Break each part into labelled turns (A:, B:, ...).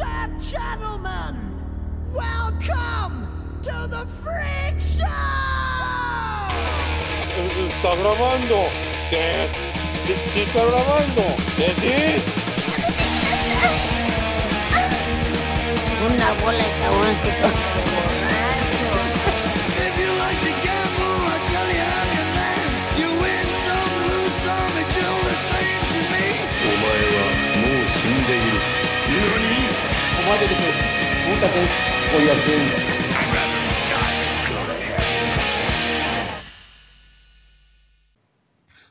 A: and gentlemen, welcome to the Freak Show!
B: Está grabando. Te, te- sí está grabando. Te sí.
C: Una bola de cabrón que toca.
A: If you like to gamble, I tell you I'm your man. You win some, lose some, it's all the same to me.
D: お前はもう死んでいる。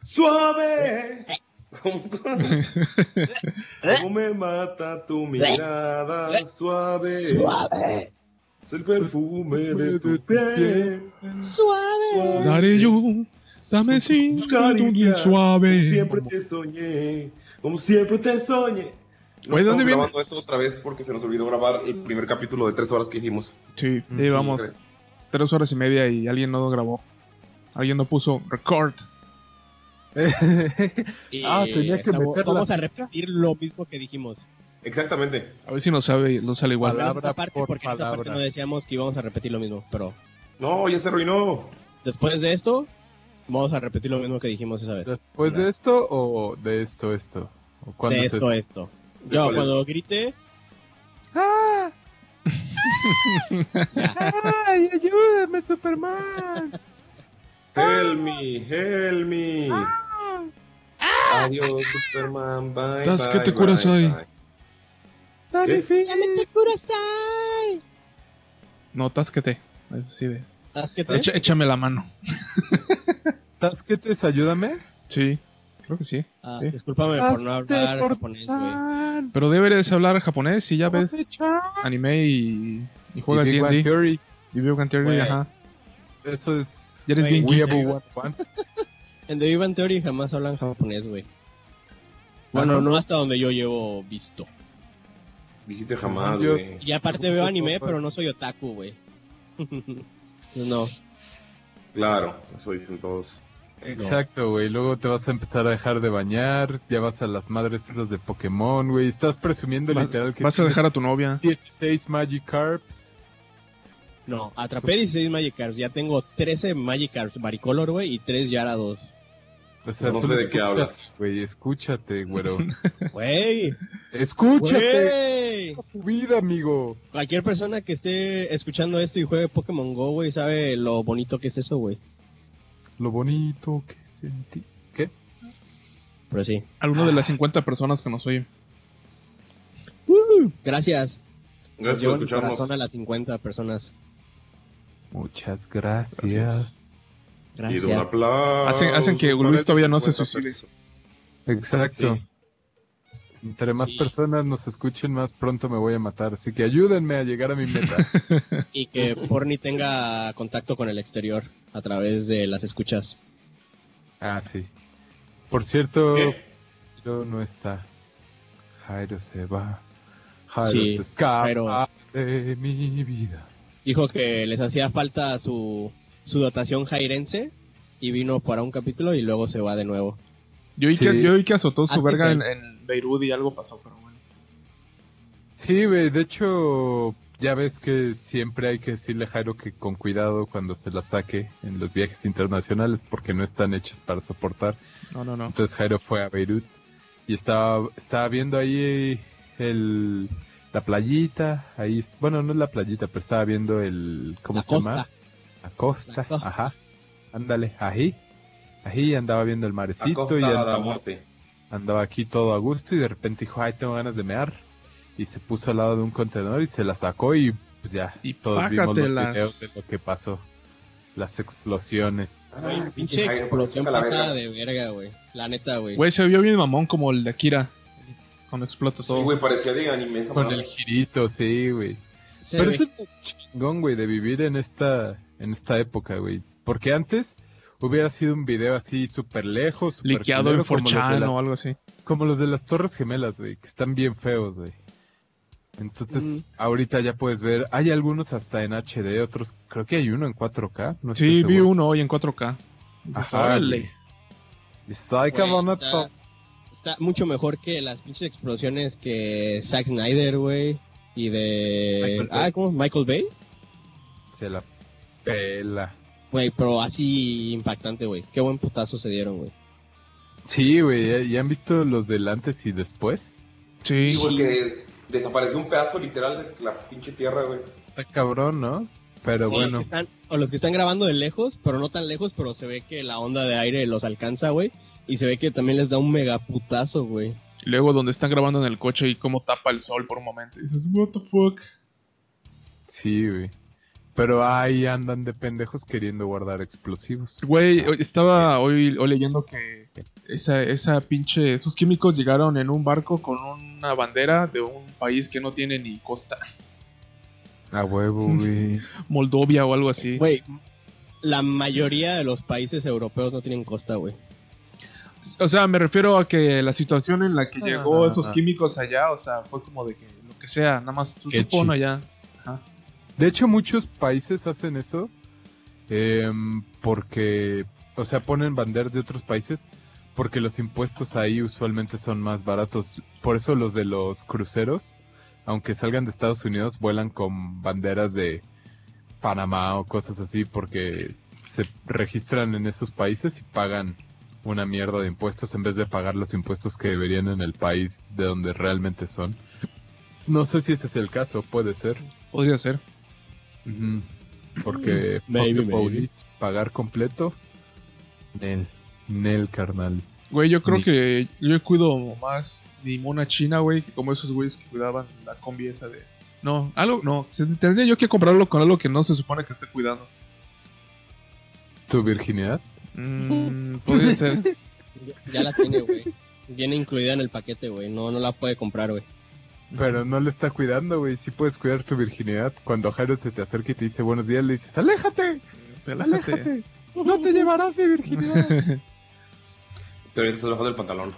B: Suave. ¿Cómo, cómo me mata tu mirada suave? Es el perfume de tu piel.
E: Daré yo, dame
B: Tus
E: sin
B: caricias, como
E: suave.
B: Siempre te soñé. Como siempre te soñé.
E: Güey, ¿dónde
F: Estamos
E: viene?
F: grabando esto otra vez porque se nos olvidó grabar el primer capítulo de tres horas que hicimos.
G: Mm,
E: Sí, ya llevamos
F: creo.
E: tres horas y media y alguien no grabó. Alguien no puso record.
G: Ah, tenía que
H: Estamos-
G: meterla.
H: Vamos a repetir lo mismo que dijimos.
F: Exactamente.
E: A ver si nos sabe, nos sale igual.
G: Palabra
H: Esta parte,
G: por
H: porque en esta parte
G: palabra.
H: no decíamos que íbamos a repetir lo mismo, pero
F: No, ya se arruinó.
H: después de esto, vamos a repetir lo mismo que dijimos esa vez.
G: ¿Después de Pues esto o de esto, esto? ¿O cuándo
H: De
G: es
H: esto,
G: esto?
H: esto. Yo
F: ¿Cuál es?
H: cuando grite,
G: ¡Ay, ayúdame, Superman!
F: Help me, help me. Adiós, Superman. Bye.
E: Das,
F: bye,
E: ¿qué te
F: bye,
E: curas
F: bye.
E: hoy?
G: ¡Está
E: ¿Eh?
F: ¿Qué?
G: difícil!
E: No, tásquete. Es así de,
G: ¿Eh?
H: haz que te...
E: "Echa- échame la mano.
G: ¿Tasquetes, ayúdame?
E: Sí, creo que sí.
H: Ah,
E: sí.
H: Discúlpame por no hablar
G: por
H: japonés, güey.
G: fan.
E: Pero deberes hablar japonés si ya ves
G: Aprovechar.
E: anime y, y juegas
G: Y Big Bang
E: D&D.
G: Theory,
E: Y Big Bang Theory,
H: Güey.
E: ajá.
G: Eso es...
E: Ya eres
H: Güey,
E: bien
G: Weeaboo
E: geek.
G: 101.
H: En The Ivan Theory jamás hablan japonés, güey. Bueno,
E: Ajá.
H: no hasta donde yo llevo visto.
F: Dijiste jamás,
G: Yo-
F: güey.
H: Y aparte veo anime, pero no soy otaku, güey. no.
F: Claro, eso dicen todos.
G: Exacto, güey. Luego te vas a empezar a dejar de bañar, ya vas a las madres esas de Pokémon, güey. Estás presumiendo
E: Vas,
G: literal que
E: vas a
G: tienes
E: dejar a tu novia.
G: 16 Magikarps.
H: No, atrapé 16 Magikarps, ya tengo 13 Magikarps Baricolor, güey, y 3 Yarados.
G: O sea,
F: No sé
G: solo
F: de qué
G: escucha-
F: hablas.
G: Güey, escúchate, güero.
H: Güey,
G: Escúchate
H: güey.
G: tu vida, amigo.
H: Cualquier persona que esté escuchando esto y juegue Pokémon Go, güey, sabe lo bonito que es eso, güey.
G: Lo bonito que sentí. ¿Qué?
H: Pero sí.
E: Alguno
G: Ah.
E: de las 50 personas que nos oyen.
H: Gracias. Nos
F: Gracias
H: llevo
F: por
H: en el corazón a
F: escucharnos.
H: las 50 personas.
G: Muchas gracias.
F: Y de un
H: Gracias.
F: aplauso. este
E: Hacen- hacen que Luis todavía no se suicide.
G: Exacto.
F: Sí.
G: Entre más
H: Y-
G: personas nos escuchen, más pronto me voy a matar. Así que ayúdenme a llegar a mi meta.
H: Y que Porni tenga contacto con el exterior a través de las escuchas.
G: ah, sí. Por cierto,
F: ¿Qué?
G: Jairo no está. Jairo se va. Jairo
H: Sí,
G: se escapa
H: Jairo.
G: de mi vida.
H: Dijo que les hacía falta su, su dotación jairense y vino para un capítulo y luego se va de nuevo.
E: Yo oí,
G: Sí.
E: que, yo oí que azotó su
H: Así
E: verga
H: es
E: en,
H: él.
E: en Beirut y algo pasó, pero bueno.
G: Sí, güey, de hecho, ya ves que siempre hay que decirle a Jairo que con cuidado cuando se la saque en los viajes internacionales porque no están hechas para soportar.
E: No, no, no.
G: Entonces Jairo fue a Beirut y estaba, estaba viendo ahí el, la playita, ahí, est- bueno, no es la playita, pero estaba viendo el, ¿cómo
H: La
G: se llama? La costa,
H: La costa.
G: ajá, ándale, ahí, ahí andaba viendo el marecito y
F: Acostada a la
G: andaba,
F: muerte.
G: andaba aquí todo a gusto y de repente dijo, ay, tengo ganas de mear y se puso al lado de un contenedor y se la sacó y pues ya,
E: Y
G: todos vimos los
E: págatelas.
G: videos de lo que pasó, las explosiones.
F: Ay,
H: Pinche
F: Jairo,
H: explosión
F: saca la verga.
H: pasada de verga, güey. La neta, güey.
E: Güey, se vio bien mamón como el de Akira. Cuando explota
F: Sí,
E: todo.
F: güey, parecía de anime esa
G: Con
F: madre.
G: el girito, sí, güey.
H: Se
G: Pero
H: ve-
G: eso es lo chingón, güey, de vivir en esta, en esta época, güey. Porque antes hubiera sido un video así súper lejos, súper
E: Liqueado en
G: culero, como los de
E: Forchan
G: la-
E: o algo así.
G: Como los de las Torres Gemelas, güey, que están bien feos, güey. Entonces,
H: Mm.
G: ahorita ya puedes ver, hay algunos hasta en HD, otros, creo que hay uno en 4K, no estoy
E: Sí, vi
G: seguro.
E: uno hoy en 4K. Dices,
G: Ajá,
E: órale.
G: güey. Dices, ay,
H: güey,
G: cabrón,
H: está,
G: to-
H: está mucho mejor que las pinches explosiones que Zack Snyder, güey. y de
G: Michael
H: ah
G: Bay.
H: cómo Michael Bay
G: Se la pela.
H: güey pero así impactante güey qué buen putazo se dieron güey
G: Sí, güey, ¿ya, ya han visto los del antes y después?
E: Sí,
F: Sí, güey, que desapareció un pedazo literal de la pinche tierra, güey.
G: Está cabrón, ¿no? Pero
H: Sí,
G: bueno,
H: los que están- o los que están grabando de lejos pero no tan lejos pero se ve que la onda de aire los alcanza güey y se ve que también les da un mega putazo güey
E: Y luego donde están grabando en el coche y cómo tapa el sol por un momento. Y dices, what the fuck.
G: sí, güey. Pero ahí andan de pendejos queriendo guardar explosivos.
E: Güey, hoy- estaba hoy, hoy leyendo que esa, esa pinche... Esos químicos llegaron en un barco con una bandera de un país que no tiene ni costa.
G: A huevo, güey.
E: Moldovia o algo así.
H: güey la mayoría de los países europeos no tienen costa güey
E: O sea, me refiero a que la situación en la que
G: Ah,
E: llegó
G: ah,
E: esos
G: ah.
E: químicos allá, o sea, fue como de que lo que sea, nada más tú te
G: Qué
E: pon
G: chido.
E: allá.
G: De hecho, muchos países hacen eso em, porque, o sea, ponen banderas de otros países porque los impuestos ahí usualmente son más baratos. Por eso los de los cruceros, aunque salgan de Estados Unidos, vuelan con banderas de Panamá o cosas así porque se registran en esos países y pagan una mierda de impuestos en vez de pagar los impuestos que deberían en el país de donde realmente son. No sé si ese es el caso, puede ser.
E: Podría ser.
G: Ujú. Porque
H: Maybe,
G: fuck the
H: maybe.
G: police, pagar completo. Nel. Nel, carnal.
E: Güey, yo creo
G: Ni-
E: que yo cuido más mi mona china, güey, que como esos güeyes que cuidaban la combi esa de... No, algo, no, se- tendría yo que comprarlo con algo que no se supone que esté cuidando.
G: ¿Tu virginidad?
E: Mm, podría ser.
H: ya la tiene güey viene incluida en el paquete güey no no la puede comprar güey
G: Pero no lo está cuidando, güey. Sí puedes cuidar tu virginidad. Cuando Jairo se te acerca y te dice buenos días, le dices, aléjate,
E: Relájate.
G: aléjate. No te llevarás mi virginidad.
F: Pero ahorita estás bajando el pantalón.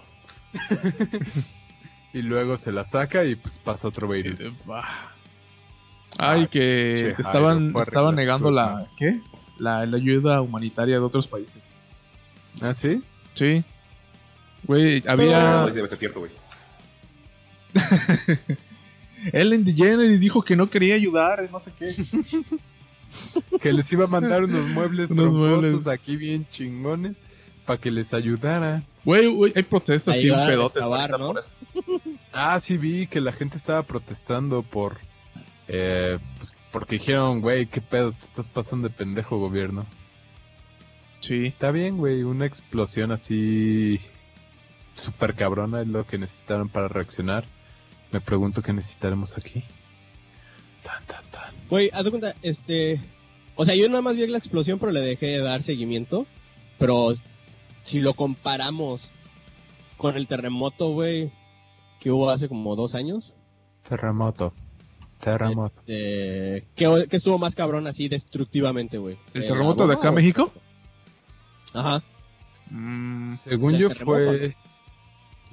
G: y luego se la saca y pues pasa otro virus.
E: Eh, bah. Ay,
G: Che,
E: que
G: Jairo,
E: estaban,
G: fue
E: estaban
G: arreglar
E: negando
G: sus-
E: la... ¿Qué? La, la ayuda humanitaria de otros países.
G: ¿Ah, sí?
E: Sí. Güey,
F: No,
E: había...
F: debe ser cierto, güey.
E: Ellen DeGeneres dijo que no quería ayudar, no sé qué.
G: Que les iba a mandar unos muebles
E: Unos
G: unos
E: muebles.
G: aquí bien chingones para que les ayudara.
E: Güey, güey, hay protestas y
H: Ayudaron a
E: pedotes
H: excavar,
E: ahorita
H: ¿no?
E: por eso.
G: Ah, sí vi que la gente estaba protestando por... Eh, pues porque dijeron, güey, qué pedo, te estás pasando de pendejo gobierno.
E: Sí.
G: Está bien, güey, una explosión así super cabrona es lo que necesitaron para reaccionar. Me pregunto qué necesitaremos aquí. Tan, tan, tan.
H: Güey, haz de cuenta, este. O sea, yo nada más vi la explosión, pero le dejé de dar seguimiento. Pero si lo comparamos con el terremoto, güey, que hubo hace como dos años.
G: Terremoto. Terremoto.
H: Este, ¿qué, qué estuvo más cabrón así destructivamente, güey?
E: ¿El
H: Eh,
E: terremoto
H: la
E: de acá a
H: bomba,
E: México?
H: güey. Ajá.
E: Mm,
G: Según
H: O sea,
G: yo
H: terremoto.
G: fue...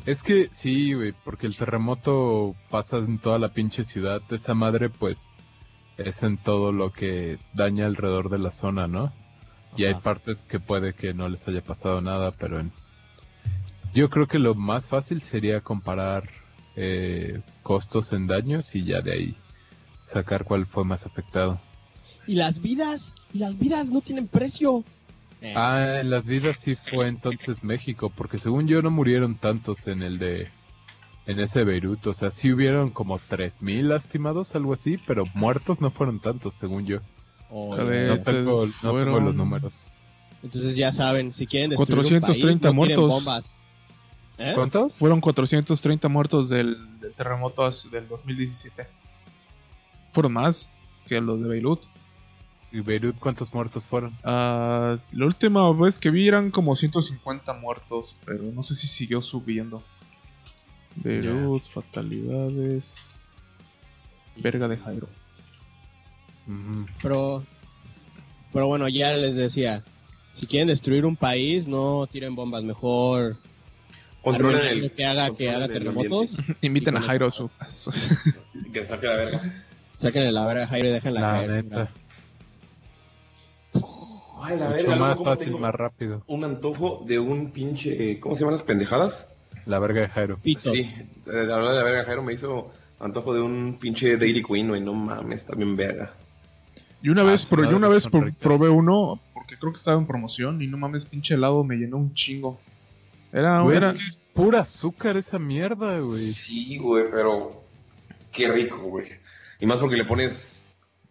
G: Es que sí, güey, porque el terremoto pasa en toda la pinche ciudad. Esa madre, pues, es en todo lo que daña alrededor de la zona, ¿no? Y hay
H: Ajá.
G: partes que puede que no les haya pasado nada, pero en... Yo creo que lo más fácil sería comparar eh, costos en daños y ya de ahí sacar cuál fue más afectado.
H: Y las vidas, y las vidas no tienen precio. Eh,
G: Ah, en las vidas sí fue entonces México, porque según yo no murieron tantos en el de... En ese Beirut, o sea, sí hubieron como 3.000 lastimados, algo así, pero muertos no fueron tantos, según yo.
H: o-
E: a ver.
G: No tengo, no tengo
E: Fueron-
G: los números.
H: Entonces ya saben, si quieren destruir un país,
E: 430
H: no tiren
E: muertos.
H: bombas. ¿Eh?
G: ¿Cuántos?
E: fueron 430 muertos del, del terremoto as- del 2017. Fueron más que los de Beirut.
G: ¿Y Beirut cuántos muertos fueron?
E: Ah, la última vez que vi eran como 150 muertos, pero no sé si siguió subiendo. Beirut, fatalidades. Verga de Jairo.
G: Ujú.
H: Pero, pero bueno, ya les decía, si quieren destruir un país, no tiren bombas, mejor
F: Controlen
H: arruinar
F: el.
H: lo que haga que
F: controlen
H: haga
F: el
H: terremotos,
E: Inviten a
H: con
E: Jairo a
H: eso-
E: su. a su-
F: ambiente. Que saque la verga.
H: sáquenle la verga a Jairo y déjenla
G: La
H: caer.
G: neta.
F: Ay, la
G: Mucho
F: verga.
G: más
F: luego cómo
G: fácil,
F: tengo
G: más rápido.
F: Un antojo de un pinche. eh, ¿Cómo se llaman las pendejadas?
G: La verga de Jairo.
H: Pitos.
F: Sí, eh, la verdad de la verga, Jairo me hizo Antojo de un pinche Dairy Queen, güey. No mames, está bien verga.
E: Y una
G: Ah,
E: vez,
G: sí,
E: pro- yo
G: claro
E: una
G: que
E: vez
G: son
E: pro-
G: ricas.
E: probé uno, porque creo que estaba en promoción, y no mames, pinche helado me llenó un chingo. Era,
G: Güey,
E: Ah, era
G: es que es pura azúcar esa mierda, güey.
F: Sí, güey, pero qué rico, güey. Y más porque le pones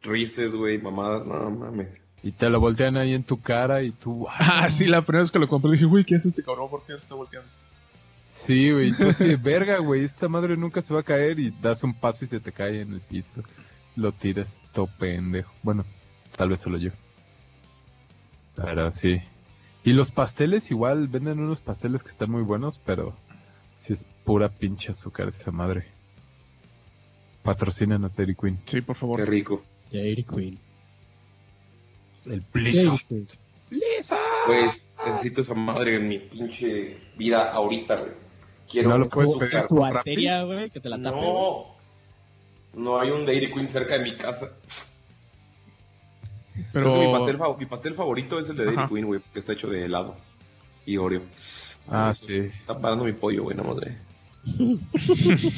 F: rices, güey, mamadas, no mames.
G: Y te lo voltean ahí en tu cara y tú...
E: Ah, sí, la primera vez que lo compré dije, güey, ¿qué hace este cabrón? ¿Por qué está volteando?
G: Sí, güey. Tú así de, verga, güey. Esta madre nunca se va a caer y das un paso y se te cae en el piso. Lo tiras, todo pendejo. Bueno, tal vez solo yo. Pero sí. Y los pasteles igual, venden unos pasteles que están muy buenos, pero sí es pura pinche azúcar esa madre. Patrocínanos Dairy Queen.
E: Sí, por
F: Qué
E: favor.
F: rico.
H: Dairy Queen.
G: El
H: Dairy Queen.
F: Güey, necesito esa madre en mi pinche vida ahorita, güey. Quiero
G: No lo
F: un
G: puedes
F: azúcar
G: pegar.
H: Tu
F: rápido.
H: arteria, güey, que te la tape. güey.
F: No. No hay un Dairy Queen cerca de mi casa. Creo que mi pastel,
E: Pero,
F: fa- mi pastel favorito es el de Dairy
E: Ajá.
F: Queen, güey, que está hecho de helado y Oreo.
G: Ah, sí.
F: Está parando mi pollo, güey, nada más de.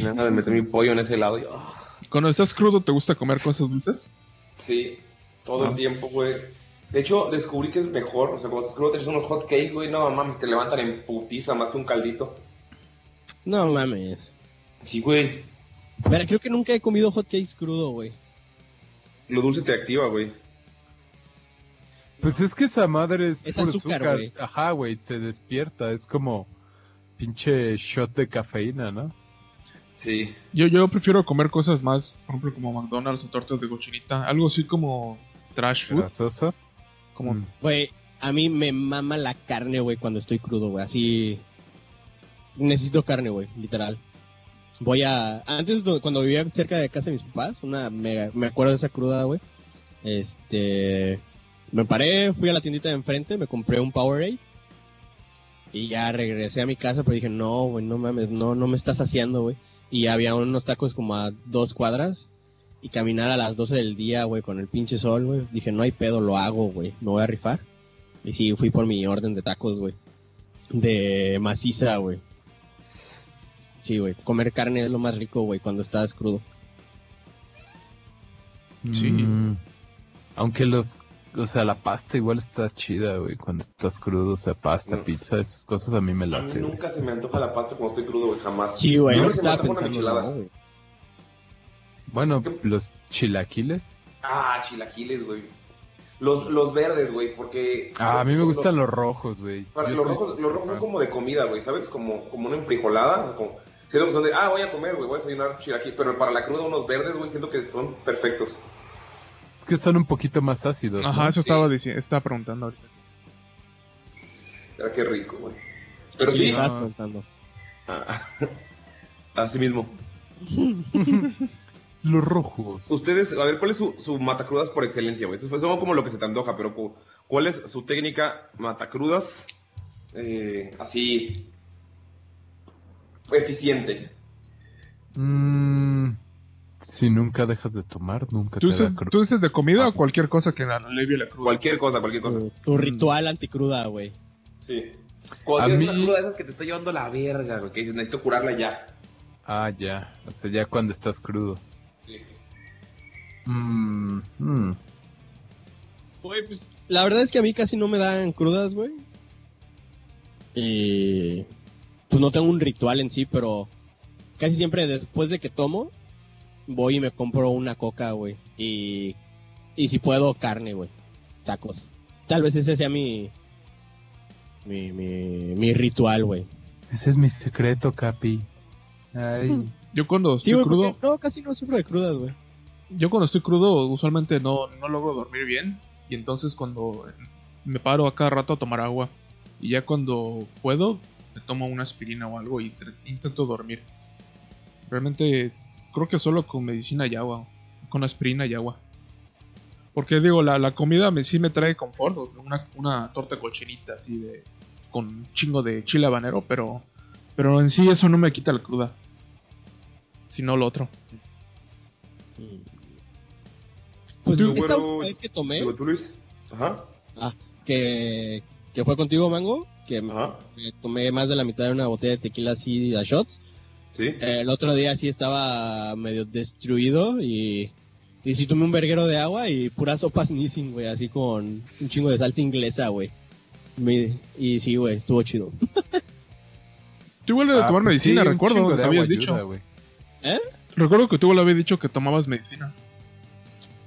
F: Me van a meter mi pollo en ese helado y. ah.
E: cuando estás crudo, ¿te gusta comer cosas dulces?
F: Sí, todo
E: Ah.
F: el tiempo, güey. De hecho, descubrí que es mejor. O sea, cuando estás crudo, te echas unos hot cakes, güey. No mames, te levantan en putiza más que un caldito.
H: No mames.
F: Sí, güey.
H: Pero creo que nunca he comido hotcakes crudo, güey.
F: Lo dulce te activa, güey.
G: Pues es que esa madre es,
H: Es
G: puro
H: azúcar,
G: azúcar.
H: güey.
G: Ajá, güey, te despierta. Es como pinche shot de cafeína, ¿no?
F: Sí.
E: Yo, yo prefiero comer cosas más, por ejemplo, como McDonald's o tortas de cochinita. Algo así como trash food.
G: Grasoso.
E: Como,
G: Mm.
H: Güey, a mí me mama la carne, güey, cuando estoy crudo, güey. Así. Necesito carne, güey, literal. Voy a. Antes, do- cuando vivía cerca de casa de mis papás, una mega. Me acuerdo de esa cruda, güey. Este. Me paré, fui a la tiendita de enfrente, me compré un Powerade. Y ya regresé a mi casa, pero dije, no, güey, no mames, no, no me estás saciando, güey. Y había unos tacos como a dos cuadras y caminar a las 12 del día, güey, con el pinche sol, güey. Dije, no hay pedo, lo hago, güey, me voy a rifar. Y sí, fui por mi orden de tacos, güey. De maciza, güey. Sí, güey, comer carne es lo más rico, güey, cuando estás crudo.
E: Sí.
G: Mm. Aunque los. O sea, la pasta igual está chida, güey. Cuando estás crudo, o sea, pasta,
F: No.
G: pizza, esas cosas a mí me
F: A mí
G: late. güey.
F: nunca se me antoja la pasta cuando estoy crudo, güey, jamás.
H: Sí, güey,
F: No
H: yo
F: se me
H: estaba
F: antoja una
H: pensando,
F: michelada.
H: no, güey.
G: Bueno,
F: ¿Qué?
G: los chilaquiles.
F: Ah, chilaquiles, güey. Los, los verdes, güey, porque.
G: Ah, a mí me gustan los rojos, güey.
F: Para-
G: Yo
F: los
G: soy
F: rojos,
G: súper
F: los rojos son
G: fan.
F: como de comida, güey, ¿sabes? Como, como una enfrijolada. Como, siento que son de, ah, voy a comer, güey, voy a desayunar chilaquiles. Pero para la cruda, unos verdes, güey, siento que son perfectos.
G: Es que son un poquito más ácidos.
E: Ajá,
G: ¿no?
E: eso estaba, dici- estaba preguntando ahorita.
F: Era que rico, güey. Pero
H: Sí,
F: sí,
H: estaba
G: no.
H: pensando.
F: ah, así mismo.
G: Los rojos.
F: Ustedes, a ver, ¿cuál es su, su matacrudas por excelencia, güey? Esos fue- Son como lo que se te antoja, pero cu- ¿cuál es su técnica matacrudas eh, así eficiente?
G: Mm, si nunca dejas de tomar, nunca
E: ¿Tú
G: te da Ah.
E: dices,
G: cruda.
E: tú dices de comida o cualquier cosa que alivie la cruda?
F: Cualquier cosa, cualquier cosa.
H: Tu, tu ritual anticruda, güey.
F: Sí. Cuando
G: A
F: tienes
G: mí-
F: una cruda de esas que te está llevando la verga, güey, que dices, necesito curarla ya.
G: Ah, ya. O sea, ya cuando estás crudo.
F: Sí.
G: Mm, mm.
H: Güey, pues la verdad es que a mí casi no me dan crudas, güey. Y pues no tengo un ritual en sí, pero casi siempre después de que tomo, voy y me compro una coca, güey. Y, y si puedo, carne, güey. Tacos. Tal vez ese sea mi, mi, mi, mi ritual, güey.
G: Ese es mi secreto, Capi. Ay.
E: Yo cuando estoy
H: Sí, güey,
E: crudo,
H: porque no, casi no sufro de crudas, güey.
E: yo cuando estoy crudo usualmente no, no logro dormir bien y entonces cuando me paro a cada rato a tomar agua y ya cuando puedo me tomo una aspirina o algo y tre- intento dormir. Realmente creo que solo con medicina y agua, con aspirina y agua. Porque digo, la, la comida me, sí me trae confort, una, una torta cochinita así de con un chingo de chile habanero, pero pero en sí eso no me quita la cruda. Sino lo otro.
H: Pues
F: Tú,
H: esta
F: güero,
H: última vez que tomé,
F: Digo, tú, Luis. Ajá,
H: que, que fue contigo, Mango, que me
F: ajá.
H: Me tomé más de la mitad de una botella de tequila así a shots.
F: ¿Sí?
G: Eh,
H: El otro día sí estaba medio destruido y, y sí tomé un verguero de agua y puras sopas Nissin, güey, así con un chingo de salsa inglesa, güey. Mi- Y sí, güey, estuvo chido.
E: Tú igual de
G: Ah,
E: tomar
G: pues
E: medicina,
G: sí, un
E: recuerdo
G: chingo
E: que
G: de
E: te
G: agua
E: habías
G: ayuda,
E: dicho.
G: güey.
E: Recuerdo que tú igual habías dicho que tomabas medicina.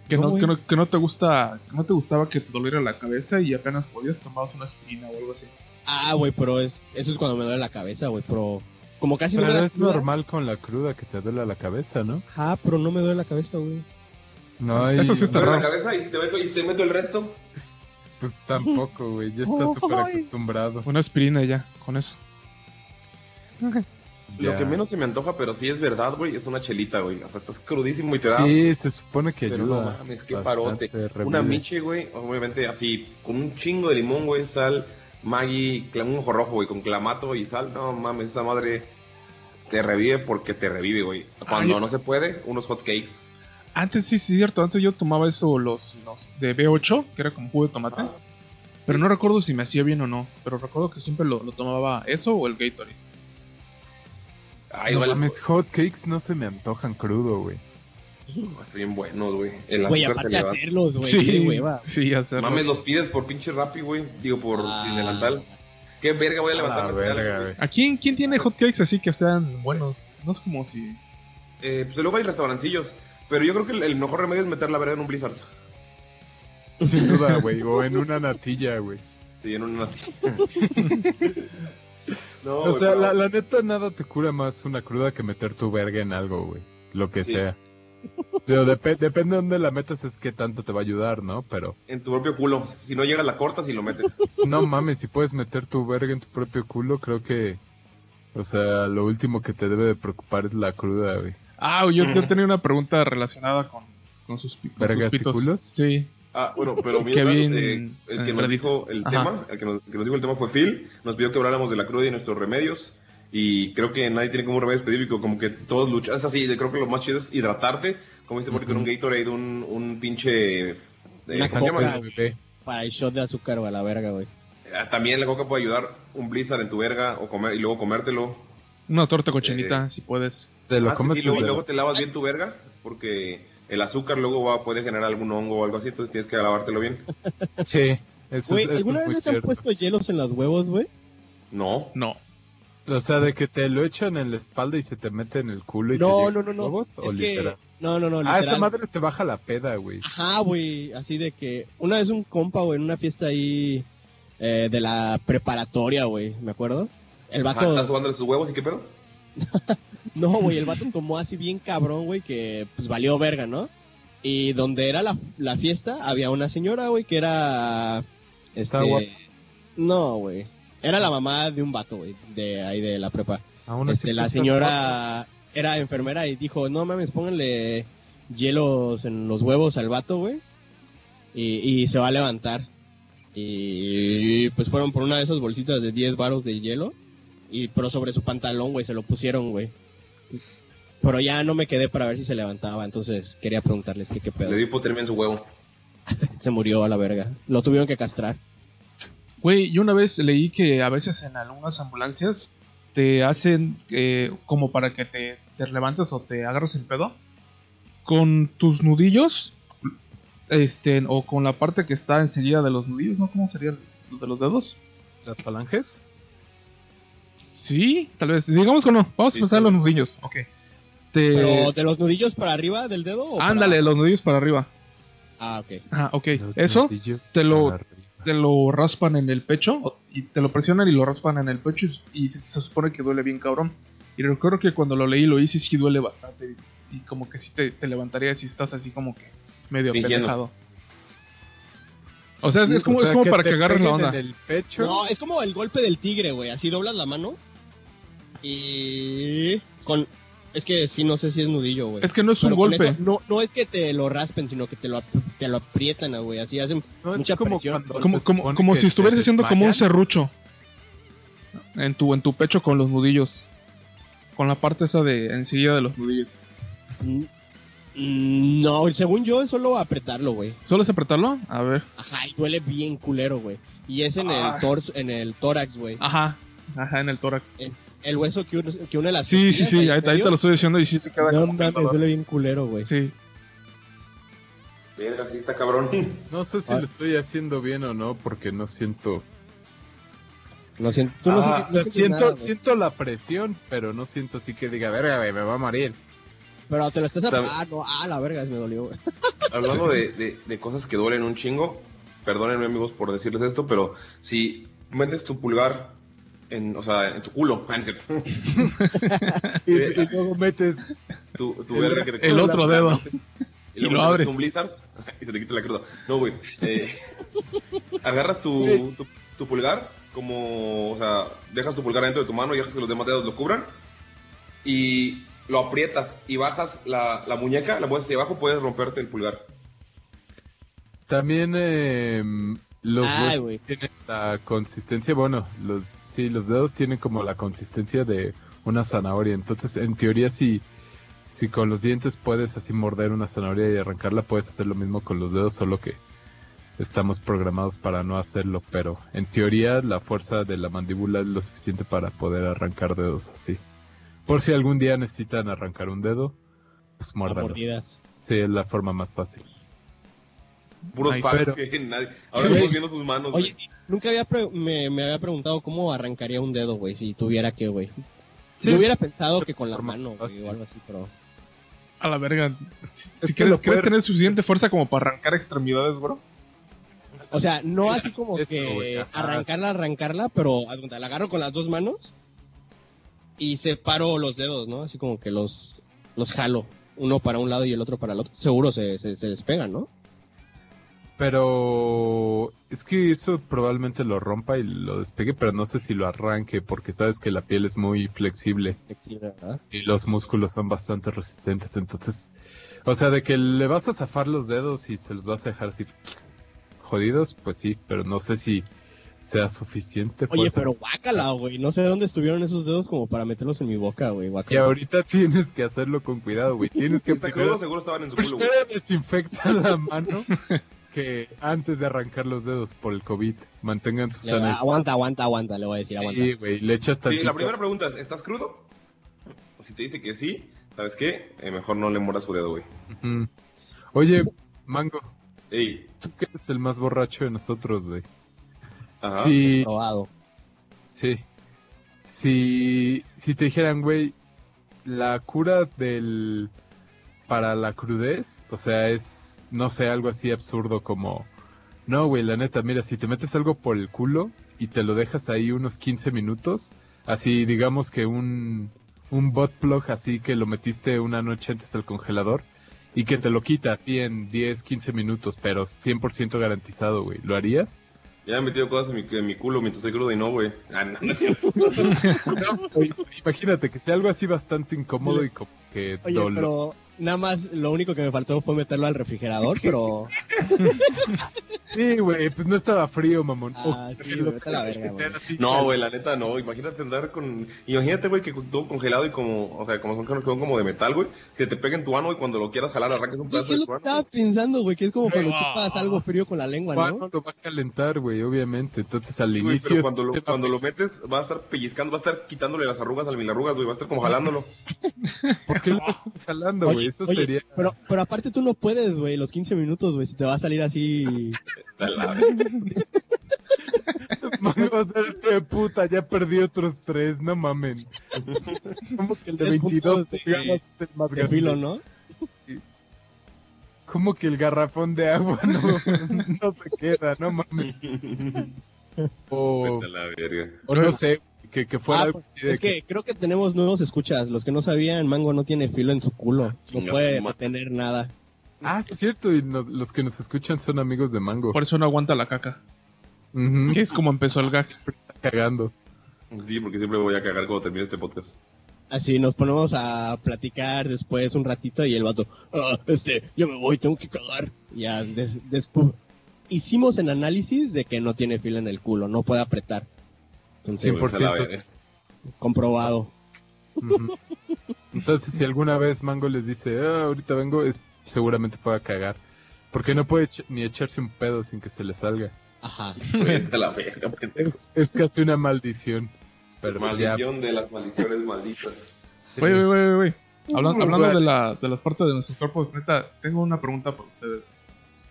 E: Que
H: No,
E: no,
H: güey.
E: que no, que no te gusta, que no te gustaba que te doliera la cabeza y apenas podías tomabas una aspirina o algo así.
H: Ah, güey, pero es- eso es cuando me duele la cabeza, güey, pero como casi no me
G: Pero
H: da
G: es
H: cruda.
G: normal con la cruda que te duela la cabeza, ¿no?
H: Ah, pero no me duele la cabeza, güey.
G: No
E: Ah, Eso sí está
F: ¿Te duele la
E: raro.
F: cabeza y si te meto, y si te meto el resto?
G: Pues tampoco, güey. Ya está súper acostumbrado.
E: Una aspirina y ya, con eso.
F: Lo
G: Ya.
F: que menos se me antoja, pero sí es verdad, güey, es una chelita, güey. O sea, estás crudísimo y te das.
G: Sí, se supone que
F: Pero
G: ayuda.
F: no mames, qué parote.
G: bastante,
F: Una
G: remedia.
F: miche, güey, obviamente así, con un chingo de limón, güey, sal, Maggi, cla- un ojo rojo, güey, con clamato y sal. No mames, esa madre te revive porque te revive, güey. Cuando
E: Ay.
F: no se puede, unos hot cakes.
E: Antes sí, sí, cierto. Antes yo tomaba eso, los, los de B8, que era como jugo de tomate.
F: Ah.
E: Pero no recuerdo si me hacía bien o no. Pero recuerdo que siempre lo, lo tomaba eso o el Gatorade.
F: Ay,
G: no
F: güey,
G: mames, hot cakes no se me antojan crudo, güey.
F: está bien bueno, güey. El
H: Güey,
F: azúcar te le
H: aparte de
F: va.
H: hacerlos, güey. qué
E: sí,
H: hueva.
E: sí, hacerlo.
F: Mames, los pides por pinche Rappi, güey. Digo, por
H: Ah.
F: delantal. Qué verga voy a levantar
G: A la
F: la escala,
G: verga,
F: güey.
G: güey.
E: ¿A quién, quién tiene hotcakes así que sean buenos? No es como si...
F: Eh, pues luego hay restaurancillos. Pero yo creo que el- el mejor remedio es meter la verga en un blizzard.
G: Sin duda, güey. O en una natilla, güey.
F: Sí, en una No,
G: O
F: güey,
G: sea,
F: pero-
G: la, la neta nada te cura más una cruda que meter tu verga en algo, güey. Lo que
F: Sí.
G: sea. Pero dep- depende de dónde la metas es que tanto te va a ayudar, ¿no? Pero
F: en tu propio culo. Si no llegas, la cortas y lo metes.
G: no mames, si puedes meter tu verga en tu propio culo, creo que... O sea, lo último que te debe de preocupar es la cruda, güey.
E: Ah, yo, yo tenía una pregunta relacionada con, con sus, pi- con sus
G: ¿Vergas y
E: pitos.
G: culos?
E: Sí.
F: Ah, bueno, pero
E: Que
F: mientras,
E: bien,
F: eh, el que
E: eh,
F: nos
E: Reddit.
F: dijo el
E: Ajá.
F: tema, el que nos, que nos dijo el tema fue Phil, nos pidió que habláramos de la cruda y nuestros remedios, y creo que nadie tiene como un remedio específico, como que todos luchan, es así, yo creo que lo más chido es hidratarte, como dice Mori, con un Gatorade, un, un pinche... eh, ¿Cómo
H: Una
F: se
H: coca.
F: llama?
G: Sangre de bebé.
H: Para el shot de azúcar, güey, a la verga, güey.
F: Ah, También la coca puede ayudar, un blizzard en tu verga, o comer, y luego comértelo.
E: Una torta
F: Eh.
E: cochinita, si puedes.
G: Te lo
F: Ah,
G: comes
F: sí,
G: y
F: luego,
G: te-
F: y luego te lavas bien tu verga, porque el azúcar luego va, puede generar algún hongo o algo así, entonces tienes que lavártelo bien.
G: Sí, eso,
H: Güey,
G: es- eso
H: ¿alguna
G: es
H: vez
G: muy
H: les han
G: cierto.
H: puesto hielos en los huevos, güey?
F: No,
E: No.
G: O sea, de que te lo echan en la espalda y se te mete en el culo y te
H: No,
G: llega
H: no,
G: a
H: no,
G: los
H: no.
G: huevos, o
H: Es que...
G: literal.
H: No, no, no,
G: Ah, esa
H: literal.
G: madre te baja la peda, güey.
H: Ajá, güey, así de que una vez un compa, güey, en una fiesta ahí eh, de la preparatoria, güey, ¿me acuerdo? El
F: Ajá, estás
H: vato,
F: jugando sus huevos y qué pedo.
H: no, güey, el vato tomó así bien cabrón, güey, que pues valió verga, ¿no? Y donde era la, la fiesta había una señora, güey, que era...
G: Está
H: este,
G: guapa.
H: No, güey, era la mamá de un vato, güey, de ahí de la prepa.
G: Aún
H: Este,
G: así
H: la
G: cuesta
H: señora era enfermera y dijo, no mames, pónganle hielos en los huevos al vato, güey. Y, y se va a levantar. Y pues fueron por una de esas bolsitas de 10 varos de hielo. Y pero sobre su pantalón, güey, se lo pusieron, güey. Pero ya no me quedé para ver si se levantaba, entonces quería preguntarles que qué
F: Le
H: pedo.
F: dio hipotermia en su huevo.
H: Se murió a la verga. Lo tuvieron que castrar.
E: Güey, yo una vez leí que a veces en algunas ambulancias te hacen eh, como para que te, te levantes o te agarres el pedo con tus nudillos este, o con la parte que está enseguida de los nudillos, ¿no? ¿Cómo serían los de los dedos?
G: ¿Las falanges?
E: Sí, tal vez. Digamos que no. Vamos
F: Sí,
E: a pensar
F: sí.
E: los nudillos. Ok. Te-
H: Pero de los nudillos para arriba del dedo. o para
E: Eh, Ándale, los nudillos para arriba.
H: abajo? Ah, ok.
E: Ah, ok.
G: Los
E: Eso
G: nudillos
E: te lo-
G: para arriba.
E: te lo raspan en el pecho o- y te lo presionan y lo raspan en el pecho y, s- y se, se supone que duele bien cabrón. Y recuerdo que cuando lo leí lo hice y sí duele bastante y, y como que sí te, te levantaría si estás así como que medio
F: Fingiendo.
E: apendejado. O sea, es, es
G: O
E: como,
G: sea,
E: es como
G: que
E: para
G: te
E: que agarres la
G: peguen
E: onda.
G: En el pecho.
H: No, es como el golpe del tigre, güey. Así doblas la mano y con es que sí no sé si es nudillo, güey.
E: Es que no es un
H: Pero con
E: golpe.
H: eso, no, no es que te lo raspen, sino que te lo, ap- te lo aprietan, ah, güey. Así hacen.
G: No, es
H: mucha
G: como
H: presión.
G: cuando
E: como
G: pues, se
E: como,
G: supone
E: como
G: que
E: si estuvieras
G: te
E: haciendo como un
G: desmayas.
E: serrucho en tu, en tu pecho con los nudillos. Con la parte esa de enseguida de los nudillos.
H: Mm, mm, No, según yo es solo apretarlo, güey.
E: ¿Solo es apretarlo? A ver.
H: Ajá, y duele bien culero, güey. Y es en
E: Ah.
H: el torso, en el tórax, güey.
E: Ajá. Ajá, en el tórax.
H: Es- el hueso que, une- que une las
E: Sí, sí,
H: costillas,
E: sí,
H: ahí en
E: ahí, ahí
H: medio.
E: te lo estoy diciendo y sí se queda
H: No
E: como que
H: mames,
E: atorado.
H: duele bien culero, güey.
E: Sí,
F: Verga, sí está cabrón.
G: No sé si
H: Ah.
G: lo estoy haciendo bien o no, porque no siento.
H: Lo siento, tú no
F: Ah,
H: sientes-
G: O sea,
H: no sientes
G: siento,
H: nada, güey.
G: siento la presión, pero no siento así que diga, verga, güey, me va a morir.
H: Pero te lo estás...
F: Sabe-
H: Ah, no, ah, la verga, me dolió, güey.
F: Hablando de, de- de cosas que duelen un chingo, perdónenme amigos por decirles esto, pero si metes tu pulgar en, o sea, en tu culo, ah, no es cierto.
G: Y,
F: Eh,
G: y luego metes.
F: tu, tu verga que te
E: el otro dedo.
F: Y,
E: Y lo
F: luego te metes
E: abres.
F: un blizzard y se te quita la cruda. No, güey. eh, agarras tu, tu, tu pulgar, como, o sea, dejas tu pulgar dentro de tu mano y dejas que los demás dedos lo cubran. Y lo aprietas y bajas la, la muñeca, la mueves hacia abajo, puedes romperte el pulgar.
G: También eh, los
H: Ay,
G: huesos
H: güey.
G: tienen la consistencia. Bueno, los sí, los dedos tienen como la consistencia de una zanahoria. Entonces, en teoría, si, si con los dientes puedes así morder una zanahoria y arrancarla, puedes hacer lo mismo con los dedos, solo que estamos programados para no hacerlo. Pero en teoría, la fuerza de la mandíbula es lo suficiente para poder arrancar dedos así. Por si algún día necesitan arrancar un dedo, pues
H: A
G: muérdanlo.
H: mordidas.
G: Sí, es la forma más fácil.
F: Puros
E: Ay,
F: fans
G: pero-
F: que nadie.
H: Sí,
F: Ahora estamos
H: güey.
F: viendo sus manos. güey.
H: Oye, sí, nunca había pre- me, me había preguntado cómo arrancaría un dedo, güey, si tuviera que, güey.
G: Sí.
H: Yo hubiera pensado que con la
G: Forma
H: mano, güey,
G: fácil.
H: o algo así, pero...
E: A la verga. Si
G: que
E: quieres,
G: lo
E: ¿crees
G: puede-
E: tener suficiente fuerza como para arrancar extremidades, bro?
H: O sea, no así como
G: Eso,
H: que
G: güey, ajá.
H: arrancarla, arrancarla, pero haz cuenta, la agarro con las dos manos y separo los dedos, ¿no? Así como que los, los jalo, uno para un lado y el otro para el otro. Seguro se, se, se despegan, ¿no?
G: Pero es que eso probablemente lo rompa y lo despegue, pero no sé si lo arranque, porque sabes que la piel es muy flexible
H: Flexible, ¿verdad?
G: y los músculos son bastante resistentes. Entonces, o sea, de que le vas a zafar los dedos y se los vas a dejar así jodidos, pues sí, pero no sé si sea suficiente.
H: Oye,
G: pues.
H: pero guácala, güey. No sé dónde estuvieron esos dedos como para meterlos en mi boca, güey.
G: Y
H: guácala.
G: ahorita tienes que hacerlo con cuidado, güey. Tienes que
F: Está
G: primero-
F: crudo, seguro estaban en su culo, güey.
G: Primero desinfecta la mano que antes de arrancar los dedos por el COVID. Mantengan su
H: Le-
G: sana
H: aguanta, aguanta, aguanta, le voy a decir, aguanta.
G: Sí, güey, le echas
F: Sí,
G: tantito.
F: la primera pregunta es: ¿estás crudo? Si te dice que sí, ¿sabes qué? Eh, mejor no le muerdas su dedo, güey.
G: Ujú. Oye, Mango,
F: Ey,
G: tú que eres el más borracho de nosotros, güey.
F: ajá.
G: Sí,
H: Probado.
G: sí. Si, si te dijeran, güey, la cura del para la crudez, o sea, es, no sé, algo así absurdo como, no, güey, la neta, mira, si te metes algo por el culo y te lo dejas ahí unos 15 minutos, así digamos que un, un bot plug así que lo metiste una noche antes al congelador y que te lo quita así en 10, 15 minutos, pero 100% garantizado, güey, ¿lo harías?
F: Ya me he metido cosas en mi, en mi culo mientras soy crudo y no, güey. Ah, no, no es cierto.
G: Oye, Imagínate que sea algo así bastante incómodo y como que
H: Oye,
G: dolo-
H: pero nada más lo único que me faltó fue meterlo al refrigerador, pero...
G: Sí, güey, pues no estaba frío, mamón.
H: Ah,
G: Oh,
H: sí,
G: pero-
H: vete a la verga, güey.
G: Así,
F: No, güey, la neta no. Imagínate andar con. Imagínate, güey, que todo congelado y como. O sea, como son son como de metal, güey. Que te peguen tu mano y cuando lo quieras jalar arranques un
H: Yo
F: pedazo
H: es
F: de
H: lo
F: tu
H: que
F: mano.
H: estaba pensando, güey, que es como cuando
E: Wow.
H: chupas algo frío con la lengua,
G: Juan
H: ¿no?
G: lo va a calentar, güey, obviamente. Entonces al
F: Sí, güey,
G: inicio.
F: pero cuando
G: sí
F: lo,
G: se va-
F: cuando lo metes, va a estar pellizcando, va a estar quitándole las arrugas al milarrugas, güey. Va a estar como jalándolo.
G: ¿Por qué lo estás jalando,
H: Oye,
G: güey? Eso
H: oye,
G: sería.
H: Pero, pero aparte tú no puedes, güey, los 15 minutos, güey, si te va a salir así...
F: A la vez.
G: Mames, o sea, de puta, ya perdí otros tres, no mamen. ¿Cómo que el de
H: Tres
G: 22
H: puntos de-
G: pulgadas es el más
H: De
G: grande?
H: filo, ¿no?
G: ¿Cómo que el garrafón de agua no, no se queda, no mamen? Oh. O,
F: Vete a la verga.
G: o no sé, que, que fuera
H: Ah,
G: algo
H: pues,
G: así de
H: es que creo que tenemos nuevos escuchas. Los que no sabían, Mango no tiene filo en su culo. No
F: Chinga
H: puede
F: tu madre.
H: tener nada.
G: Ah, sí, es cierto, y nos- los que nos escuchan son amigos de Mango.
E: Por eso no aguanta la caca.
G: Ujú,
E: Que es como empezó el gag.
G: cagando.
F: Sí, porque siempre voy a cagar cuando termine este podcast.
H: Así nos ponemos a platicar después un ratito y el vato, ah, este, yo me voy, tengo que cagar. Ya, des- despu- Hicimos el análisis de que no tiene filo en el culo, no puede apretar. Entonces,
F: Vete a la
G: 100%.
F: verga.
H: comprobado.
G: Ujú. Entonces, si alguna vez Mango les dice, "Ah, ahorita vengo, es, seguramente fue a cagar. Porque no puede eche- ni echarse un pedo sin que se le salga.
H: Ajá.
F: Vete a la verga, pendejo.
G: Es, es casi una maldición. pero pues ya, pues,
F: Maldición de las maldiciones malditas.
E: Güey, güey, güey, güey. Hablan- hablando de, la, de las partes de nuestros cuerpos, neta, tengo una pregunta para ustedes.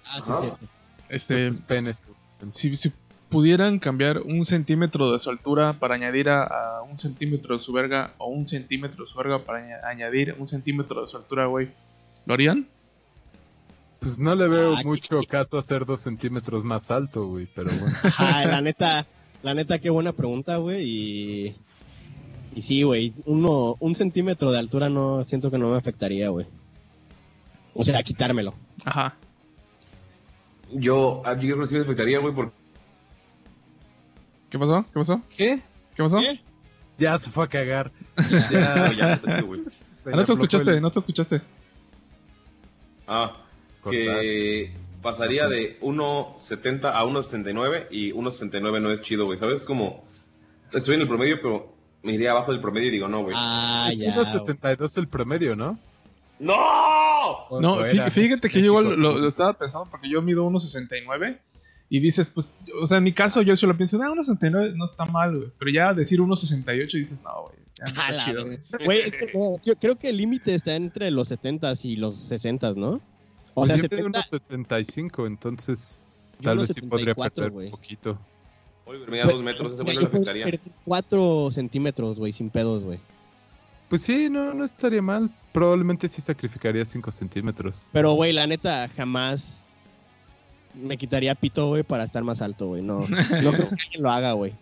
H: Ah, sí,
F: Ajá.
H: cierto.
E: Este,
G: estos pues, penes.
E: si, si pudieran cambiar un centímetro de su altura para añadir a, a un centímetro de su verga o un centímetro de su verga para aña- añadir un centímetro de su altura, güey, ¿lo harían?
G: Pues no le veo
H: Ah, qué-
G: mucho
H: qué-
G: caso hacer dos centímetros más alto, güey, pero bueno.
H: Ajá, la neta, la neta, qué buena pregunta, güey. Y, y sí, güey, uno, un centímetro de altura no siento que no me afectaría, güey. O sea, quitármelo.
E: Ajá.
F: Yo, ah, yo creo que sí me afectaría, güey, porque
E: ¿Qué pasó? ¿Qué pasó?
G: ¿Qué?
E: ¿Qué pasó? Ah,
H: ¿Qué?
G: Ya se fue a cagar.
F: Ah,
G: Ya,
F: ya, te digo, güey.
G: se
E: Ah,
G: le
E: no te
G: aflojó
E: escuchaste,
G: el-
E: no te escuchaste.
F: Ah,
G: cortar.
F: que pasaría de 1.70 a 1.69 y 1.69 no es chido, güey, ¿sabes? Como, estoy en el promedio, pero me iría abajo del promedio y digo, no, güey.
H: Ah,
G: es
H: ya. güey.
G: 1.72 el promedio, ¿no?
F: ¡No!
G: O-
E: No,
G: o
E: fí-
G: era.
E: fíjate que yo igual
G: México.
E: lo, lo estaba pensando porque yo mido 1.69 y dices, pues, o sea, en mi caso yo solo pienso, ah, 1.69 no está mal, güey. Pero ya decir 1.68 dices, no, güey, ya no
H: A
E: está
H: la
E: chido,
H: verga.
E: güey.
H: Güey, es que no, yo creo que el límite está entre los 70s y los 60s, ¿no? O sea,
G: Pues yo mido
H: 70,
G: 1.75, entonces
H: Yo
G: tal
H: unos
G: vez sí podría
H: 74,
G: perder
H: güey.
G: un poquito.
F: Oliver, me da dos metros, ese güey no le
H: Yo puedo
F: afectaría.
H: perder 4 centímetros, güey, sin pedos, güey.
G: Pues sí, no, no estaría mal. Probablemente sí sacrificaría 5 centímetros.
H: Pero, güey, la neta, jamás me quitaría pito, güey, para estar más alto, güey. No, no creo que alguien lo haga, güey.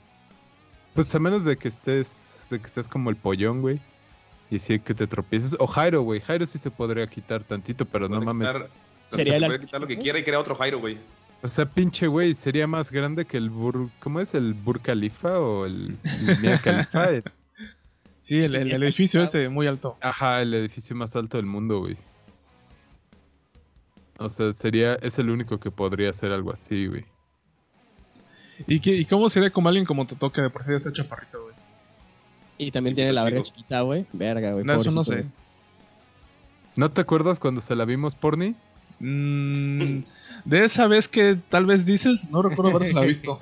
G: Pues a menos de que estés, de que estés como el pollón, güey. Y sí que te tropieces. O Jairo, güey. Jairo sí se podría quitar tantito, pero no
F: Puede
G: mames.
F: quitar-
H: Sería
F: se
H: el
F: puede quitar lo que
H: altísimo.
F: quiera y crea otro Jairo, güey.
G: O sea, pinche güey, sería más grande que el Bur... ¿Cómo es? ¿El Bur Khalifa o el Mia Khalifa? Eh,
E: Sí, el, el- el edificio ese, muy alto.
G: Ajá, el edificio más alto del mundo, güey. O sea, sería... Es el único que podría hacer algo así, güey.
E: ¿Y, qué, ¿Y cómo sería como alguien como te toca de por sí este chaparrito, güey?
H: Y también tiene la verga
F: Digo.
H: chiquita, güey. Verga, güey.
E: No, eso no
H: pobrecito,
E: sé.
H: güey.
G: ¿No te acuerdas cuando se la vimos, Porni?
E: Mm, de esa vez que tal vez dices, no recuerdo haberse la visto.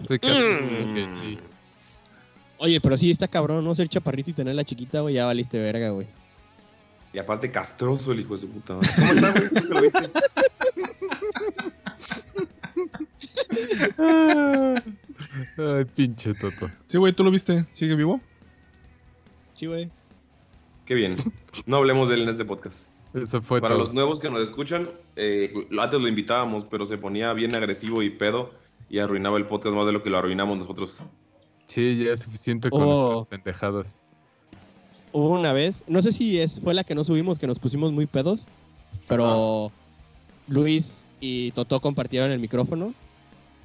G: Estoy casi seguro
F: Mm.
G: que sí.
H: Oye, pero sí, está cabrón, ¿no? Ser chaparrito y tener la chiquita, güey, ya valiste verga, güey.
F: Y aparte, castroso el hijo de su puta madre. ¿Cómo está, güey? ¿Cómo te lo viste?
G: Ay, pinche Toto.
E: Sí, güey, tú lo viste, sigue vivo.
H: Sí, güey.
F: Qué bien. No hablemos de él en este podcast.
G: Eso fue
F: Para
G: todo.
F: los nuevos que nos escuchan, eh, antes lo invitábamos, pero se ponía bien agresivo y pedo y arruinaba el podcast más de lo que lo arruinamos nosotros.
G: Sí, ya es suficiente con
H: Oh.
G: nuestras pendejadas.
H: Hubo una vez, no sé si es, fue la que no subimos, que nos pusimos muy pedos, pero Luis y Totó compartieron el micrófono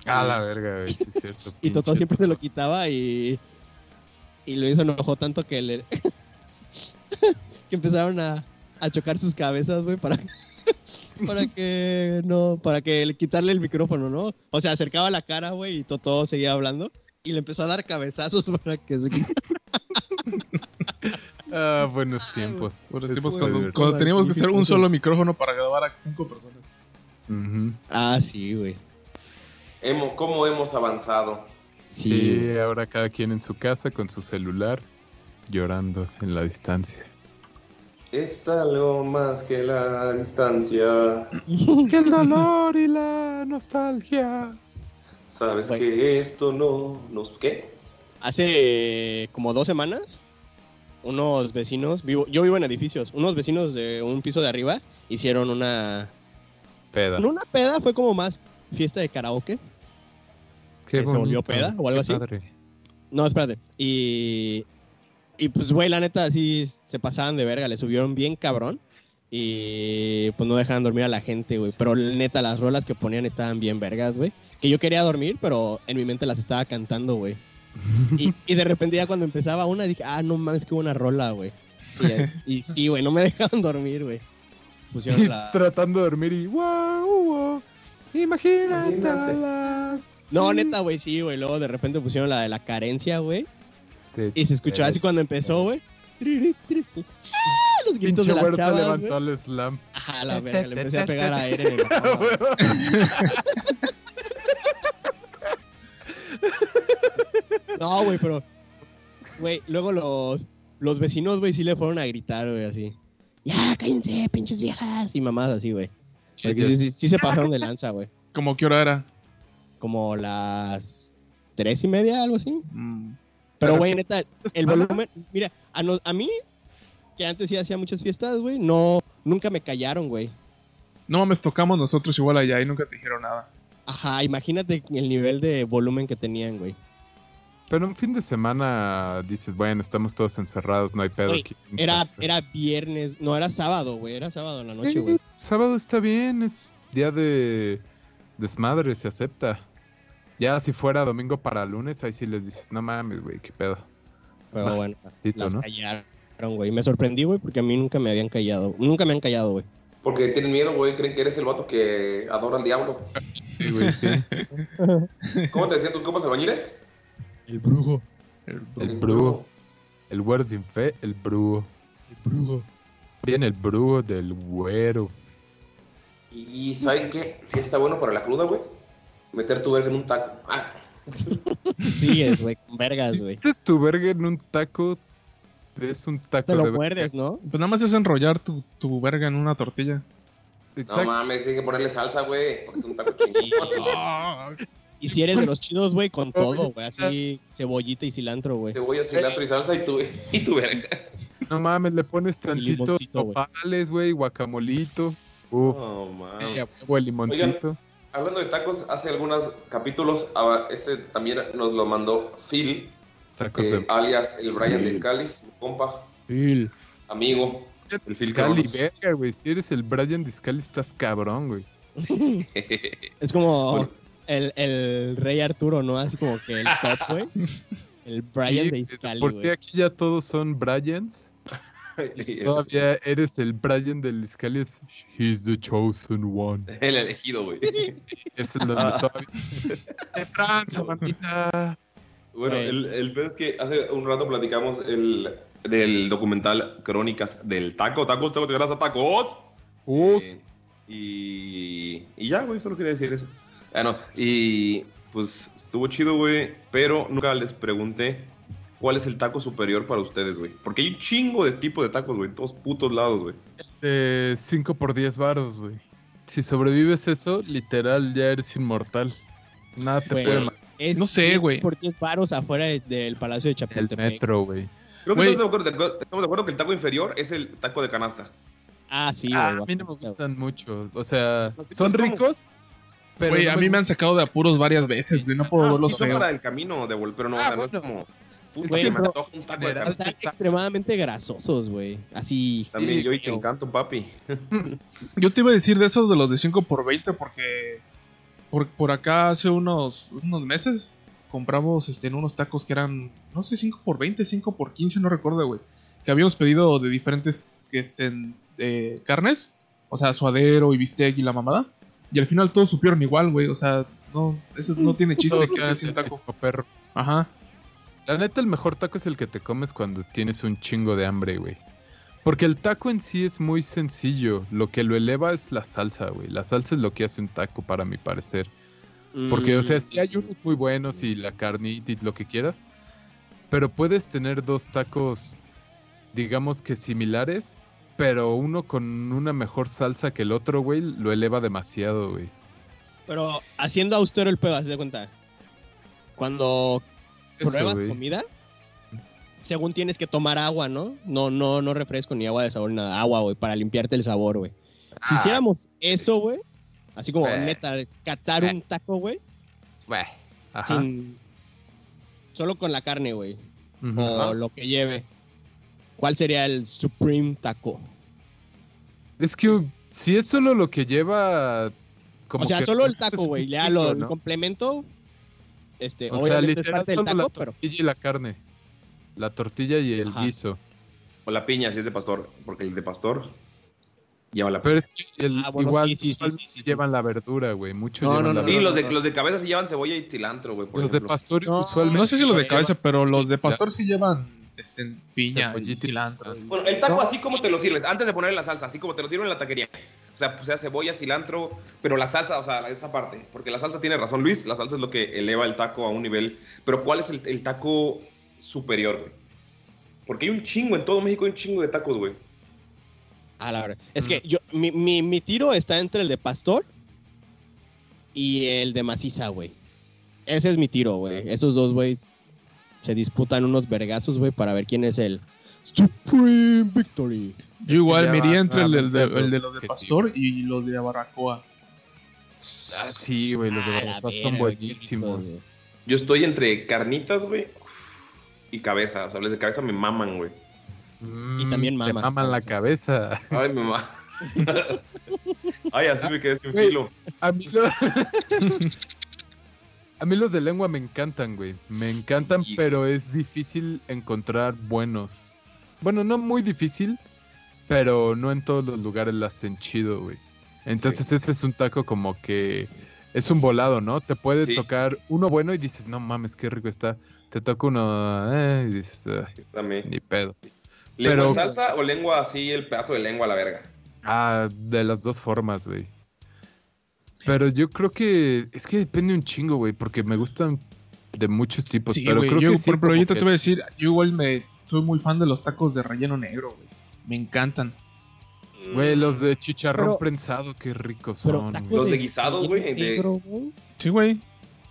G: A la verga, güey, sí es Mm, cierto.
H: y Totó
G: pinche
H: siempre se lo quitaba y, y Luis se enojó tanto que le... que empezaron a, a chocar sus cabezas, güey, para, para que no, para que le- quitarle el micrófono, ¿no? O sea, acercaba la cara, güey, y Totó seguía hablando y le empezó a dar cabezazos para que se quitara.
G: Ah, buenos tiempos.
E: Lo
G: Eso
E: recibimos
G: fue
E: cuando,
G: divertido.
E: cuando teníamos que hacer un
H: Magnífico.
E: solo micrófono para grabar a cinco personas.
G: Ujú.
H: Ah, sí, güey.
F: Hemo- ¿Cómo hemos avanzado?
H: Sí.
G: Sí, ahora cada quien en su casa con su celular llorando en la distancia.
F: Es algo más que la distancia.
G: Que el dolor y la nostalgia.
F: Sabes
H: Güey.
F: que esto no nos... ¿Qué?
H: Hace eh, como dos semanas, unos vecinos, vivo, yo vivo en edificios, unos vecinos de un piso de arriba hicieron una...
G: Peda.
H: No una peda, fue como más fiesta de karaoke.
G: Qué
H: ¿Se volvió
G: bonito,
H: peda o algo
G: qué
H: así?
G: padre.
H: No, espérate. Y, y pues, güey, la neta, así se pasaban de verga, le subieron bien cabrón. Y pues no dejaban dormir a la gente, güey. Pero la neta, las rolas que ponían estaban bien vergas, güey. Que yo quería dormir, pero en mi mente las estaba cantando, güey. Y, y de repente ya cuando empezaba una dije, ah, no mames, qué buena rola, güey. Y, y sí, güey, no me dejaban dormir, güey. Pusieron la...
G: Tratando de dormir y wow, wow. Imagínate.
F: Imagínate.
G: a las-
H: No, neta, güey, sí, güey. Luego de repente pusieron la de la carencia, güey.
G: Te-
H: Y se escuchó así cuando empezó, güey. Tri, tri, tri. ¡Ah! Los gritos
G: Pinche
H: de las
G: huerta
H: chavas, güey.
G: levantó al slam.
H: Ajá, la verga, le empecé a pegar a Eren en la cama, güey. No, güey, pero. Güey, luego los, los vecinos, güey, sí le fueron a gritar, güey, así. Ya, cállense, pinches viejas. Y mamás así, güey. Porque sí, sí- sí se pasaron de lanza, güey.
E: Como qué hora era.
H: Como las tres y media, algo así.
E: Mm,
H: Pero,
G: Pero-
H: güey, neta, el
E: Ah,
H: volumen. Mira, a, nos- a mí, que antes sí hacía muchas fiestas, güey, no, nunca me callaron, güey.
E: No mames, tocamos nosotros igual allá y nunca te dijeron nada.
H: Ajá, imagínate el nivel de volumen que tenían, güey.
G: Pero un fin de semana dices, bueno, estamos todos encerrados, no hay pedo.
H: Güey,
G: aquí.
H: Era, era viernes, no, era sábado, güey, era sábado en la noche,
G: Eh,
H: güey.
G: Sábado está bien, es día de desmadre, se acepta. Ya si fuera domingo para lunes, ahí sí les dices, no mames, güey, qué pedo.
H: Pero
G: Baj-
H: bueno,
G: Tito,
H: las
G: ¿no?
H: callaron, güey. Me sorprendí, güey, porque a mí nunca me habían callado. Nunca me han callado, güey.
I: Porque tienen miedo, güey. Creen que eres el vato que adora al diablo.
G: Sí, güey, sí.
I: ¿Cómo te decían tus compas albañiles?
H: El brujo,
E: El-
G: El brujo. El güero sin fe, el brujo.
H: el brujo.
G: Bien, el brujo del güero.
I: Y ¿saben qué? Sí está bueno para la cruda, güey. Meter tu verga en un taco. Ah,
H: Sí, es, güey, con vergas, güey.
G: Metes ¿Este tu verga en un taco, es un taco
H: Te
G: de
H: lo
G: verga.
H: muerdes, ¿no?
E: Pues nada más es enrollar tu, tu verga en una tortilla.
I: no
G: Exacto.
I: mames, hay que ponerle salsa, güey. Porque es un taco chingón.
H: Y si eres de los chidos, güey, con todo, güey. Así, cebollita y cilantro, güey.
I: Cebolla, cilantro y salsa y tu, y tu verga.
G: no mames, le pones tantitos
H: limoncito, güey.
G: nopales, güey, guacamolito. Uf,
F: Oh,
G: sí,
F: man.
G: a huevo, el limoncito.
I: Hablando de tacos, hace algunos capítulos, ah, este también nos lo mandó Phil,
G: Tacos
I: eh,
G: de...
I: alias el Brian de Scali, compa,
H: Phil.
I: amigo.
F: el Phil
G: Discali,
F: Cabros.
G: verga, güey. Si eres el Brian Discali, estás cabrón, güey.
H: Es como el, el rey Arturo, ¿no? Así como que el top, güey. El Brian
G: Sí,
H: de
G: güey,
H: Iscali,
G: Por si
H: güey.
G: aquí ya todos son Brians. y todavía eres el Brian del Discali. es, He's the chosen one.
I: El elegido, güey.
G: Es el donde todavía. ¡De Francia, bandita!
F: Bueno,
H: Güey.
F: el, el pedo es que hace un rato platicamos el, del documental Crónicas del Taco. Tacos, tacos, te ganas a tacos.
G: ¡Uf!
F: Eh, y, y ya, güey, solo quería decir eso. Ah, no. Y pues estuvo chido, güey. Pero nunca les pregunté cuál es el taco superior para ustedes, güey. Porque hay un chingo de tipo de tacos, güey, en todos putos lados, güey.
G: De 5 Eh, por 10 varos, güey. Si sobrevives eso, literal, ya eres inmortal. Nada te
H: Güey,
G: puede matar
H: Es
E: No sé,
H: 10
E: güey.
H: Por 10 varos afuera de- del Palacio de
G: el
H: Chapultepec.
G: metro, güey.
F: Creo que
E: Güey.
F: todos estamos de, acuerdo, estamos de acuerdo que el taco inferior es el taco de canasta.
H: Ah, sí, güey.
G: Ah, a mí no me
H: bastante,
G: gustan mucho. O sea,
F: Así
G: son
F: es como-
G: ricos. Pero
E: Güey,
G: no
E: a mí me han sacado de apuros varias veces, güey. No puedo
F: Ah,
E: verlos
F: sí, son
E: feo.
F: para el camino de vuelta, pero no,
G: Ah,
F: o sea, no es
G: bueno.
F: como. Puta,
H: Güey,
F: que me
H: pero-
F: antoja un taco de
G: General,
H: güey.
F: canasta.
H: Están extremadamente grasosos, güey. Así.
F: También yo y te
H: feo.
F: encanto, papi.
E: Yo te iba a decir de esos de los de 5 por 20 porque por, por acá hace unos, unos meses compramos este, en unos tacos que eran, no sé, 5 por 20, 5 por 15, no recuerdo, güey. Que habíamos pedido de diferentes que estén, eh, carnes, o sea, suadero y bistec y la mamada. Y al final todos supieron igual, güey. O sea, no, eso no tiene chiste
G: Todos
E: que
G: quedan
E: haces un taco.
G: como perro.
E: Ajá.
G: La neta, el mejor taco es el que te comes cuando tienes un chingo de hambre, güey. Porque el taco en sí es muy sencillo. Lo que lo eleva es la salsa, güey. La salsa es lo que hace un taco, para mi parecer. Porque, o
H: Mm.
G: sea, sí hay unos muy buenos y la carnita y lo que quieras. Pero puedes tener dos tacos, digamos que similares, pero uno con una mejor salsa que el otro, güey, lo eleva demasiado, güey.
H: Pero haciendo austero el pedo, ¿se da cuenta? Cuando
G: Eso,
H: pruebas
G: güey.
H: comida, según tienes que tomar agua, ¿no? No, no, no refresco ni agua de sabor ni nada. Agua, güey, para limpiarte el sabor, güey. Si hiciéramos eso, güey, así como
G: Ah, Eh.
H: neta, catar un taco, güey,
G: Güey, Ajá.
H: sin. Solo con la carne, güey.
G: Ujú.
H: O lo que lleve. ¿Cuál sería el Supreme Taco?
G: Es que si es solo lo que lleva. Como
H: o sea,
G: que-
H: solo el taco, güey.
G: Es
H: Ya
G: un
H: lo
G: chingo,
H: el
G: ¿no?
H: complemento. Este,
G: O sea,
H: obviamente
G: literal,
H: es parte del
G: solo la
H: taco, pero.
G: tortilla y la carne. La tortilla y el
H: Ajá.
G: guiso.
F: O la piña, si es de pastor, porque el de pastor lleva la piña.
G: Pero es que el,
H: Ah, bueno,
G: igual
H: sí, sí, sí,
G: usualmente
H: sí, sí, sí.
G: llevan la verdura, güey. Muchos
H: No,
G: llevan
H: no,
G: la
H: no,
F: Sí,
G: verdura.
F: los de, los de cabeza sí llevan cebolla y cilantro, güey. por
G: Los de
F: ejemplo.
G: pastor
H: No,
G: usualmente.
E: No sé si los de
G: llevan-
E: cabeza, pero los de pastor sí llevan este, piña,
G: Cebollita y
E: cilantro.
I: Bueno, el taco
H: No.
I: así como te lo sirves, antes de ponerle la salsa, así como te lo sirven en la taquería.
F: sea, pues, sea cebolla, cilantro, pero la salsa, o sea, esa parte, porque la salsa tiene razón Luis, la salsa es lo que eleva el taco a un nivel, pero ¿cuál es el, el taco superior, güey? Porque hay un chingo, en todo México hay un chingo de tacos, güey.
H: A la verdad.
G: Ah.
H: Es que yo, mi, mi, mi tiro está entre el de pastor y el de maciza, güey. Ese es mi tiro, güey. Esos dos, güey, se disputan unos vergazos, güey, para ver quién es el Supreme Victory.
E: Yo igual
G: ya
E: me
G: va
E: iría entre el, del-
G: nuevamente
E: el de
G: el
E: los de
G: objetivo.
E: pastor y los de barracoa.
G: Ah, sí, güey, los de
H: Ah, la
G: Bogotá
H: verga,
G: son
H: güey, qué rico, güey.
G: buenísimos.
F: Yo estoy entre carnitas, güey, y cabeza, o sea, los de cabeza me maman, güey.
G: Mm,
H: Y también
G: Te
H: mamas,
G: maman la cabeza.
F: Ay, me maman. Ay, así me quedé sin
G: Güey.
F: filo.
G: A mí, lo- A mí los de lengua me encantan, güey. Me encantan,
F: Sí.
G: pero es difícil encontrar buenos. Bueno, no muy difícil, pero no en todos los lugares las hacen chido, güey. Entonces ese es un taco como que es un volado, ¿no? Te puede
F: Sí.
G: tocar uno bueno y dices, no mames, qué rico está. Te toca uno eh, y dices, "Ah,
F: Está me-
G: ni pedo.
F: ¿Lengua
G: Pero-
F: en salsa o lengua así, el pedazo de lengua a la verga?
G: Ah, de las dos formas, güey. Pero yo creo que es que depende un chingo, güey, porque me gustan de muchos tipos.
E: sí,
G: Pues, pero
E: güey.
G: creo
E: Yo,
G: que
E: por
G: sí,
E: ejemplo,
G: como
E: ahorita
G: que-
E: te voy a decir, yo igual me soy muy fan de los tacos de relleno negro, güey. Me encantan.
F: Mm.
G: Güey, los de chicharrón
H: Pero-
G: prensado, qué ricos
H: Pero
G: son.
H: tacos
G: güey.
F: Los de guisado, güey, de-
H: negro, güey.
E: Sí, güey.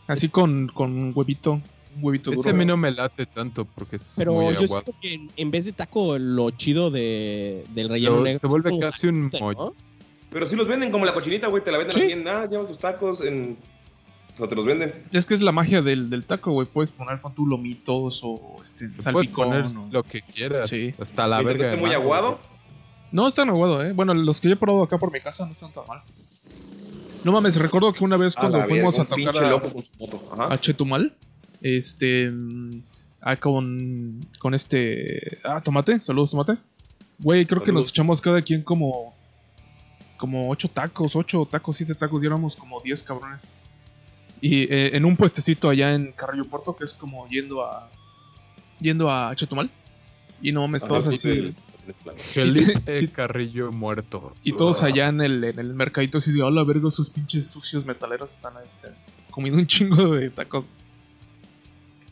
E: Así con, con un huevito. Un huevito
G: Ese
E: duro.
G: a mí no me late tanto porque es
H: Pero
G: muy
H: yo
G: aguado.
H: siento que en, en vez de taco, lo chido de, del relleno
G: Lo-
H: negro.
G: se
H: es
G: vuelve
H: como
G: casi un
H: salsita,
G: mollito.
H: ¿no?
F: Pero sí los venden como la cochinita, güey. Te la venden
E: Sí.
F: así en nada, llevan tus tacos en. O sea, te los venden.
E: Es que es la magia del, del taco, güey. Puedes poner con tu lomitos o este,
G: Le Puedes
E: salpicón.
G: poner
E: o-
G: lo que quieras.
E: Sí.
G: Hasta la
F: Mientras no
G: verga.
F: esté
G: de
F: muy
G: mango,
F: aguado.
E: No, están aguado, eh. Bueno, los que yo he probado acá por mi casa no están tan mal. No mames, recuerdo que una vez
F: a la
E: cuando fuimos
F: verga, un
E: a tocar
F: pinche
E: a,
F: loco con su foto. Ajá.
E: a Chetumal. Este. mm, ah, con. Con este. Ah, tomate. Saludos, tomate. Güey, creo que
F: Saludos.
E: nos echamos cada quien como. Como ocho tacos, ocho tacos, siete tacos. Diéramos como 10 cabrones. Y eh, en un puestecito allá en Carrillo Puerto, que es como yendo a. Yendo a Chetumal. Y no mames,
F: Ajá,
E: todos
F: sí,
E: así.
F: del- del plan.
G: Felipe Carrillo muerto.
E: Y todos allá en el, en el mercadito así de, hola, verga, esos pinches sucios metaleros están este, comiendo un chingo de tacos.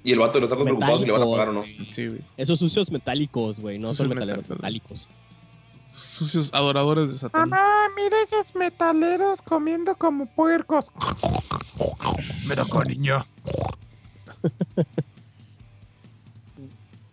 F: Y el vato de los tacos preocupados si le van a pagar o no.
H: Metálicos,
E: Sí, güey.
H: Esos sucios metálicos, güey, no
E: Sucios
H: son metaleros,
E: metálicos.
H: metálicos.
E: sucios adoradores de Satán.
G: Ah. mira esos metaleros comiendo como puercos. Me tocó, niño.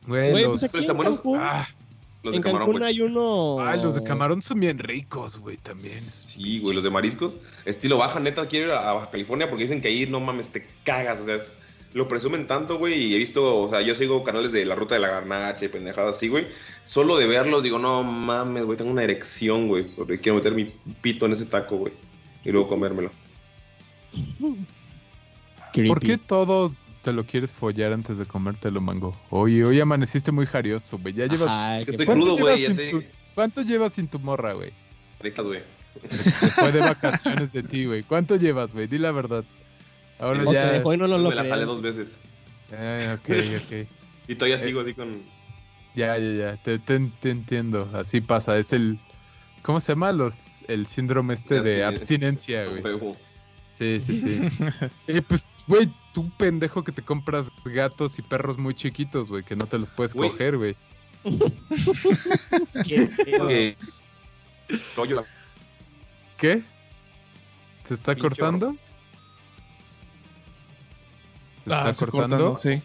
G: Güey,
H: Güey,
G: Eh, los,
H: pues aquí
F: están
H: en
F: buenos.
H: Cancún,
G: ah,
F: Los pues. de
H: en
F: camarón,
H: Cancún
F: güey.
H: hay uno...
G: ah, los de camarón son bien ricos, güey, también.
F: Sí, güey, los de mariscos. Estilo baja, neta, quiero ir a a Baja California porque dicen que ahí no mames, te cagas. O sea, es- lo presumen tanto, güey. Y he visto, o sea, yo sigo canales de la ruta de la garnacha y pendejadas así, güey. Solo de verlos digo, no mames, güey, tengo una erección, güey. Porque quiero meter mi pito en ese taco, güey. Y luego comérmelo.
H: Creepy.
G: ¿Por qué todo te lo quieres follar antes de comértelo, mango? Oye, hoy amaneciste muy jarioso, güey. Ya llevas.
H: Ajá,
F: Que
H: que-
F: estoy
G: ¿cuánto
F: crudo, güey.
G: llevas
F: Ya
G: sin
F: te
G: tu- ¿Cuánto llevas sin tu morra, güey?
F: dejas, güey.
G: Después de vacaciones de ti, güey. ¿Cuánto llevas, güey? Di la verdad. Ahora
H: o te
G: ya.
H: dejó y no lo
F: Me la
H: logré.
F: jalé dos veces.
G: Eh, ok, ok.
F: Y todavía sigo así con.
G: Ya, ya, ya, te, te- te entiendo, así pasa, es el, ¿cómo se llama? Los, el síndrome este de abstinencia, Eh, güey.
F: huevo.
G: Sí, sí, sí. Eh, pues, güey, tú pendejo que te compras gatos y perros muy chiquitos, güey, que no te los puedes
F: Güey.
G: coger, güey.
H: ¿Qué?
F: Que- No, yo la-
G: ¿Qué? ¿Se está
F: Pinche
G: cortando? ¿Se
E: Ah,
G: está
E: sí,
G: cortando?
E: cortando, sí.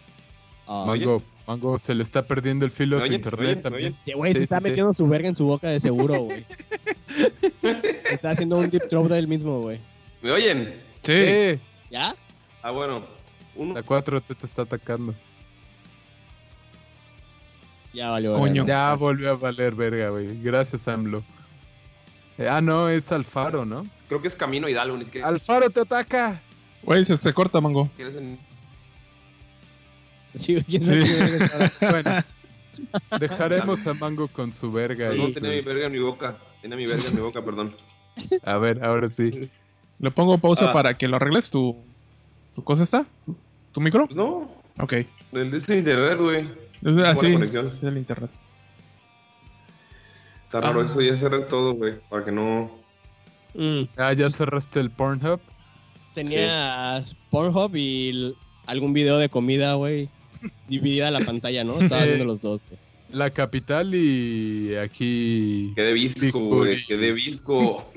H: Ah,
F: Oye.
G: Mango, Mango, se le está perdiendo el filo
F: ¿Me
G: a tu
F: oyen? ¿Me oyen?
G: internet
F: ¿Me
G: también.
F: oyen?
H: Este güey
G: Sí,
H: se está
G: sí, sí.
H: metiendo su verga en su boca de seguro, güey. está haciendo un deep throat del mismo, güey.
F: ¿Me oyen?
E: Sí.
G: Eh,
H: ¿Ya?
F: Ah, bueno. Un-
G: La 4 te, te está atacando.
H: Ya valió.
E: Coño.
H: verga.
G: Ya volvió a valer verga, güey. Gracias, AMLO. Eh, ah, no, es Alfaro, ¿no?
F: Creo que es Camino Hidalgo, ni siquiera.
G: Alfaro te ataca.
E: Güey, se, se corta, mango.
F: ¿Quieres en-
H: Sí, güey, quién sabe
E: Sí.
H: qué verga estaba.
G: Bueno, dejaremos a Mango con su verga.
F: No
G: ahí,
F: tenía mi
G: pues.
F: verga en mi boca. Tenía mi verga en mi boca, perdón.
G: A ver, ahora sí.
E: Le pongo pausa
F: Ah.
E: para que lo arregles. ¿Tu, tu cosa está? ¿Tu, tu micro?
F: Pues no,
E: Ok.
F: el de ese internet, güey.
E: Es así.
F: conexión.
E: Es el internet.
F: Está raro
E: Ah.
F: eso, ya cerré todo, güey. Para que no.
H: Mm,
G: Ah, ya cerraste el Pornhub.
H: Tenía Pornhub y l- algún video de comida, güey. Dividida la pantalla, ¿no? Estaba viendo los dos. güey.
G: La capital y aquí.
F: Qué de visco, güey. Qué de visco.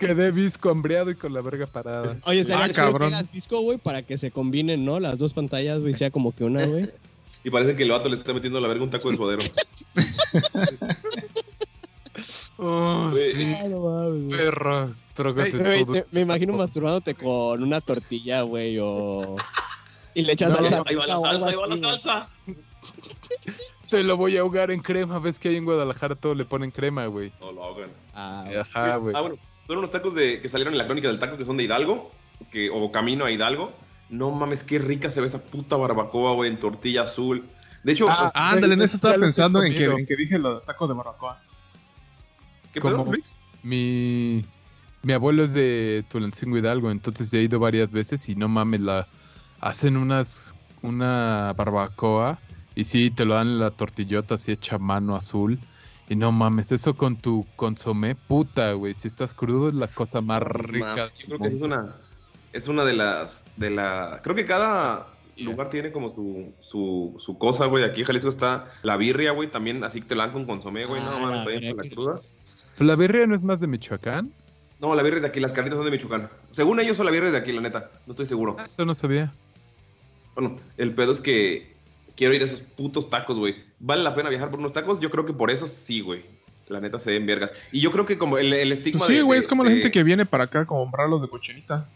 G: Quedé visco hambreado y con la verga parada.
H: Oye, estaría
E: Ah,
H: chido que
E: cabrón.
H: hagas disco, güey, para que se combinen, ¿no? Las dos pantallas, güey, sea como que una, güey.
F: Y parece que el vato le está metiendo a la verga un taco de suadero.
E: Oh,
F: Güey,
H: Ah, no mames, güey.
G: Perro, trógate
H: Güey,
G: todo.
H: te- me imagino masturbándote con una tortilla, güey, o... Y le echas salsa.
I: Ahí va la
H: o algo
I: salsa, ahí va
H: así,
I: la
H: güey.
I: salsa.
G: Te lo voy a ahogar en crema. Ves que ahí en Guadalajara todo le ponen crema, güey.
F: No lo hagan.
H: Ah,
G: Ajá, güey.
F: Ah, bueno, son unos tacos de, que salieron en la crónica del taco que son de Hidalgo, que, o camino a Hidalgo. No mames, qué rica se ve esa puta barbacoa, güey, en tortilla azul. De hecho,
G: Ah,
F: o sea,
E: ándale, en eso estaba
G: Ya lo he
E: pensando en que,
G: comido.
E: en que dije lo de taco de barbacoa.
F: ¿qué pedo,
G: ¿cómo?
F: Luis?
G: Mi, mi abuelo es de Tulancingo Hidalgo, entonces ya he ido varias veces y no mames, la hacen unas una barbacoa y sí, te lo dan en la tortillota así hecha a mano azul. Y no mames, eso con tu consomé, puta, güey. Si estás crudo es la cosa más rica.
F: Mames,
G: del
F: Yo creo que esa es
G: mundo.
F: una, es una de las, de la, creo que cada lugar tiene como su, su, su cosa, güey. Aquí en Jalisco está la birria, güey, también así te la dan con consomé, güey.
H: Ah,
F: no mames,
H: la
F: también para
H: birria.
F: la cruda.
G: ¿La birria no es más de Michoacán?
F: No, la birria es de aquí, las carnitas son de Michoacán. Según ellos, son la birria es de aquí, la neta. No estoy seguro.
G: Ah, Eso no sabía.
F: Bueno, el pedo es que quiero ir a esos putos tacos, güey. ¿Vale la pena viajar por unos tacos? Yo creo que por eso sí, güey. La neta se ven vergas. Y yo creo que como el, el estigma
E: Pues
F: de-
E: sí, güey,
F: de-
E: es como la
F: de-
E: gente que viene para acá a comprar los de cochinita.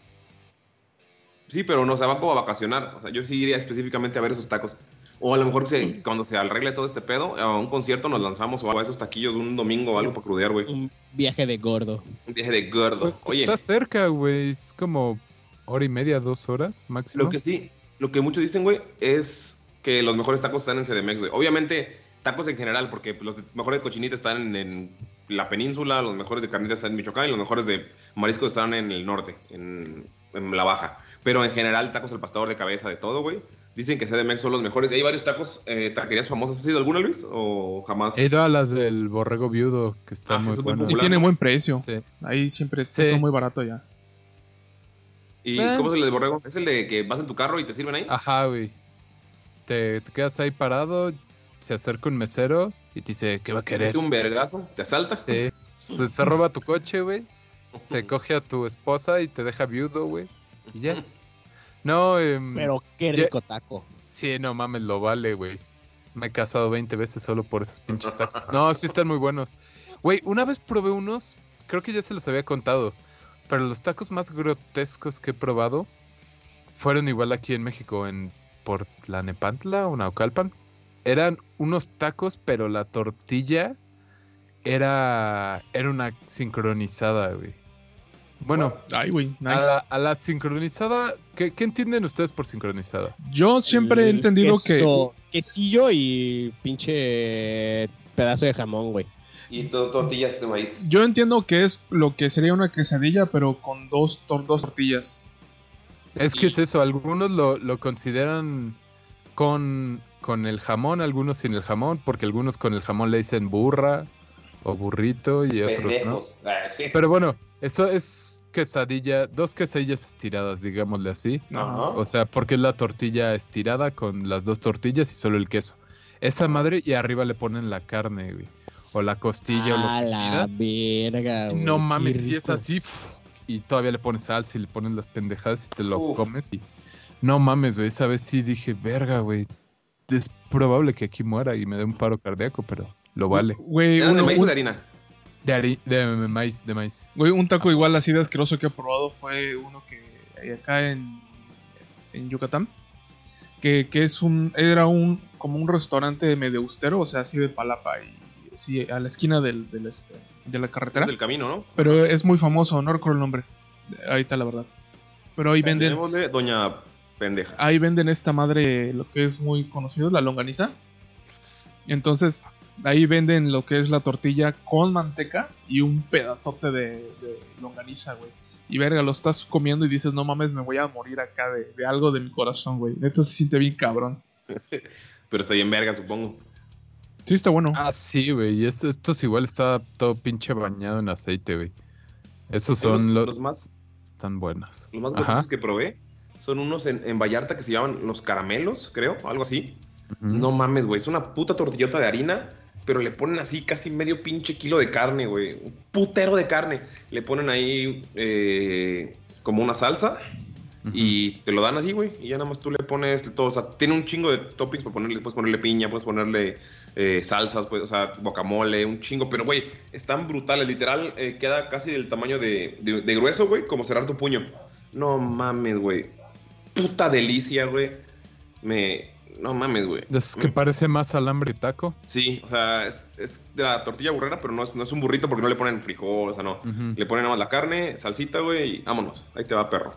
F: Sí, pero no, se van como a vacacionar. O sea, yo sí iría específicamente a ver esos tacos. O a lo mejor se- cuando se arregle todo este pedo, a un concierto nos lanzamos o a esos taquillos un domingo o algo para crudear, güey.
H: un viaje de gordo.
F: Un viaje de gordo.
G: Pues
F: Oye,
G: está cerca, güey. Es como hora y media, dos horas máximo.
F: Lo que sí, lo que muchos dicen, güey, es que los mejores tacos están en CDMX, güey. Obviamente, tacos en general, porque los de- mejores de cochinita están en, en la península, los mejores de carnita están en Michoacán y los mejores de mariscos están en el norte, en, en la baja. Pero en general, tacos al pastador de cabeza, de todo, güey. Dicen que CDMX son los mejores. Hay varios tacos, eh, taquerías famosas. ¿Has sido alguna, Luis? ¿O jamás?
G: He ido a las del borrego viudo, que está
F: Ah, sí,
G: muy
F: son muy
G: buena.
E: Y
F: Claro.
E: tiene buen precio.
G: Sí.
E: Ahí siempre
G: Sí.
E: está todo muy barato ya.
F: ¿Y
G: Eh.
F: cómo es el de borrego? ¿Es el de que vas en tu carro y te sirven ahí?
G: Ajá, güey. Te, te quedas ahí parado, se acerca un mesero y te dice, ¿qué va a
F: Te
G: querer?
F: mete un vergazo, te asalta.
G: Sí. Se, se roba tu coche, güey. Se coge a tu esposa y te deja viudo, güey. Y ya. No, em,
H: Pero qué
G: Ya-
H: rico taco.
G: sí, no mames, lo vale, güey. Me he casado 20 veces solo por esos pinches tacos. No, sí están muy buenos. Güey, una vez probé unos, creo que ya se los había contado, pero los tacos más grotescos que he probado fueron igual aquí en México, en Portlanepantla o Naucalpan. Eran unos tacos, pero la tortilla era, era una sincronizada, güey. Bueno,
E: Ay, güey, nice.
G: a, la, a la sincronizada, ¿qué, qué entienden ustedes por sincronizada?
E: Yo siempre he
H: El
E: entendido que.
H: queso- Quesillo y pinche pedazo de jamón, güey.
I: Y todo tortillas de maíz.
E: Yo entiendo que es lo que sería una quesadilla, pero con dos, tor- dos tortillas.
G: Es que es eso, algunos lo, lo consideran con, con el jamón, algunos sin el jamón, porque algunos con el jamón le dicen burra o burrito y otros no.
I: Pendejos. Ah, sí.
G: Pero bueno, eso es quesadilla, dos quesadillas estiradas, digámosle así.
E: Ajá.
G: O sea, porque es la tortilla estirada con las dos tortillas y solo el queso. Esa madre y arriba le ponen la carne, güey. O la costilla o
H: a
G: lo que
H: la
G: quieras.
H: verga, güey.
G: No
H: qué
G: mames, si es
H: rico.
G: así. pf, y todavía le pones salsa y le pones las pendejadas y te lo
I: Uf.
G: comes. Y... No mames, güey. Esa vez sí dije, verga, güey. Es probable que aquí muera y me dé un paro cardíaco, pero lo vale.
E: Güey,
F: ¿Eran de
E: uno-
F: maíz o
E: un,
F: de harina?
G: De, hari- de maíz, de maíz.
E: güey, un taco igual así de asqueroso que he probado fue uno que hay acá en, en Yucatán. Que, que es un. Era un. como un restaurante medio austero, o sea, así de palapa. Y así a la esquina del, del este, de la carretera.
F: Del camino, ¿no?
E: Pero es muy famoso, no recuerdo el nombre. Ahorita la verdad. Pero ahí venden.
F: Tenemos de Doña Pendeja.
E: ahí venden esta madre, lo que es muy conocido, la longaniza. Entonces, ahí venden lo que es la tortilla con manteca y un pedazote de, de longaniza, güey. Y verga, lo estás comiendo y dices, no mames, me voy a morir acá de, de algo de mi corazón, güey. Neta se siente bien cabrón.
F: Pero está bien verga, supongo.
E: Sí, está bueno.
G: Ah, sí, güey. y es- Estos igual está todo pinche bañado en aceite, güey. Esos son
F: los,
G: los,
F: los más,
G: están buenos.
F: los más
G: Ajá.
F: gotosos que probé son unos en, en Vallarta que se llaman los caramelos, creo, algo así.
G: Ujú.
F: No mames, güey. Es una puta tortillota de harina, pero le ponen así casi medio pinche kilo de carne, güey. Un putero de carne. Le ponen ahí eh, como una salsa
G: Ujú.
F: y te lo dan así, güey. Y ya nada más tú le pones todo. O sea, tiene un chingo de toppings para ponerle. Puedes ponerle piña, puedes ponerle eh, salsas, pues, o sea, guacamole, un chingo. Pero, güey, están brutales. Literal, eh, queda casi del tamaño de, de- de grueso, güey, como cerrar tu puño. No mames, güey. Puta delicia, güey. Me. No mames, güey.
G: Es que parece más alambre que taco.
F: Sí, o sea, es, es de la tortilla burrera, pero no es, no es un burrito porque no le ponen frijol, o sea, no.
G: Ujú.
F: Le ponen nada más la carne, salsita, güey, y vámonos. Ahí te va, perro.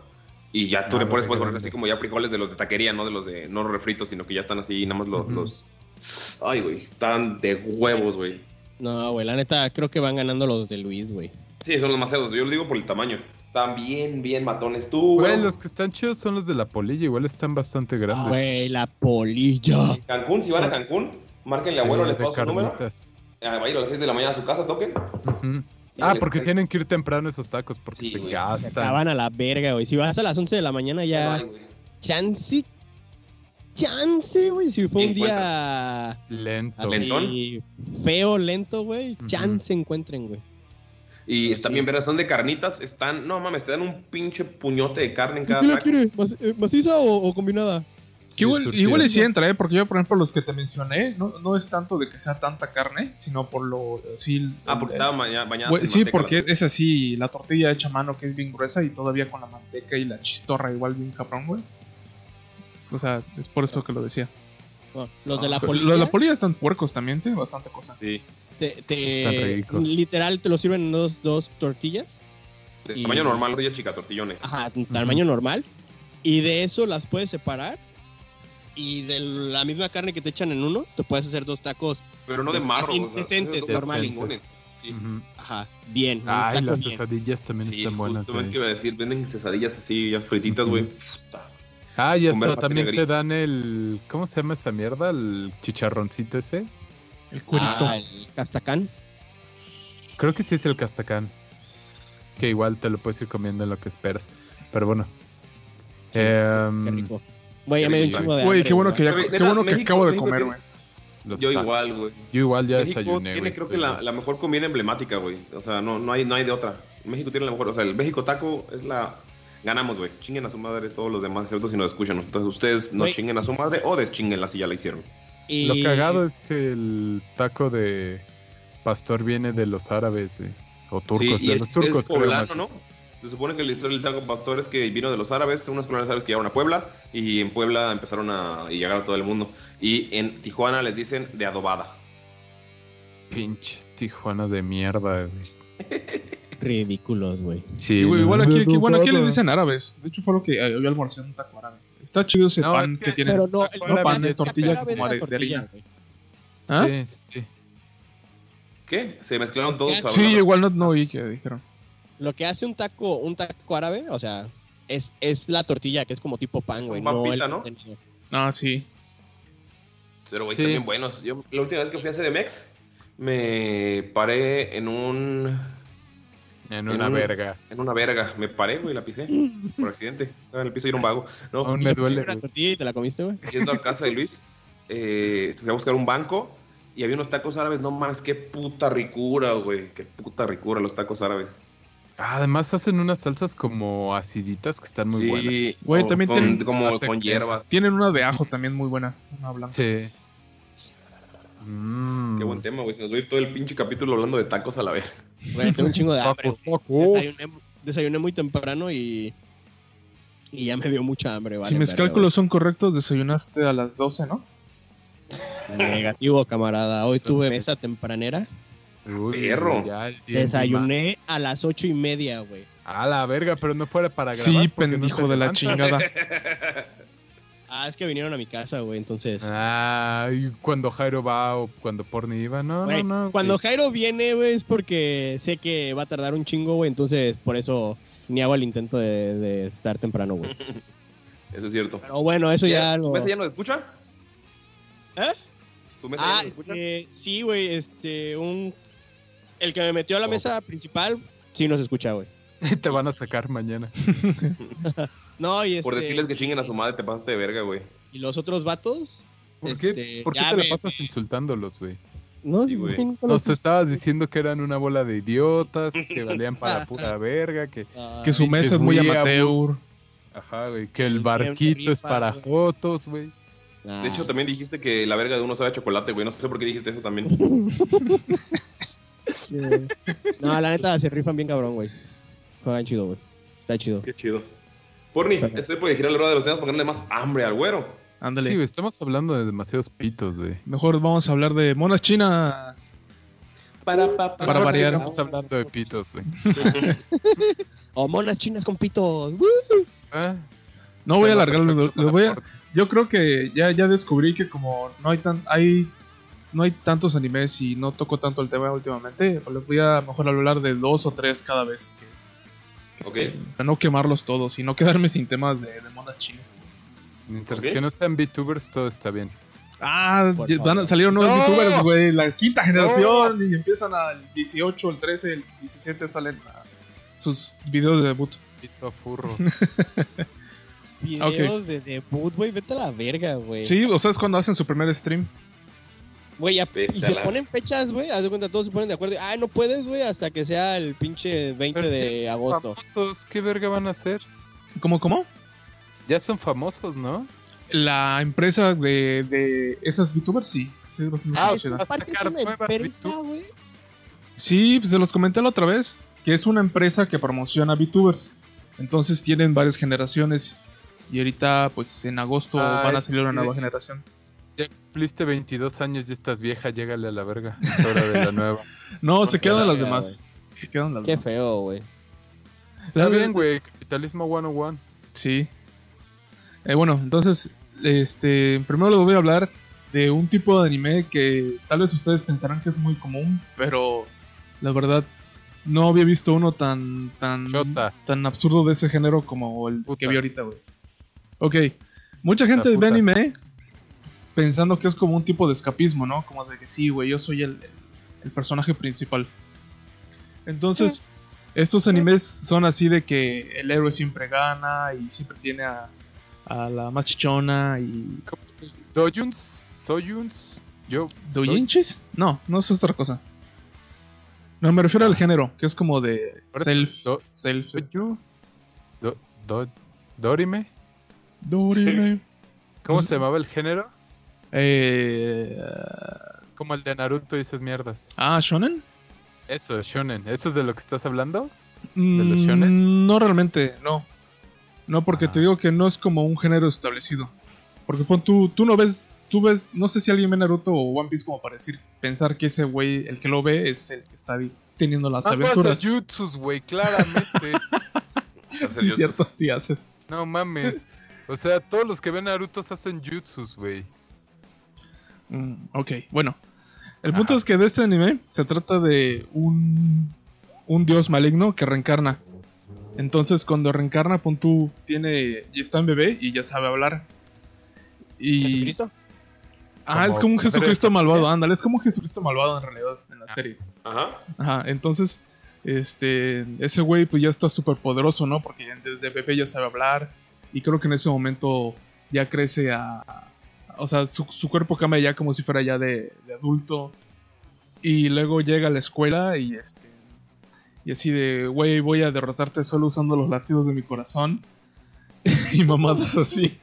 F: Y ya tú
G: Ah,
F: le pones, puedes
G: güey, qué
F: poner así
G: grande.
F: como ya frijoles de los de taquería, no de los de no refritos, sino que ya están así, nada más los.
G: Ujú.
F: los... Ay, güey, están de huevos, güey.
H: No, güey, la neta, creo que van ganando los de Luis, güey.
F: Sí, son los más cerdos, yo lo digo por el tamaño. Están bien, bien matones. Tú,
G: Güey,
F: güey.
G: los que están chidos son los de la polilla, igual están bastante grandes.
H: Ah, Güey, la polilla.
F: Cancún, si van a Cancún, márquenle a
G: Sí,
F: abuelo, les
G: Eh, de
F: paso su número.
G: carnitas.
F: Ah, Va a ir a las 6 de la mañana a su casa, toquen.
G: Ujú.
F: Y
G: Ah,
F: le-
G: porque tienen que ir temprano esos tacos, porque
F: Sí,
G: se
F: güey.
H: Se
G: gastan.
H: acaban a la verga, güey. Si vas a las 11 de la mañana ya...
F: Ay, güey.
H: Chance... Chance, güey. Si fue un día...
G: Lento.
H: así Feo, lento, güey.
G: Ujú.
H: Chance encuentren, güey.
F: Y están bien verdes, son de carnitas, están, no mames, te dan un pinche puñote de carne en cada taco.
H: Eh, ¿Maciza o, combinada?
G: Sí,
E: Que igual,
G: surtido.
E: igual y sí entra, ¿eh? porque yo, por ejemplo, los que te mencioné, no, no es tanto de que sea tanta carne, sino por lo. Sí,
F: Ah, porque estaba baña- bañada.
E: Güey,
F: en
E: sí,
F: manteca
E: porque
F: la-
E: es así, la tortilla hecha a mano que es bien gruesa y todavía con la manteca y la chistorra igual bien cabrón, güey. O sea, es por esto que lo decía.
H: los de
G: Ah,
H: la
E: Pero
H: polilla...
E: Los de la polilla están puercos también, tienen bastante cosa.
F: Sí,
H: te,
G: Están
H: te
G: ricos.
H: literal te lo sirven en dos, dos tortillas,
F: de
H: Y-
F: tamaño normal, rodilla chica, tortillones.
H: ajá, tamaño normal, y de eso las puedes separar y de la misma carne que te echan en uno, te puedes hacer dos tacos,
F: Pero no de
H: Así,
F: marro. o sea,
H: decentes,
F: esos son
G: normales.
F: chingones. Sí,
G: Ujú.
H: ajá, bien, un
G: Ay,
H: taco
G: las
H: bien.
G: cesadillas también
F: sí
G: Mm, están buenas. eh.
F: justamente
G: güey.
F: iba a decir, venden cesadillas así, ya frititas, güey. Puta.
G: Ah, ya
F: comer
G: está.
F: patria
G: También te
F: gris.
G: dan el. ¿Cómo se llama esa mierda? El chicharroncito ese.
E: El cuerito.
H: Ah, el castacán.
G: Creo que sí es el castacán. Que igual te lo puedes ir comiendo en lo que esperas. Pero bueno.
H: Sí,
G: Em,
H: Qué rico. Güey, ya
F: qué
H: me dio un
F: rico,
H: chingo de
E: Güey,
H: hambre,
E: qué bueno
H: güey.
E: que, ya,
F: Pero,
E: qué
F: neta,
E: bueno que
F: México-
E: acabo de
F: México
E: comer,
F: tiene-
E: güey.
G: los
F: Yo
G: tacos.
F: igual, güey.
G: Yo igual ya
F: México
G: desayuné.
F: tiene
G: güey,
F: creo que
G: estoy
F: la, la mejor comida emblemática, güey. O sea, no, no, hay, no hay de otra. México tiene la mejor, o sea, el México taco es la... Ganamos, güey. Chinguen a su madre todos los demás excepto si nos escuchan. Entonces ustedes no
H: Güey.
F: chinguen a su madre o deschinguenla si ya la hicieron.
H: Y-
G: Lo cagado es que el taco de pastor viene de los árabes, güey. O turcos,
F: Sí, y
G: de
F: es,
G: los turcos,
F: es
G: creo,
F: poblano,
G: más.
F: ¿no? Se supone que la historia del taco pastor es que vino de los árabes, unos colonias árabes que llegaron a Puebla y en Puebla empezaron a y llegaron a todo el mundo. Y en Tijuana les dicen de adobada.
G: Pinches tijuanas de mierda, güey.
H: ridículos, güey.
G: Sí,
E: Y, güey, igual aquí, aquí, bueno, aquí le
G: Adobada.
E: dicen árabes. De hecho, fue lo que eh, yo almorcé un taco árabe. Está chido ese
G: No,
E: pan
G: es que-
E: que, tiene.
H: Pero no,
G: taco
H: el-
G: árabe
H: no
G: de
H: el taco
E: tortilla
H: árabe
E: como
H: era
E: are- de
H: tortilla,
E: harina.
H: güey.
E: ¿Ah?
G: Sí, sí, sí.
F: ¿Qué? Se mezclaron todos.
H: Sí,
E: Sí,
F: hablando.
E: igual no, no oí que dijeron.
H: Lo que hace un taco, un taco árabe, o sea, es, es la tortilla que es como tipo pan,
F: Es
H: güey,
F: un
H: no el
F: papita, ¿no?
H: contenido.
E: Ah, sí.
F: Pero, güey,
G: Sí.
F: están bien buenos. Yo, la última vez que fui a CDMX, me paré en un.
G: En
F: En
G: una
F: un-
G: verga.
F: en una verga. Me paré, güey, la pisé. Por accidente. Estaba en el piso y era un vago. No,
G: Aún
H: ¿Y
G: me
H: te pusiste
G: duele.
H: una
G: güey.
H: tortilla y te la comiste, güey?
F: yendo a casa de Luis, eh, fui a buscar un banco y había unos tacos árabes. No mames, qué puta ricura, güey. Qué puta ricura los tacos árabes.
G: Además hacen unas salsas como aciditas que están muy
F: sí,
G: buenas.
E: Güey,
F: o
E: también
F: con,
E: tienen-
F: como
G: hace
F: con
G: que-
F: hierbas.
E: Tienen una de ajo también muy buena. Una blanca.
G: Sí. Mm.
F: Qué buen tema, güey. Se nos va a ir todo el pinche capítulo hablando de tacos a la vez.
H: Güey, tengo un chingo de hambre.
G: Tacos, tacos.
H: güey. Desayuné, desayuné muy temprano y. Y ya me dio mucha hambre, vale.
E: si mis
H: verga,
E: cálculos son correctos, desayunaste a las 12, ¿no?
H: güey. Negativo, camarada. Hoy tuve mesa tempranera.
G: Uy,
F: Perro.
G: ya el día encima.
H: Desayuné a las ocho y media, güey.
G: A la verga, pero no fuera para grabar.
E: Sí,
G: porque no
E: pendejo
G: te
E: de
G: levantas.
E: la chingada.
H: Ah, es que vinieron a mi casa, güey, entonces.
F: Ah,
G: Ay, cuando Jairo va o cuando Porni iba, no,
H: Güey,
G: no, no.
H: Cuando
G: güey.
H: Jairo viene, güey, es porque sé que va a tardar un chingo, güey, entonces por eso ni hago el intento de, de estar temprano, güey.
F: Eso es cierto. pues,
H: Pero bueno, eso ya, lo.
F: ¿Ves? ¿Ya nos escucha?
H: ¿Eh?
F: ¿Tu ¿Tu mesa pues, ya
H: Ah,
F: nos escucha?
H: este, sí, güey, este, un... El que me metió a la
F: Oh.
H: mesa principal, sí nos escucha, güey.
G: Te van a sacar mañana.
H: No, y este...
F: Por decirles que chinguen a su madre, te pasaste de verga, güey.
H: Y los otros vatos...
G: ¿Por qué,
H: este,
G: ¿por qué
H: ya
G: te la
H: me-
G: pasas insultándolos, güey?
H: No,
F: Sí, güey.
H: nunca
G: Nos
H: los-
G: estabas diciendo que eran una bola de idiotas, que valían para pura verga, que...
H: Ah,
E: Que su mesa es muy
G: Pinches
E: amateur.
G: weeabos. Ajá, güey, que el
H: El
G: barquito
H: tiempo
G: es para
H: rifa,
G: fotos, güey.
H: nah.
F: De hecho, también dijiste que la verga de uno sabe a chocolate, güey. No sé por qué dijiste eso también.
H: No, la neta, se rifan bien cabrón, güey. Juegan chido, güey. Está chido.
F: Qué chido. Porni, este puede girar la rueda de los temas para ganarle más hambre al güero.
E: Ándale.
G: Sí, güey, estamos hablando de demasiados pitos, güey.
E: Mejor vamos a hablar de monas chinas.
I: Para, pa, pa,
E: Para
I: pa,
E: variar.
I: pa,
G: Estamos hablando de pitos, güey.
H: O monas chinas con pitos. ¡Woo!
G: Ah,
E: No voy a
G: tema
E: alargar, lo-
G: perfecto
E: lo
G: para
E: voy a-
G: corte.
E: yo creo que ya, ya descubrí que como no hay tan hay no hay tantos animes y no toco tanto el tema últimamente, pues les voy a mejor hablar de dos o tres cada vez que, que
F: Ok.
E: estén, para no quemarlos todos y no quedarme sin temas de, de monas chinas.
G: Mientras
F: Ok.
G: que no sean VTubers, todo está bien.
E: Ah,
H: Por
E: ya- van a,
H: favor.
E: salieron nuevos
G: ¡No!
E: youtubers, güey, la quinta generación y empiezan al 18, el 13, el 17 salen ah, sus videos de debut.
G: Pito a furro.
E: Ah, ok.
H: Videos de debut, güey. Vete a la verga, güey.
E: Sí, o sea, es cuando hacen su primer stream.
H: Güey, ya-
I: Vete
H: y
I: a
H: se
I: la-
H: ponen fechas, güey. Haz de cuenta, todos se ponen de acuerdo. Ah, no puedes, güey, hasta que sea el pinche 20
G: Pero ya
H: de
G: son
H: agosto.
G: Famosos, ¿Qué verga van a hacer?
E: ¿Cómo, cómo?
G: Ya son famosos, ¿no?
E: La empresa de, de esas VTubers, sí. Sí, es bastante
G: Ah,
E: conocida.
G: sí.
H: Aparte es
G: sacar
H: una
G: nuevas
H: empresa,
G: virtudes.
H: güey.
E: Sí, pues, se los comenté la otra vez, que es una empresa que promociona VTubers. Entonces tienen varias generaciones. Y ahorita, pues en agosto
G: Ah,
E: van a
G: es
E: salir una
G: sí.
E: nueva generación.
G: Ya cumpliste 22 años y estás vieja, llégale a la verga. Es hora de la nueva.
E: No, se
G: Porque
E: quedan
H: la
E: las
H: verga,
E: demás. Se quedan las
H: Qué
E: demás.
H: feo, güey.
G: Está bien, güey, capitalismo 101.
E: Sí. Eh, bueno, entonces, este, primero les voy a hablar de un tipo de anime que tal vez ustedes pensarán que es muy común, pero la verdad no había visto uno tan tan
G: Chota.
E: tan absurdo de ese género como el
G: Puta.
E: que vi ahorita, güey. Ok, mucha gente ve
G: puta.
E: anime pensando que es como un tipo de escapismo, ¿no? Como de que sí, güey, yo soy el, el personaje principal. Entonces, estos animes son así de que el héroe siempre gana y siempre tiene a, a la más chichona y...
G: Dojuns, Sojuns, yo.
E: ¿Doujinshis? No, no es otra cosa. No, me refiero al género, que es como de
G: Ah. Por eso, do-
E: self... self
G: Doju, do, do- Dorime.
E: Dorime.
G: ¿Cómo
E: Pues-
G: se llamaba el género?
E: Eh,
G: Como el de Naruto y esas mierdas.
E: ah, ¿shonen?
G: Eso, shonen. ¿Eso es de lo que estás hablando? los
E: Mm,
G: shonen?
E: No realmente, no. No, porque
G: Ah.
E: te digo que no es como un género establecido. Porque pon tú, tú no ves, tú ves, no sé si alguien ve Naruto o One Piece como para decir, pensar que ese güey, el que lo ve, es el que está ahí teniendo las
G: Ambas
E: aventuras.
G: jutsus, güey, claramente.
F: O sea,
E: Sí,
F: serio,
E: cierto, sí haces.
G: no mames. O sea, todos los que ven Naruto hacen jutsus, güey.
E: Mm, ok, bueno. El punto
G: Ajá.
E: es que de este anime se trata de un, un dios maligno que reencarna. Entonces, cuando reencarna, pon tú, tiene y está en bebé y ya sabe hablar. Y
H: ¿Jesucristo?
E: Ah, es
G: Como
E: como un
G: Pedro
E: Jesucristo
G: Escamilla.
E: malvado, ándale, es como un Jesucristo malvado en realidad en la
G: Ah.
E: serie.
F: Ajá.
E: Ajá, entonces, este, ese güey pues ya está súper poderoso, ¿no? Porque ya desde bebé ya sabe hablar y creo que en ese momento ya crece a... O sea, su, su cuerpo cambia ya como si fuera ya de, de adulto. Y luego llega a la escuela y este... Y así de, güey, voy a derrotarte solo usando los latidos de mi corazón. y mamadas así.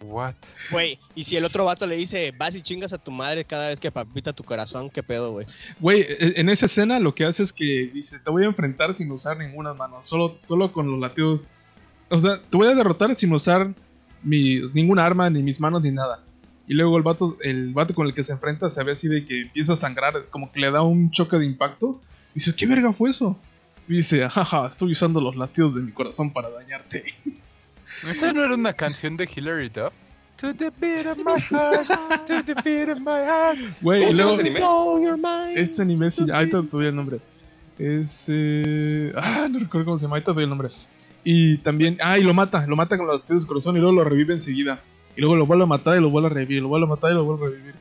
G: What?
H: Güey, y si el otro vato le dice, vas y chingas a tu madre cada vez que papita tu corazón, qué pedo, güey.
E: Güey, e- en esa escena lo que hace es que dice, te voy a enfrentar sin usar ninguna mano, solo, solo con los latidos. O sea, te voy a derrotar sin usar mi, ninguna arma, ni mis manos, ni nada. Y luego el vato, el vato con el que se enfrenta se ve así de que empieza a sangrar, como que le da un choque de impacto. Dice, ¿qué verga fue eso? Y dice, jaja, estoy usando los latidos de mi corazón para dañarte.
G: ¿Esa no era una canción de Hillary Duff? To the beat of my heart, to the beat of my heart.
E: Güey,
F: ¿Cómo
E: y
F: se llama
E: luego...
F: ese anime?
H: Blow your mind.
E: Este anime, sí, ahorita te doy el nombre. Es. eh, Ah, no recuerdo cómo se llama, ahorita te doy el nombre. Y también. Ah, y lo mata, lo mata con los dedos de corazón y luego lo revive enseguida. Y luego lo vuelve a matar y lo vuelve a revivir, lo vuelve a matar y lo vuelve a revivir.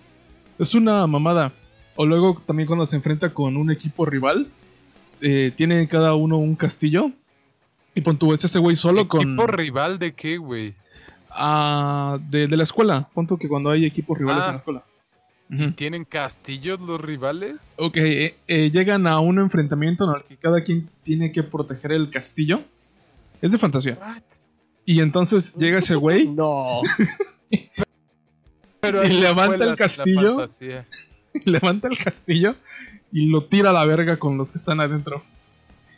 E: Es una mamada. O luego también cuando se enfrenta con un equipo rival, eh, tiene cada uno un castillo. Y pon tú, es ese güey solo con...
G: ¿Equipo rival de qué, güey?
E: Ah, de, de la escuela. Pon tú que cuando hay equipos rivales
G: Ah.
E: en la escuela. Ujú.
G: ¿Tienen castillos los rivales?
E: Ok, eh, eh, llegan a un enfrentamiento en el que cada quien tiene que proteger el castillo. Es de fantasía.
G: What?
E: Y entonces llega ese güey
H: No.
G: Pero
E: Y
G: hay
E: levanta
G: escuelas en
E: el
G: la
E: castillo.
G: fantasía.
E: levanta el castillo y lo tira a la verga con los que están adentro.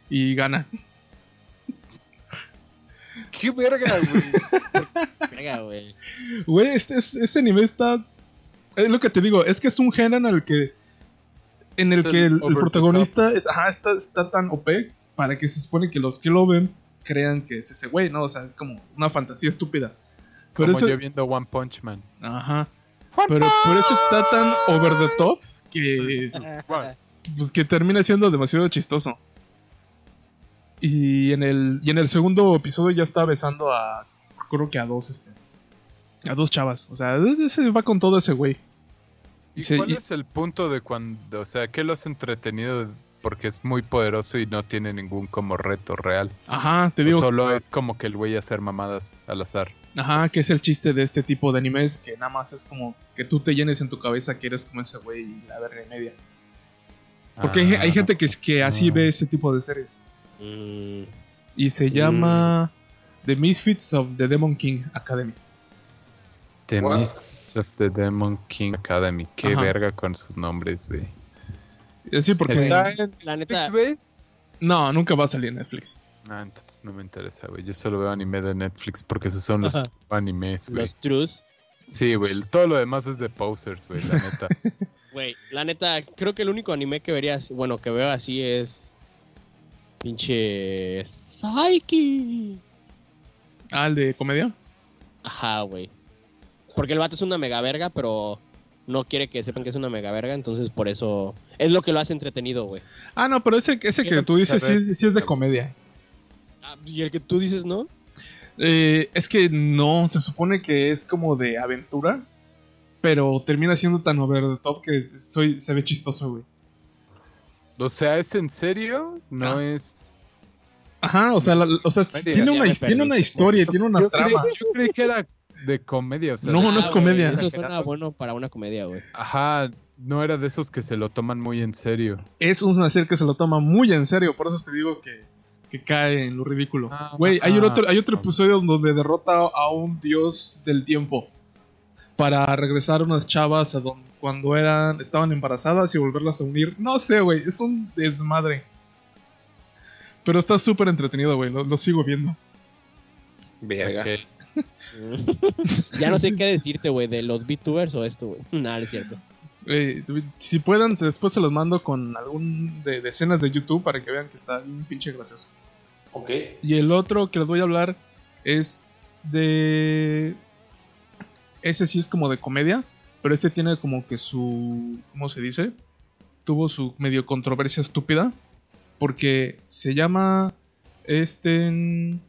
E: Y gana.
G: ¡Qué verga, güey!
H: Verga, güey.
E: Güey, este, es- ese anime está. Es lo que te digo, es que es un género en el que. En el
G: Es
E: que
G: el
E: el, el
G: over the
E: protagonista es, ajá, está, está tan OP para que se supone que los que lo ven crean que es ese güey, ¿no? O sea, es como una fantasía estúpida. Pero
G: Como
E: eso-
G: yo viendo One Punch Man.
E: Ajá. Pero por eso está tan over the top que.
G: Bueno,
E: pues, que termina siendo demasiado chistoso. Y en el, y en el segundo episodio ya está besando a. Creo que a dos, este. A dos chavas. O sea, ese va con todo ese güey.
G: ¿Y
E: Sí,
G: cuál
E: y-
G: es el punto de cuando, o sea, qué los entretenido? Porque es muy poderoso y no tiene ningún como reto real.
E: Ajá, te
G: O
E: digo.
G: Solo es como que el güey hacer mamadas al azar.
E: Ajá, que es el chiste de este tipo de animes que nada más es como que tú te llenes en tu cabeza que eres como ese güey y la verga y media. Porque hay,
G: Ah,
E: hay gente que, es- que así
G: Ah.
E: ve ese tipo de series.
H: Mm,
E: Y se llama The Misfits of the Demon King Academy.
G: The
I: What?
G: Mists of the Demon King Academy. Qué
E: Ajá.
G: verga con sus nombres, güey.
E: Es decir, porque.
G: ¿Está en
H: La neta,
G: Netflix, güey?
E: No, nunca va a salir en Netflix.
G: No, entonces no me interesa, güey. Yo solo veo anime de Netflix porque esos son los
H: Ajá.
G: animes, güey.
H: los trus.
G: Sí, güey. Todo lo demás es de posers, güey, la neta.
H: Güey, la neta, creo que el único anime que verías, bueno, que veo así es. Pinche. Psyche.
E: Ah, el de comedia.
H: Ajá, güey. Porque el vato es una mega verga, pero no quiere que sepan que es una mega verga, entonces por eso. Es lo que lo hace entretenido, güey.
E: Ah, no, pero ese, ese que tú dices sí, es- sí es de comedia.
H: Ah, y el que tú dices, ¿no?
E: Eh, es que no, se supone que es como de aventura, pero termina siendo tan over the top que soy, se ve chistoso, güey.
G: o sea, ¿es en serio? No
E: Ah.
G: es...
E: Ajá, o sea, la- o sea
H: digas,
E: tiene,
H: ya
E: una,
H: me
E: his- tiene una
H: perdiste.
E: historia, tiene una
G: yo,
E: trama.
G: Creí, yo creí que era de comedia, o sea...
E: No,
G: de-
E: no es
H: Ah,
E: comedia.
H: güey, Eso suena bueno para una comedia, güey.
G: Ajá, no era de esos que se lo toman muy en serio.
E: Es una serie que se lo toma muy en serio, por eso te digo que, que cae en lo ridículo.
G: Ah,
E: Güey, hay, un
G: ah.
E: otro, hay otro episodio donde derrota a un dios del tiempo para regresar unas chavas a donde cuando eran estaban embarazadas y volverlas a unir. No sé, güey, es un desmadre. Pero está súper entretenido, güey, lo, lo sigo viendo.
I: Verga.
G: Ok.
H: ya no sé qué decirte, güey, de los VTubers o esto, güey. Nada, es cierto.
E: Eh, si puedan, se- después se los mando con algún de, de escenas de YouTube para que vean que está bien pinche gracioso.
I: Ok.
E: Y el otro que les voy a hablar es de. Ese sí es como de comedia, pero este tiene como que su. ¿Cómo se dice? Tuvo su medio controversia estúpida. Porque se llama. Este. mm,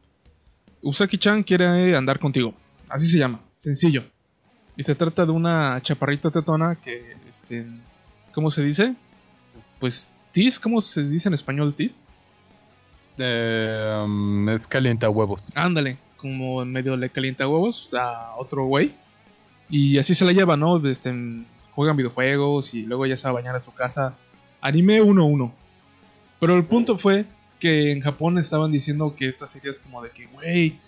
E: Usaki-chan quiere andar contigo. Así se llama, sencillo. Y se trata de una chaparrita tetona que. Este, ¿Cómo se dice? Pues. ¿Tis? ¿Cómo se dice en español tis?
G: Eh, um, es calienta huevos.
E: Ándale, como en medio le calienta huevos a otro güey. Y así se la lleva, ¿no? Desde, en- juegan videojuegos y luego ya se va a bañar a su casa. Anime 1-1. Pero el punto fue que en Japón estaban diciendo que esta serie es como de que, güey,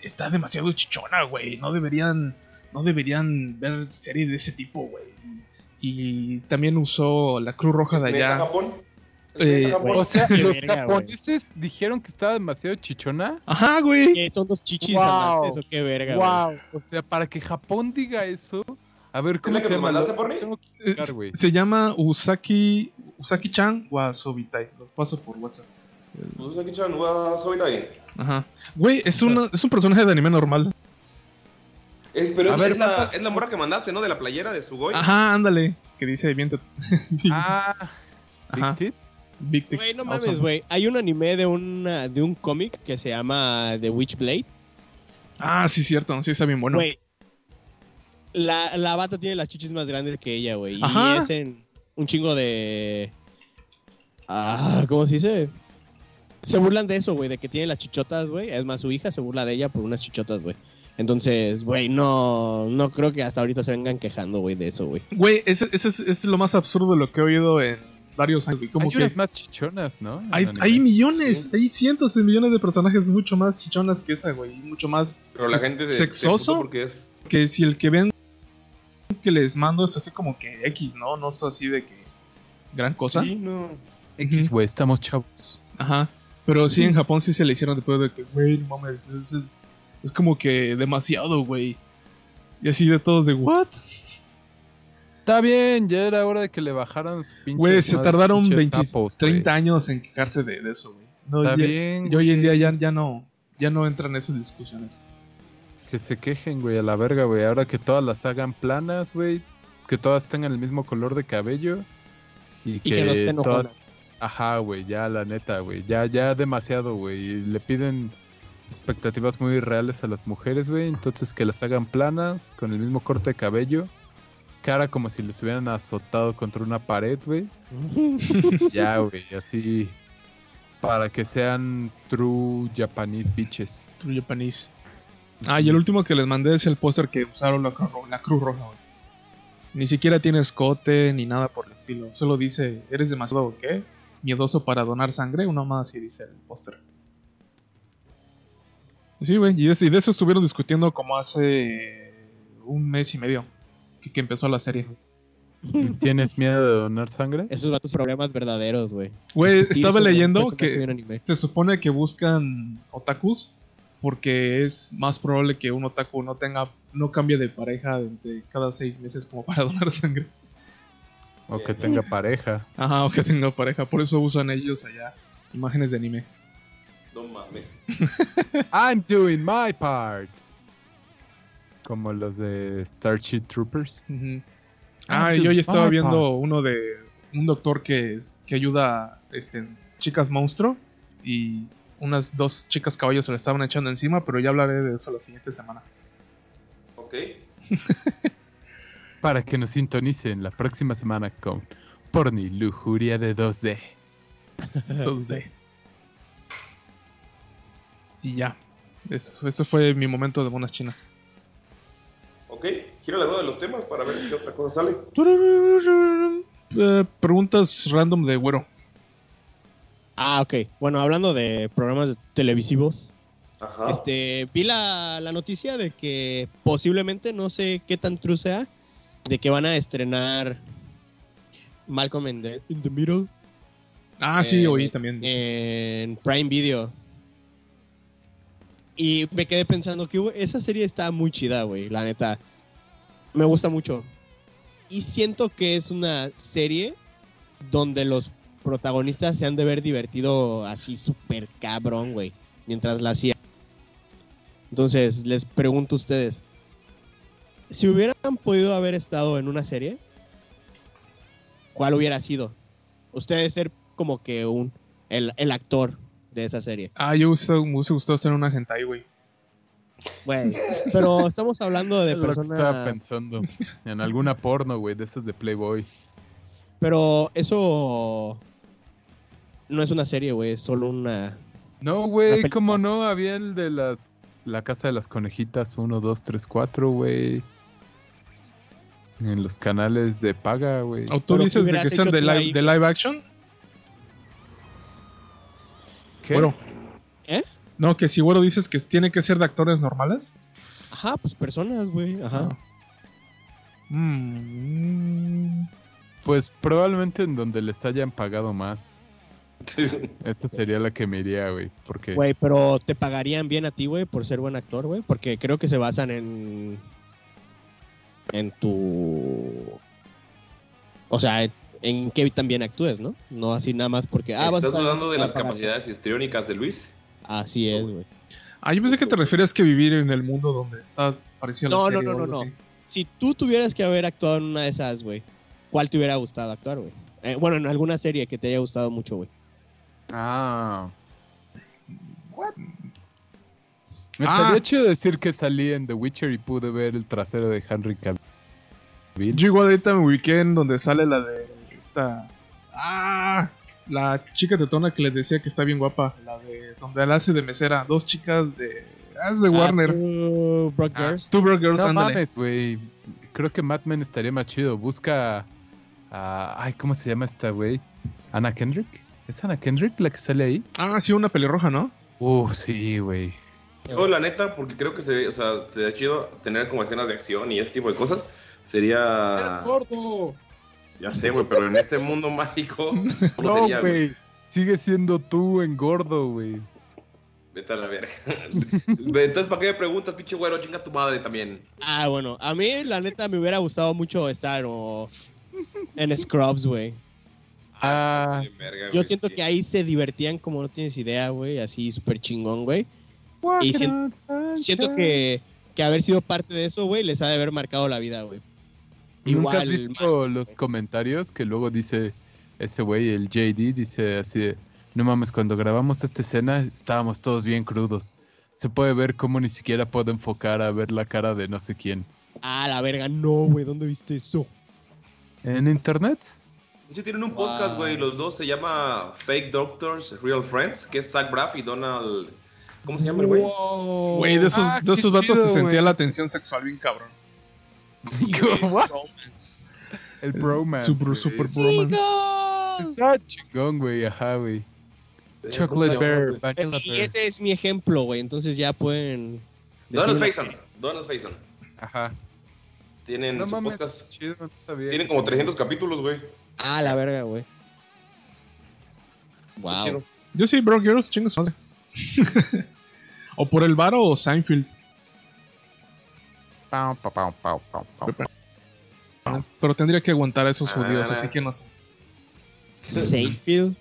E: está demasiado chichona, güey. No deberían, no deberían ver series de ese tipo, güey. Y también usó la Cruz Roja de
F: Pues
I: ¿Es neta
E: allá.
I: Japón? ¿Es
E: Eh,
I: neta Japón?
G: O sea,
H: Qué
G: los
H: verga, güey.
G: japoneses dijeron que estaba demasiado chichona.
E: Ajá, güey.
H: ¿Qué, ¿Son dos chichis
G: Wow.
H: andantes o qué verga, güey?
G: O sea, para que Japón diga eso, a ver cómo
I: la que
G: se
I: me
G: llama.
I: mandaste, Porni?
G: Tengo que
E: Eh,
G: buscar, güey.
E: Se llama Usaki Usaki Chan Wasobitai. Lo paso por WhatsApp.
F: Pues,
I: Usagi-chan wa soitai.
E: Ajá. Güey, es, una, es un personaje de anime normal.
I: Es, pero
G: A
I: es,
G: ver,
I: es la,
G: manda-
I: es la morra que mandaste, ¿no? De la playera de Sugoi.
E: Ajá, ándale. Que dice bien.
G: Ah, Big
E: Ajá.
G: Tits.
E: Big Tits
H: Güey, no
E: Awesome.
H: mames, güey. Hay un anime de, una, de un cómic que se llama The Witchblade.
E: Ah, sí, cierto. Sí, está bien bueno.
H: Güey. la, la bata tiene las chichis más grandes que ella, güey. Y
E: Ajá.
H: es en un chingo de. Ah, ¿cómo se dice? Se burlan de eso, güey, de que tiene las chichotas, güey. Es más, su hija se burla de ella por unas chichotas, güey. Entonces, güey, no, no creo que hasta ahorita se vengan quejando, güey, de eso, güey.
E: Güey, ese, ese es, es lo más absurdo de lo que he oído en varios años. güey, Como
G: Hay
E: que
G: unas más chichonas, ¿no? En
E: hay,
G: anime.
E: hay millones, hay cientos de millones de personajes mucho más chichonas que esa, güey. y Mucho más
F: Pero la
E: sex-
F: gente se- se
E: sexoso.
F: puso porque es
E: que si el que ven que les mando es así como que X, ¿no? No es así de que gran cosa.
F: Sí, no.
G: X, güey, estamos chavos.
E: Ajá. Pero sí, en Japón sí se le hicieron después de que, güey, no mames, es, es, es como que demasiado, güey. Y así de todos de, ¿what?
G: Está bien, ya era hora de que le bajaran su pinche.
E: Güey, se tardaron 20, 30
G: años.
E: años en quejarse de, de eso, güey. No,
G: Está
E: ya-
G: bien,
E: Y hoy en día ya, ya no ya no entran esas discusiones.
G: Que se quejen, güey, a la verga, güey. Ahora que todas las hagan planas, güey. Que todas tengan el mismo color de cabello. Y que,
H: Y que no estén
G: todas...
H: enojonas.
G: Ajá, güey, ya la neta, güey. Ya, ya demasiado, güey. y Le piden expectativas muy reales a las mujeres, güey. Entonces que las hagan planas, con el mismo corte de cabello. Cara como si les hubieran azotado contra una pared, güey. ya, güey, así. Para que sean true Japanese bitches.
E: True Japanese. Ah, y el último que les mandé es el póster que usaron la, Cruz Ro- la Cruz Roja, güey. Ni siquiera tiene escote ni nada por el estilo. Solo dice, eres demasiado, ¿qué? Miedoso para donar sangre. Una más así dice el póster. Sí, güey. Y, es- y de eso estuvieron discutiendo como hace un mes y medio que, que empezó la serie.
G: ¿Tienes miedo de donar sangre?
H: Esos vatos problemas verdaderos, güey.
E: Güey,
H: Discutir
E: Eh, estaba
H: sobre un
E: leyendo
H: personaje
E: que
H: de un anime.
E: se supone que buscan otakus porque es más probable que un otaku no tenga no cambie de pareja entre cada seis meses como para donar sangre.
G: O que tenga pareja.
E: Ajá, o que tenga pareja. Por eso usan ellos allá imágenes de anime.
F: No mames.
G: I'm doing my part. Como los de Starship Troopers.
E: Ujú.
G: Ah,
E: Ah, y
G: tú.
E: yo ya estaba
G: Ah,
E: viendo
G: pa.
E: uno de un doctor que, que ayuda este, chicas monstruo y unas dos chicas caballos se le estaban echando encima, pero ya hablaré de eso la siguiente semana.
F: Ok.
G: Para que nos sintonicen la próxima semana con Porni Lujuria de 2D.
E: Entonces. Y ya. Eso, eso fue mi momento de monas chinas.
F: Ok. Gira la rueda de los temas para ver qué otra cosa sale.
E: Eh, preguntas random de güero.
H: Ah, ok. Bueno, hablando de programas televisivos,
F: Ajá.
H: Este, vi la, la noticia de que posiblemente, no sé qué tan true sea, de que van a estrenar Malcolm in the, in the Middle
E: Ah, sí,
H: Eh,
E: oí también. de eso.
H: en Prime Video. Y me quedé pensando que güey, esa serie está muy chida, güey, la neta. Me gusta mucho. Y siento que es una serie donde los protagonistas se han de ver divertido así súper cabrón, güey, mientras la hacía. Entonces, les pregunto a ustedes, si hubieran podido haber estado en una serie, ¿cuál hubiera sido? Ustedes ser como que un el, el actor de esa serie.
E: Ah, yo hubiese- me hubiese gustado estar en una hentai, güey.
H: Güey, pero estamos hablando de
G: Es lo que estaba
H: personas
G: pensando. En alguna porno, güey, de esas de Playboy.
H: pero eso no es una serie, güey, es solo una
G: No,
H: Una
G: güey,
H: película.
G: como no, había el de las... La casa de las conejitas 1, 2, 3, 4, güey. En los canales de paga, güey.
E: ¿O tú
H: Pero, ¿qué
E: dices de que
H: hubieras
E: sean
H: hecho
E: de
H: tú
E: live,
H: ahí,
E: de live action?
G: ¿Qué?
E: Güero.
H: ¿Eh?
E: No, que si güero dices que tiene que ser de actores normales.
H: Ajá, pues personas, güey, ajá.
G: Ah,
E: Mm.
G: Pues probablemente en donde les hayan pagado más. Esa sería la que me iría, güey. Porque
H: Güey, pero te pagarían bien a ti, güey, por ser buen actor, güey, porque creo que se basan en en tu o sea, en qué tan bien actúes, ¿no? No así nada más porque ah, vas a-
F: ¿Estás dudando de
H: vas
F: las
H: a pagar.
F: capacidades histriónicas de Luis?
H: Así es, güey.
E: Ah, yo pensé que te referías que vivir en el mundo donde estás parecido a la
H: No,
E: serie
H: no,
E: o
H: no, no,
E: algo
H: no.
E: así.
H: Si tú tuvieras que haber actuado en una de esas, güey, ¿cuál te hubiera gustado actuar, güey? Eh, bueno, en alguna serie que te haya gustado mucho, güey.
G: Ah.
F: Ah.
E: Ah.
G: Estaría hecho decir que salí en The Witcher y pude ver el trasero de Henry Cavill. Bill.
E: Yo igual ahorita me ubiqué en donde sale la de esta. ¡Ah! La chica tetona que les decía que está bien guapa. La de. Donde la hace de mesera. Dos chicas de. Ah, es de
H: Ah,
E: Warner.
H: tú, Brock
G: Ah,
H: Girls.
E: Two Broke Girls,
G: No
E: ándale.
G: mames, güey. Creo que Mad Men estaría más chido. Busca a... Ay, ¿cómo se llama esta, güey? ¿Ana Kendrick? ¿Es Ana Kendrick la que sale ahí?
E: Ah, sí, una pelirroja, ¿no?
G: Uh, sí, güey.
F: Yo,
H: Eh,
F: la neta, porque creo que se, o sea, sería chido tener como escenas de acción y ese tipo de cosas. Sería.
B: gordo!
F: Ya sé, güey, pero en este mundo mágico. ¿cómo
G: No,
F: sería, güey?
G: güey. Sigue siendo tú en gordo, güey.
F: Vete a la verga. Entonces, ¿para qué me preguntas, pinche güero? Chinga tu madre también.
H: Ah, bueno, a mí la neta me hubiera gustado mucho estar o en Scrubs, güey.
G: Ah,
F: Bien verga,
H: Yo
F: güey,
H: siento
F: sí.
H: que ahí se divertían como no tienes idea, güey, así súper chingón, güey. Y siento- Siento que, que haber sido parte de eso, güey, les ha de haber marcado la vida, güey.
G: ¿Nunca has
H: Igual,
G: visto los comentarios que luego dice ese güey, el JD, dice así de, no mames, cuando grabamos esta escena estábamos todos bien crudos. Se puede ver cómo ni siquiera puedo enfocar a ver la cara de no sé quién.
H: Ah, la verga, no, güey, ¿dónde viste eso?
G: ¿En internet?
F: De hecho, tienen un
H: Wow.
F: podcast, güey, los dos. Se llama Fake Doctors, Real Friends, que es Zach Braff y Donald. ¿Cómo se llama el güey?
H: Wow.
E: Güey, de esos,
G: Ah,
E: de esos
G: qué
E: vatos se
G: chido,
E: sentía
G: güey.
E: la tensión sexual bien cabrón.
G: ¿What? El bromance.
E: Super,
G: güey.
E: super
H: ¡Sigo!
E: bromance.
G: Está chingón, güey, ajá, güey.
F: Eh,
G: Chocolate Bear, Vanilla
H: Y
G: Bear.
H: ese es mi ejemplo, güey, entonces ya pueden...
F: Donald
H: decirme-
F: Faison. Donald Faison.
G: Ajá.
F: Tienen
G: No
F: su
G: mames.
F: podcast.
G: Chido, no sabía.
F: Tienen como 300 capítulos, güey. Qué
H: Ah, la verga, güey. Wow.
F: chido.
E: Yo sí, Bro Girls, chinga su madre. o por el varo o Seinfeld.
G: Pau, pau, pau, pau, pau, pau.
E: Pero tendría que aguantar a esos
F: Ah,
E: judíos,
F: nah.
E: así que no sé.
H: Seinfeld.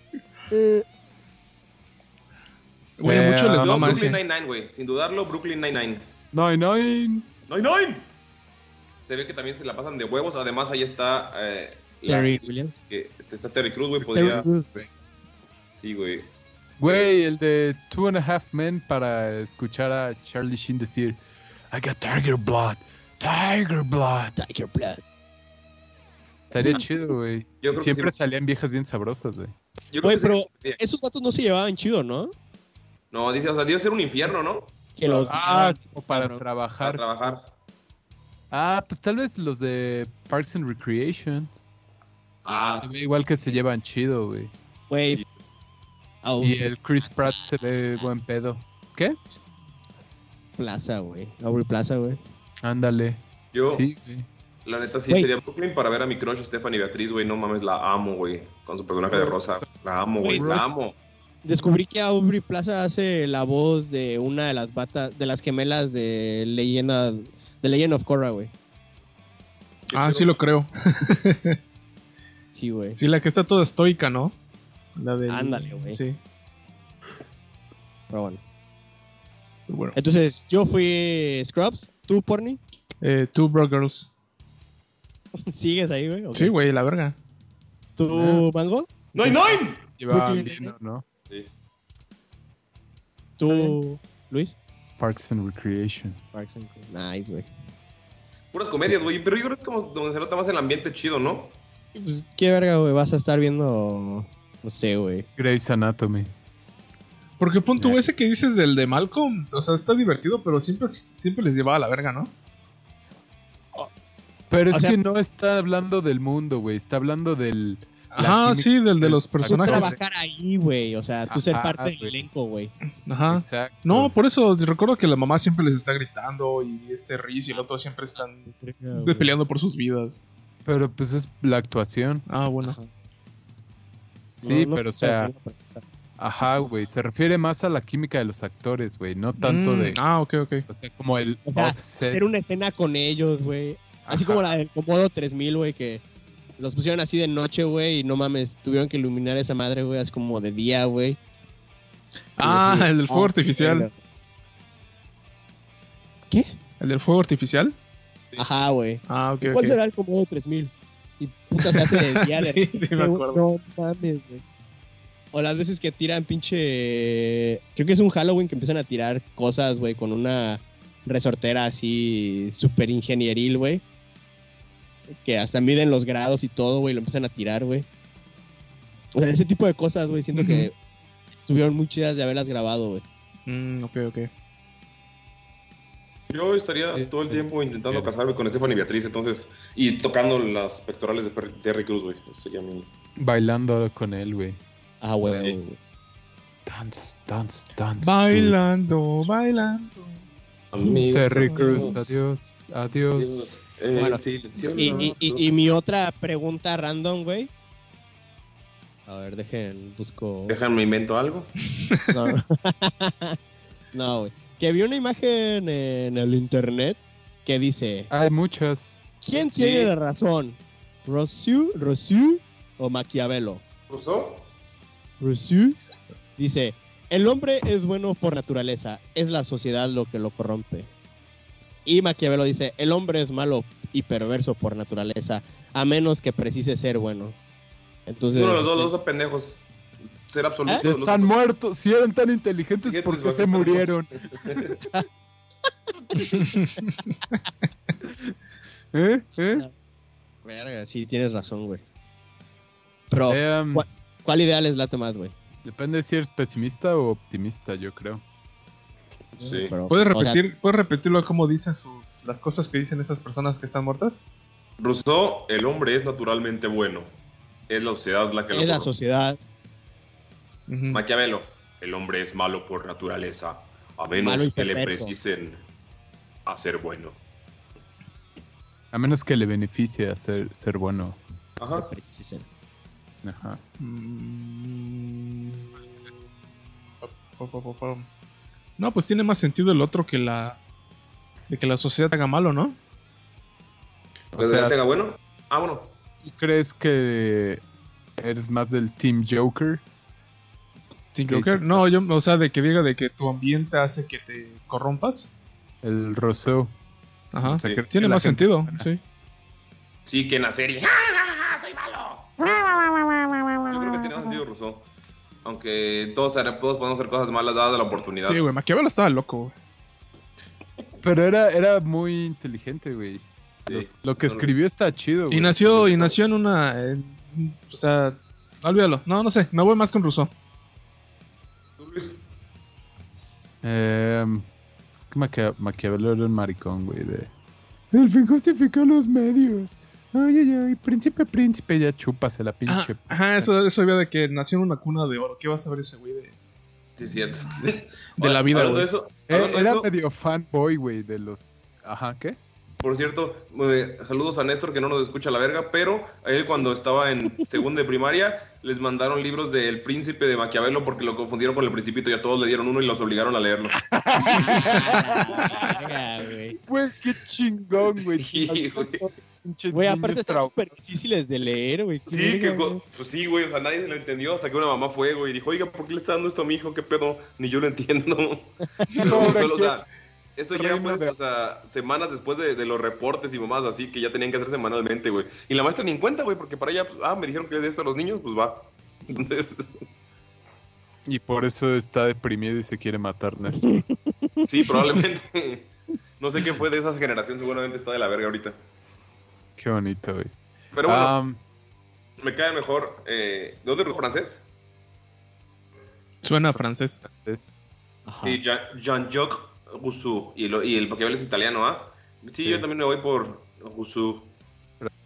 E: Güey, a muchos
G: Eh,
E: les
F: Yo,
E: mama
F: Brooklyn
E: ese.
F: Nine-Nine, güey. Sin dudarlo, Brooklyn Nine-Nine.
G: Nine, nine.
F: ¡Nine-Nine! Se ve que también se la pasan de huevos. Además, ahí está. eh, la-
H: Terry Williams.
F: Que, está Terry Cruz, güey. Podría. Sí, güey.
G: Güey, el de Two and a Half Men para escuchar a Charlie Sheen decir I got Tiger Blood, Tiger Blood.
H: Tiger Blood.
G: Estaría chido, güey.
F: Yo creo que
G: Siempre
F: sí.
G: salían viejas bien sabrosas, güey.
F: Yo creo
H: Güey,
F: que
H: pero
F: sí.
H: esos vatos no se llevaban chido, ¿no?
F: No, dice, o sea, debe ser un infierno, ¿no?
H: Que los
G: Ah, como para
F: Para
H: cabrón.
G: trabajar.
F: trabajar.
G: Ah, pues tal vez los de Parks and Recreation.
F: Ah,
G: Se ve igual que se llevan chido, güey.
H: güey. A
G: Y el Chris Pratt se ve buen pedo. ¿Qué?
H: Plaza, güey. Aubrey Plaza, güey.
G: Ándale.
F: yo,
G: Sí, güey.
F: la neta, sí
H: Güey.
F: sería Brooklyn para ver a mi crush Stephanie Beatriz, güey. No mames, la amo, güey. Con su personaje de Rosa. La amo, güey.
H: Güey,
F: La
H: Rosa.
F: amo.
H: Descubrí que Aubrey Plaza hace la voz de una de las batas, de las gemelas de Leyenda, de Legend of Korra, güey.
F: Qué
E: Ah,
F: chido.
E: sí lo creo.
H: Sí, güey.
E: Sí, la que está toda estoica, ¿no? La del...
H: Ándale, güey.
E: Sí.
H: Pero bueno.
E: Bueno,
H: Entonces, yo fui Scrubs, tú, Porni.
E: eh, Two Bro Girls.
H: ¿Sigues ahí, güey? Ok.
E: Sí, güey, la verga.
H: ¿Tú, Mango?
F: ¡Nine-Nine!
G: Llevaban
H: Brooklyn
G: bien, ¿no?
H: ¿Tú, Luis?
G: Parks and Recreation.
H: Parks and Rec. Nice, güey.
F: Puras comedias, güey. Pero yo creo que es como donde se nota más el ambiente chido, ¿no?
H: Y, Pues, qué verga, güey. Vas a estar viendo. No sé, güey.
G: Grey's Anatomy.
E: Porque punto
G: Ya.
E: ese que dices del de Malcolm, o sea, está divertido, pero siempre, siempre les llevaba a la verga, ¿no?
G: Pero
H: O
G: es
H: sea-
G: que no está hablando del mundo, güey. Está hablando del. La
E: Ajá,
G: química
E: sí, del de los
G: Tú
H: Tú
E: personajes.
H: trabajar ahí, güey. O sea, tú ser
G: Ajá,
H: parte del
G: güey.
H: elenco, güey.
E: Ajá.
G: Exacto.
E: No, por eso recuerdo que la mamá siempre les está gritando y este Riz y el otro siempre están peleando por sus vidas.
G: Pero pues es la actuación.
E: Ah, bueno.
G: Sí, pero o sea. Ajá, güey. Se refiere más a la química de los actores, güey. No tanto
E: Mm,
G: de.
E: Ah, ok, ok.
G: O sea, como el
H: O sea,
G: offset.
H: hacer una escena con ellos, güey.
G: Ajá.
H: Así como la del Comodo 3000, güey, que los pusieron así de noche, güey. Y no mames, tuvieron que iluminar esa madre, güey. Así como de día, güey.
E: Ah,
H: Sí.
E: el del fuego
H: Ah,
E: artificial.
H: ¿Qué?
E: ¿El del fuego artificial?
H: Ajá, güey.
E: Ah, ok,
H: ¿Cuál
E: ok.
H: será el Comodo 3000? Y puta se hace de día de
E: Sí, sí, me acuerdo.
H: No mames, güey. O las veces que tiran pinche. Creo que es un Halloween que empiezan a tirar cosas, güey, con una resortera así súper ingenieril, güey. que hasta miden los grados y todo, güey, lo empiezan a tirar, güey. O sea, ese tipo de cosas, güey, siento que estuvieron muy chidas de haberlas grabado, güey.
E: Mm, ok, ok.
F: Yo estaría
G: Sí,
F: todo el
G: sí.
F: tiempo intentando
G: Bien.
F: casarme con Stephanie Beatriz, entonces, y tocando las pectorales de Per- Terry Cruz, güey. Eso sería mi-
G: Bailando con él, güey.
H: Ah, güey,
F: Sí.
H: güey.
G: Dance, dance, dance.
E: Bailando, bailando.
F: Amigos,
G: Terry
F: amigos.
G: Cruz, adiós, adiós.
F: Dios. Eh,
H: Bueno,
F: silencio,
H: Y,
F: no,
H: y- y-
F: no. pues.
H: y mi otra pregunta random, güey. A ver, dejen, busco.
F: Déjame invento algo.
H: No, No, güey. que vi una imagen en el internet que dice:
G: Hay muchas.
H: ¿Quién
F: Ah, Sí.
H: tiene la razón? ¿Rousseau, Rousseau o Maquiavelo?
F: ¿Cruzó?
H: Rousseau dice: El hombre es bueno por naturaleza, es la sociedad lo que lo corrompe. Y Maquiavelo dice: El hombre es malo y perverso por naturaleza, a menos que precise ser bueno. Entonces,
F: Uno de los dos, los dos pendejos. Ser absoluto.
H: ¿Eh?
F: los dos-
G: Están muertos. Si eran tan inteligentes,
F: Siguientes
G: ¿por qué
F: vas a
G: se
F: estar
G: murieron? ¿Eh? ¿Eh?
H: verga, sí, tienes razón, güey. Pero,
G: Eh, um,
H: ¿cuál- ¿cuál idea les late más, güey?
G: depende si eres pesimista o optimista, yo creo.
F: Sí.
H: Pero,
E: ¿Puedes
H: o sea,
E: repetir, ¿puedes repetirlo como dicen sus, las cosas que dicen esas personas que están muertas?
F: Rousseau, el hombre es naturalmente bueno. Es la sociedad la que lo
H: es la
F: corrompe.
H: sociedad
E: Ujú.
F: Maquiavelo, el hombre es malo por naturaleza. A menos
H: Malo y
F: que le
H: perverso.
F: precisen a ser bueno.
G: A menos que le beneficie a ser, ser bueno.
F: Ajá.
H: precisa.
G: Ajá.
E: Mm. Pa, pa, pa, pa. No, pues tiene más sentido el otro que la. De que la sociedad haga malo, ¿no?
G: O
F: ¿Pero
G: sea,
F: tenga bueno? Ah, bueno.
G: ¿tú crees que eres más del Team Joker?
E: Sin
G: ¿Qué
E: Joker.
G: dice?
E: No, yo, o sea, de que diga de que tu ambiente hace que te corrompas.
G: El Rousseau.
E: Ajá.
G: O sea,
F: Sí.
G: que
E: Tiene
G: la
E: más
G: gente-
E: sentido, sí.
F: Sí, que en la serie. ¡Ja, ja, ja! ¡Soy malo! Ah. Yo creo que tiene más sentido Rousseau. Aunque todos, todos podemos hacer cosas malas dadas la oportunidad.
E: Sí, güey, Maquiavelo estaba loco.
G: Pero era, era muy inteligente, güey.
F: Sí.
G: Los- Lo que
F: No lo-
G: escribió está chido,
E: güey.
G: güey.
E: Y nació, y nació en una. en- o sea, olvídalo. No, no sé, me voy más con Rousseau.
F: ¿Tú, Luis?
G: Eh, es que Maquia- Maquiavelo era un maricón, güey. De... El fin justifica los medios. Ay, ay, ay, príncipe, príncipe, ya chúpase la
E: Ajá,
G: pinche.
E: ajá, eso, eso había de que nació en una cuna de oro. ¿Qué vas a ver ese güey de, de
F: Sí, es cierto.
E: la vida,
F: Hablando de
E: güey?
F: eso,
G: Eh,
F: hablando de
G: era
F: eso,
G: medio fanboy, güey, de los... Ajá, ¿qué?
F: por cierto, eh, saludos a Néstor que no nos escucha a la verga, pero a él cuando estaba en segunda de primaria les mandaron libros del príncipe de Maquiavelo porque lo confundieron con el principito y a todos le dieron uno y los obligaron a leerlo.
H: Verga, güey.
G: Güey, qué chingón, güey.
F: Sí, güey.
G: Pinches
H: Güey,
G: niños
H: aparte están
G: trau-
H: súper difíciles de leer, güey.
F: Sí,
H: Verga,
F: que, co-
H: güey.
F: pues sí, güey, o sea, nadie lo entendió hasta que una mamá fue, güey, y dijo, oiga, ¿por qué le está dando esto a mi hijo? ¿Qué pedo? Ni yo lo entiendo. Pero
G: Pobre
F: solo, o sea, eso ya
G: Reina
F: fue,
G: de-
F: o sea, semanas después de, de los reportes y mamás así, que ya tenían que hacer semanalmente, güey. Y la maestra ni en cuenta, güey, porque para ella, pues, ah, me dijeron que le dé esto a los niños, pues va. Entonces,
G: Y por eso está deprimido y se quiere matar, Néstor.
F: sí, probablemente. No sé qué fue de esa generación, seguramente está de la verga ahorita.
G: Qué bonito, güey. Ah,
F: Pero bueno,
G: Am,
F: me cae mejor. Eh, ¿De dónde es francés?
E: Suena francés.
G: es-
H: Ajá.
F: Sí, Jean- Jean-Jacques Rousseau. Y, lo- y el Maquiavelo es italiano, ¿ah? Sí,
G: Sí.
F: yo también me voy por Rousseau.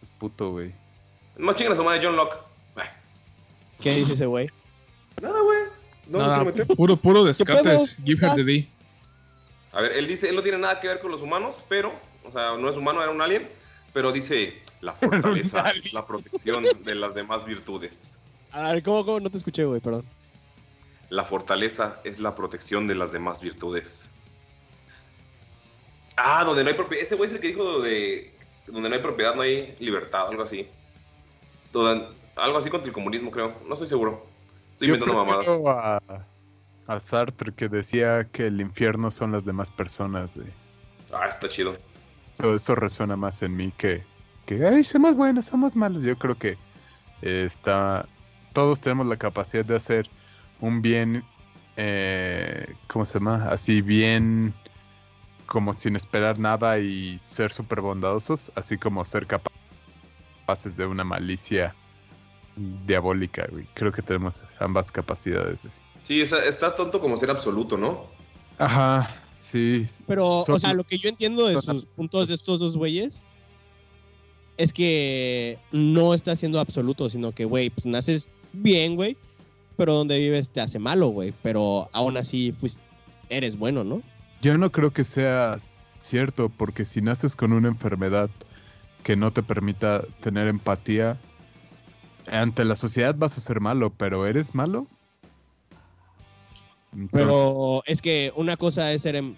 G: es puto, güey.
F: Más chingas a su madre, John Locke. Bah,
H: ¿Qué dice ese güey?
F: Nada, güey. No,
E: Nada,
F: no me meter.
E: puro, puro descartes.
H: ¿Qué pedo?
E: Give her the D.
F: A ver, él dice, él no tiene nada que ver con los humanos, pero, o sea, no es humano, era un alien, pero dice, la fortaleza es la protección de las demás virtudes.
H: A ver, ¿cómo, cómo? No te escuché, güey, perdón.
F: La fortaleza es la protección de las demás virtudes. Ah, donde no hay propiedad. Ese güey es el que dijo de donde no hay propiedad no hay libertad, algo así. Donde- algo así contra el comunismo, creo. No estoy seguro. Estoy
G: Yo
F: inventando mamadas.
G: prefiero a, a Sartre que decía que el infierno son las demás personas, güey.
F: Ah, está chido.
G: Todo eso resuena más en mí que, que ay, somos buenos, somos malos. Yo creo que eh, está, todos tenemos la capacidad de hacer un bien, eh, ¿cómo se llama? Así bien, como sin esperar nada y ser súper bondadosos, así como ser capaces capaces de una malicia diabólica, güey. Creo que tenemos ambas capacidades, güey.
I: Sí, esa- está tonto como ser absoluto, ¿no?
G: Ajá, sí.
H: Pero,
G: Son-
H: o sea, lo que yo entiendo de
G: son-
H: sus puntos de estos dos güeyes es que no está siendo absoluto, sino que, güey, pues naces bien, güey, pero donde vives te hace malo, güey. Pero aún así fuis- eres bueno, ¿no?
G: Yo no creo que sea cierto, porque si naces con una enfermedad que no te permita tener empatía, ante la sociedad vas a ser malo, pero ¿eres malo? Entonces,
H: Pero es que una cosa es ser em-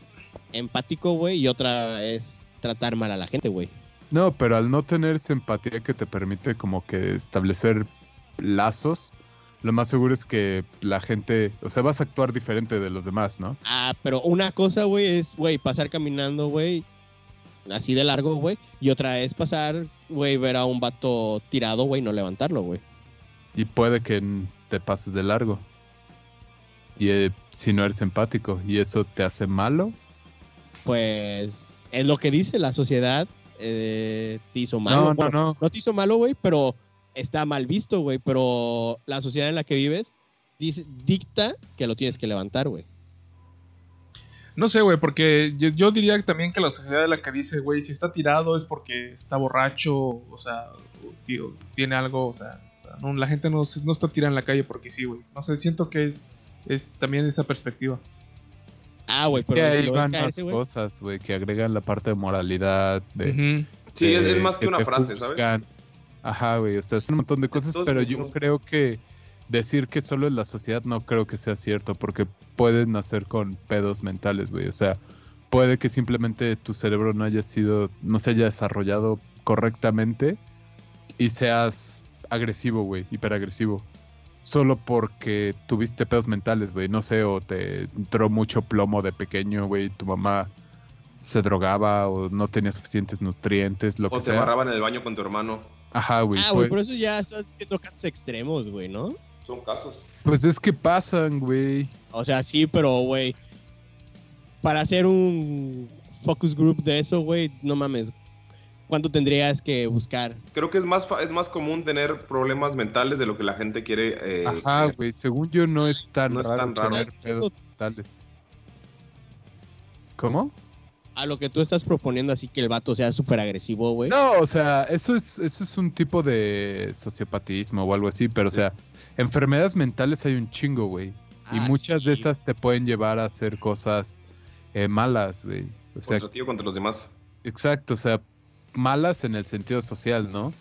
H: empático, güey, y otra es tratar mal a la gente, güey.
G: No, pero al no tener esa empatía que te permite como que establecer lazos, lo más seguro es que la gente, o sea, vas a actuar diferente de los demás, ¿no?
H: Ah, pero una cosa, güey, es, güey, pasar caminando, güey, así de largo, güey. Y otra es pasar, güey, ver a un vato tirado, güey, no levantarlo, güey.
G: Y puede que n- te pases de largo. Y eh, si no eres empático, y eso te hace malo.
H: Pues es lo que dice la sociedad. eh, te hizo malo.
G: no,
H: Bueno,
G: no, no.
H: no te hizo malo, güey, pero está mal visto, güey. Pero la sociedad en la que vives dice, dicta que lo tienes que levantar, güey.
E: No sé, güey, porque yo, yo diría también que la sociedad de la que dice, güey, si está tirado es porque está borracho, o sea, tío, tiene algo, o sea, o sea, no, la gente no, se- no está tirada en la calle porque sí, güey. No sé, siento que es, es también esa perspectiva.
H: Ah, güey,
G: Es que
H: pero
G: ahí
H: lo ves
G: van las
H: caerse, güey.
G: cosas, güey, que agregan la parte de moralidad. De,
E: Ujú.
I: Sí, es,
G: de-
I: es más que una
G: Eh, te
I: frase,
G: juzgan.
I: ¿sabes? pues,
G: Ajá, güey, o sea, son un montón de cosas,
I: todo es
G: pero
I: mucho.
G: yo creo que decir que solo es la sociedad no creo que sea cierto, porque puedes nacer con pedos mentales, güey, o sea, puede que simplemente tu cerebro no haya sido, no se haya desarrollado correctamente y seas agresivo, güey, hiperagresivo. Solo porque tuviste pedos mentales, güey, no sé, o te entró mucho plomo de pequeño, güey, tu mamá se drogaba o no tenía suficientes nutrientes, lo
I: O
G: que
I: te
G: sea.
I: barraban en el baño con tu hermano.
G: Ajá, güey.
H: Ah,
G: pues,
H: güey, por eso ya estás diciendo casos extremos, güey, ¿no?
I: Son casos.
G: pues es que pasan, güey.
H: O sea, sí, pero, güey, para hacer un focus group de eso, güey, no mames. ¿Cuánto tendrías que buscar?
I: Creo que es más, fa- es más común tener problemas mentales de lo que la gente quiere. eh,
G: Ajá,
I: creer.
G: güey. Según yo no es tan
I: No es
G: raro
I: tan raro.
G: tener pedos mentales. ¿Cómo?
H: A lo que tú estás proponiendo, así que el vato sea súper agresivo, güey.
G: No, o sea, eso es, eso es un tipo de sociopatismo o algo así, pero o sea, enfermedades mentales hay un chingo, güey. Y
H: Ah,
G: muchas
H: sí.
G: de esas te pueden llevar a hacer cosas eh, malas, güey. O sea,
I: Contra ti o contra los demás.
G: Exacto, o sea, malas en el sentido social, ¿no?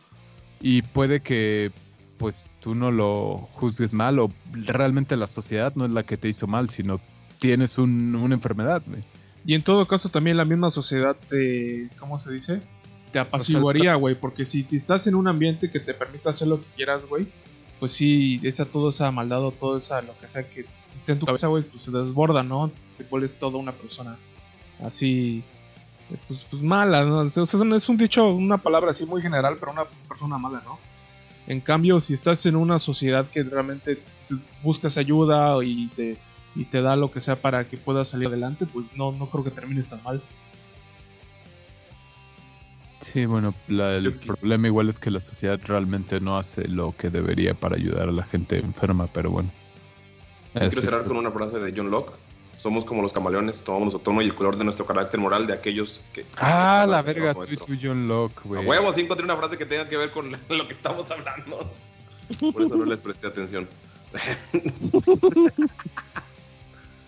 G: Y puede que pues tú no lo juzgues mal o realmente la sociedad no es la que te hizo mal, sino tienes un- una enfermedad, güey.
E: Y en todo caso también la misma sociedad te, ¿cómo se dice? Te apaciguaría, güey, porque si, si estás en un ambiente que te permite hacer lo que quieras, güey, pues sí, esa, toda esa maldad o todo esa, lo que sea que esté en tu cabeza, güey, pues se desborda, ¿no? Se vuelves toda una persona así, eh, pues, pues mala, ¿no? O sea, es un- es un dicho, una palabra así muy general, pero una persona mala, ¿no? En cambio, si estás en una sociedad que realmente t- t- buscas ayuda y te y te da lo que sea para que puedas salir adelante, pues no, no creo que termines tan mal.
G: Sí, bueno, la- el
I: Yo qui-
G: problema igual es que la sociedad realmente no hace lo que debería para ayudar a la gente enferma, pero bueno.
I: Quiero
G: Eso
I: cerrar
G: es-
I: con una frase de John Locke. Somos como los camaleones, tomamos nuestro tono y el color de nuestro carácter moral de aquellos que...
G: Ah,
I: que
G: la
I: están
G: verga,
I: bajo
G: tú y
I: nuestro-
G: tu John Locke,
I: A
G: güey.
I: huevo, sí encontré una frase que tenga que ver con lo que estamos hablando. Por eso no les presté atención.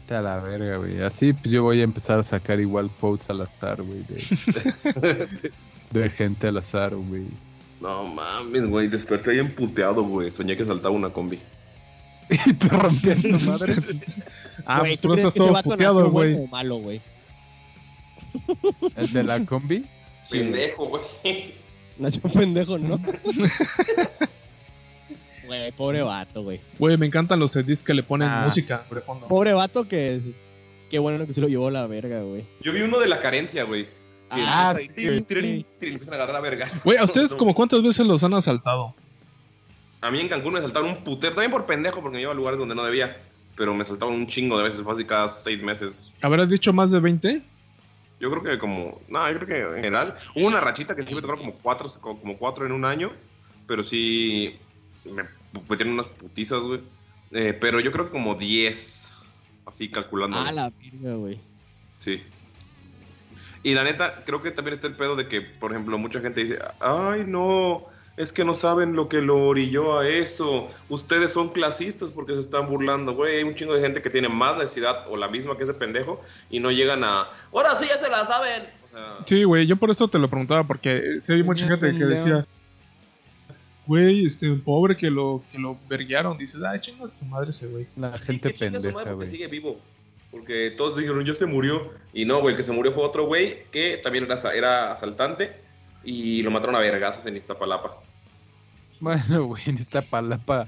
G: Vete A la verga, güey. Así pues, yo voy a empezar a sacar igual quotes al azar, güey. De, de gente al azar, güey.
I: No mames, güey, desperté bien puteado, güey. Soñé que saltaba una combi.
G: Y te rompías tu madre.
E: Ah,
H: Güey,
E: pues tú no estás todo
H: nació
E: puteado, güey.
H: bueno o malo, güey?
G: El de la combi.
I: Pendejo, güey.
H: Nació un pendejo, ¿no? Güey, pobre vato, güey.
E: Güey, me encantan los CDs que le ponen
G: Ah.
E: música de fondo.
H: Pobre vato que es... Qué bueno que se lo llevó la verga, güey.
I: Yo vi uno de la carencia, güey. Que
H: Ah,
I: empieza
G: sí,
I: ahí,
G: güey.
I: trin, trin, trin, empiezan a agarrar a vergas.
E: Güey, ¿a ustedes
I: No.
E: como cuántas veces los han asaltado?
I: A mí en Cancún me saltaron un putero. También por pendejo, porque me iba a lugares donde no debía. Pero me saltaron un chingo de veces, fue así cada seis meses.
E: ¿Habrás dicho más de 20?
I: Yo creo que como... No, yo creo que en general. Hubo una rachita que sí me tocaron como cuatro, como cuatro en un año.
F: pero sí me metieron unas putizas, güey. Eh, pero yo creo que como 10, así calculando.
H: A la verga, güey.
F: Sí. Y la neta, creo que también está el pedo de que, por ejemplo, mucha gente dice, ay no, es que no saben lo que lo orilló a eso. Ustedes son clasistas porque se están burlando, güey. Hay un chingo de gente que tiene más necesidad o la misma que ese pendejo y no llegan a, ahora sí ya se la saben. O sea,
E: Sí, güey, yo por eso te lo preguntaba, porque sí hay mucha
G: Tenía
E: gente que
G: pendejo.
E: decía, güey, este pobre que lo, que lo verguearon. Dices, ay, chingas su madre ese güey.
G: La
F: sí,
G: gente
F: que chinga su madre
G: pendeja,
F: porque
G: güey.
F: sigue vivo. Porque todos dijeron, ya se murió. Y no, güey, el que se murió fue otro güey que también era, asa- era asaltante y lo mataron a vergazos en Iztapalapa.
G: Bueno, güey, en esta palapa.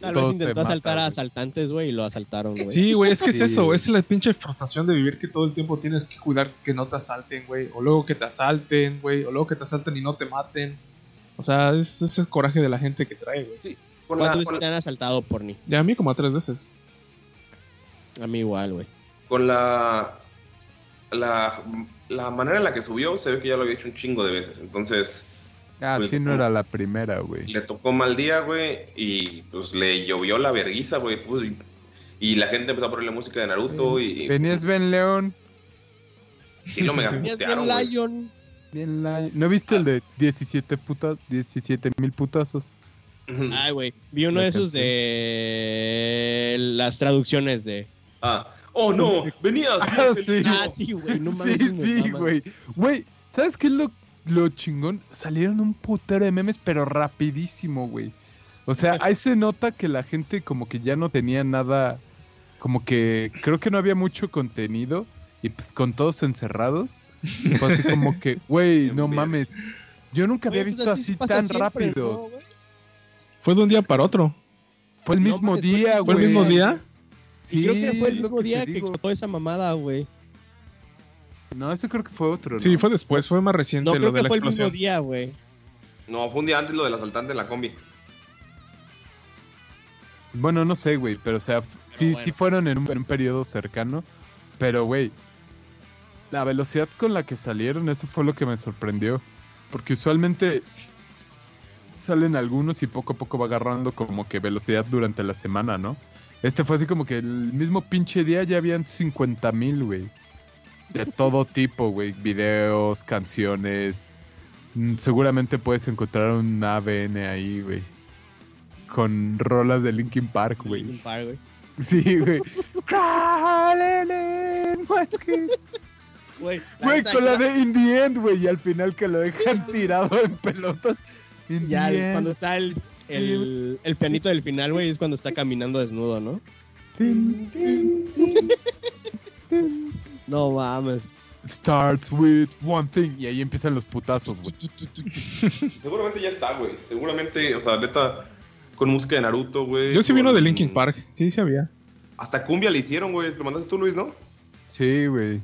H: Tal
G: todo
H: vez
G: te
H: intentó
G: mata,
H: asaltar a
G: güey.
H: asaltantes, güey, y lo asaltaron, güey.
E: Sí, güey, es que
G: Sí,
E: es eso,
G: güey.
E: es la pinche frustración de vivir que todo el tiempo tienes que cuidar que no te asalten, güey, o luego que te asalten, güey, o luego que te asalten y no te maten. O sea, es, es el coraje de la gente que trae, güey.
F: Con la-
H: ¿Cuántas veces
F: con la-
H: te han asaltado Ah, por ni?
E: Ya a mí como a tres veces.
H: A mí igual, güey.
F: con la, la la manera en la que subió se ve que ya lo había hecho un chingo de veces entonces
G: Ah,
F: Pues,
G: sí, no era la primera, güey.
F: le tocó mal día güey y pues le llovió la verguiza güey pues, y, y la gente empezó a ponerle música de Naruto y, y
G: Venías Ben León.
F: sí lo mega
H: Tenías
F: putearon,
H: bien
F: güey.
H: Lion.
G: Bien la- ¿No viste el de 17 putas, 17 mil putazos?
H: Ay, güey. Vi uno de esos de las traducciones de.
F: ah oh no venías
G: Ah,
F: bien
G: sí.
F: feliz.
H: Ah, sí, güey. No mames.
G: sí,
H: me
G: sí,
H: mama.
G: güey. Güey, ¿sabes qué es lo, lo chingón? Salieron un putero de memes, pero rapidísimo, güey. O sea, ahí se nota que la gente como que ya no tenía nada, como que creo que no había mucho contenido y pues con todos encerrados, fue así como que, güey,
F: Bien
G: no
F: verga.
G: mames. Yo nunca había
H: Güey, pues
G: visto así
H: pasa
G: tan
H: siempre,
G: rápidos.
H: ¿no, güey?
E: Fue de un día para otro.
G: Fue el
H: No
G: mismo
H: mames, fue el
G: día,
H: mismo-
E: ¿Fue
G: güey.
E: el mismo día?
H: Y creo que fue el
G: es lo
H: mismo
G: te
H: día que
G: digo.
H: explotó esa mamada, güey.
G: No, eso creo que fue otro.
E: Sí,
G: ¿no?
E: fue después, fue más reciente
H: No,
E: lo
H: creo
E: de
H: que
E: la
H: fue el mismo
E: explosión.
H: día, güey.
F: no fue un día antes lo del asaltante en la combi
G: Bueno, no sé, güey, pero o sea, f- sí,
H: bueno.
G: sí fueron en un, en un periodo cercano, pero güey, la velocidad con la que salieron, eso fue lo que me sorprendió, porque usualmente salen algunos y poco a poco va agarrando como que velocidad durante la semana, ¿no? Este fue así como que el mismo pinche día ya habían 50 mil, güey. De todo tipo, güey. Videos, canciones. Mm, Seguramente puedes encontrar un ABN ahí, güey. Con rolas de Linkin Park,
H: Un
G: güey.
H: par, güey.
G: Sí, güey. Crawling, what's good?
H: Güey,
G: Güey,
H: neta,
G: con la
H: ya-
G: de In the End, güey. Y al final que lo dejan tirado en pelotas. In
H: Ya,
G: the End.
H: cuando está el, el, el pianito del final, güey, es cuando está caminando desnudo, ¿no?
G: Tin, tin, tin, tin.
H: No mames.
G: Starts with one thing. Y ahí empiezan los putazos, güey.
F: seguramente ya está güey seguramente o sea neta con música de Naruto güey
E: Yo sí vi uno de
F: con-
E: Linkin Park, sí, sí había.
F: hasta cumbia le hicieron güey lo mandaste tú Luis no
G: Sí, güey.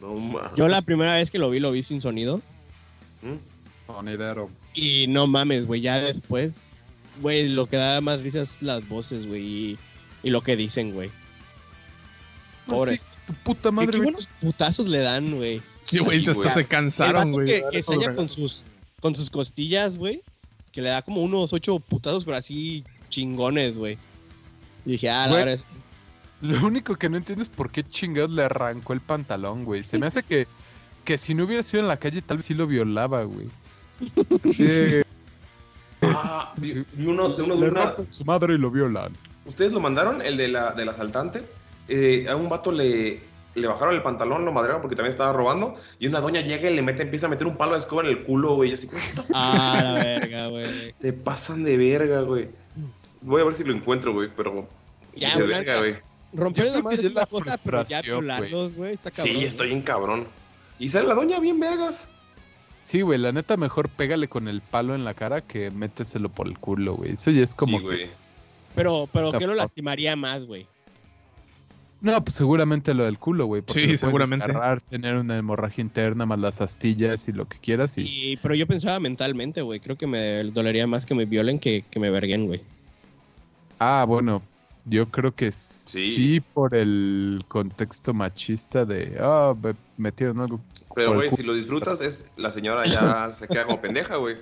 F: no mames
H: Yo la primera vez que lo vi, lo vi sin sonido.
F: ¿Mm?
G: Sonidero.
H: Y no mames, güey, ya después, güey, lo que da más risa es las voces, güey, y, y lo que dicen, güey.
G: Pobre.
H: Pobre.
G: tu puta Pues
H: Qué-
G: madre.
H: Qué
G: güey.
H: buenos putazos le dan, güey.
E: Sí, güey,
F: Sí,
E: hasta
F: güey.
E: se
H: El
E: cansaron,
H: vato
E: güey.
H: que,
E: de
H: que
E: darle
H: saña con
E: todos los
H: sus, con sus costillas, güey, que le da como unos ocho putazos, pero así chingones, güey. Y dije, ah, la
G: Güey.
H: verdad es...
G: Lo único que no entiendo es por qué chingados le arrancó el pantalón, güey. Se me hace que, que si no hubiera sido en la calle, tal vez sí lo violaba, güey. Sí,
F: Ah, vi, vi uno de uno de
G: le
F: una.
G: rompen su madre y lo violan.
F: ¿Ustedes lo mandaron? El de la, del asaltante. Eh, a un vato le, le bajaron el pantalón, lo madrearon porque también estaba robando. Y una doña llega y le mete, empieza a meter un palo de escoba en el culo, güey. y Así que
H: Ah, la verga, güey.
F: te pasan de verga, güey. Voy a ver si lo encuentro, güey, pero.
H: Ya,
F: dices,
H: güey,
F: verga, güey.
H: Romper
G: Yo
H: la
G: creo que
H: madre
G: ya
H: es
G: es
H: una
G: la
H: cosa, pero ya
G: frustración, güey.
H: violarlos, güey, está cabrón.
F: Sí,
H: ¿no?
F: estoy bien cabrón. Y sale la doña bien vergas.
G: Sí, güey, la neta mejor pégale con el palo en la cara que méteselo por el culo, güey. Eso ya es como...
F: Sí, güey.
H: Pero, pero
G: Está
H: ¿qué lo
G: fuck.
H: lastimaría más, güey?
G: No, pues seguramente lo del culo, güey. porque
E: Sí,
G: lo puedes
E: seguramente.
G: agarrar, tener una hemorragia interna, más las astillas y lo que quieras. Y...
H: Y- pero yo pensaba mentalmente, güey. Creo que me dolería más que me violen que, que me verguen, güey.
G: Ah, bueno, yo creo que sí,
F: Sí.
G: por el contexto machista de... Ah, me metieron algo... por
F: Pero,
G: el
F: güey,
G: culo".
F: si lo disfrutas, es la señora ya se queda como pendeja, güey.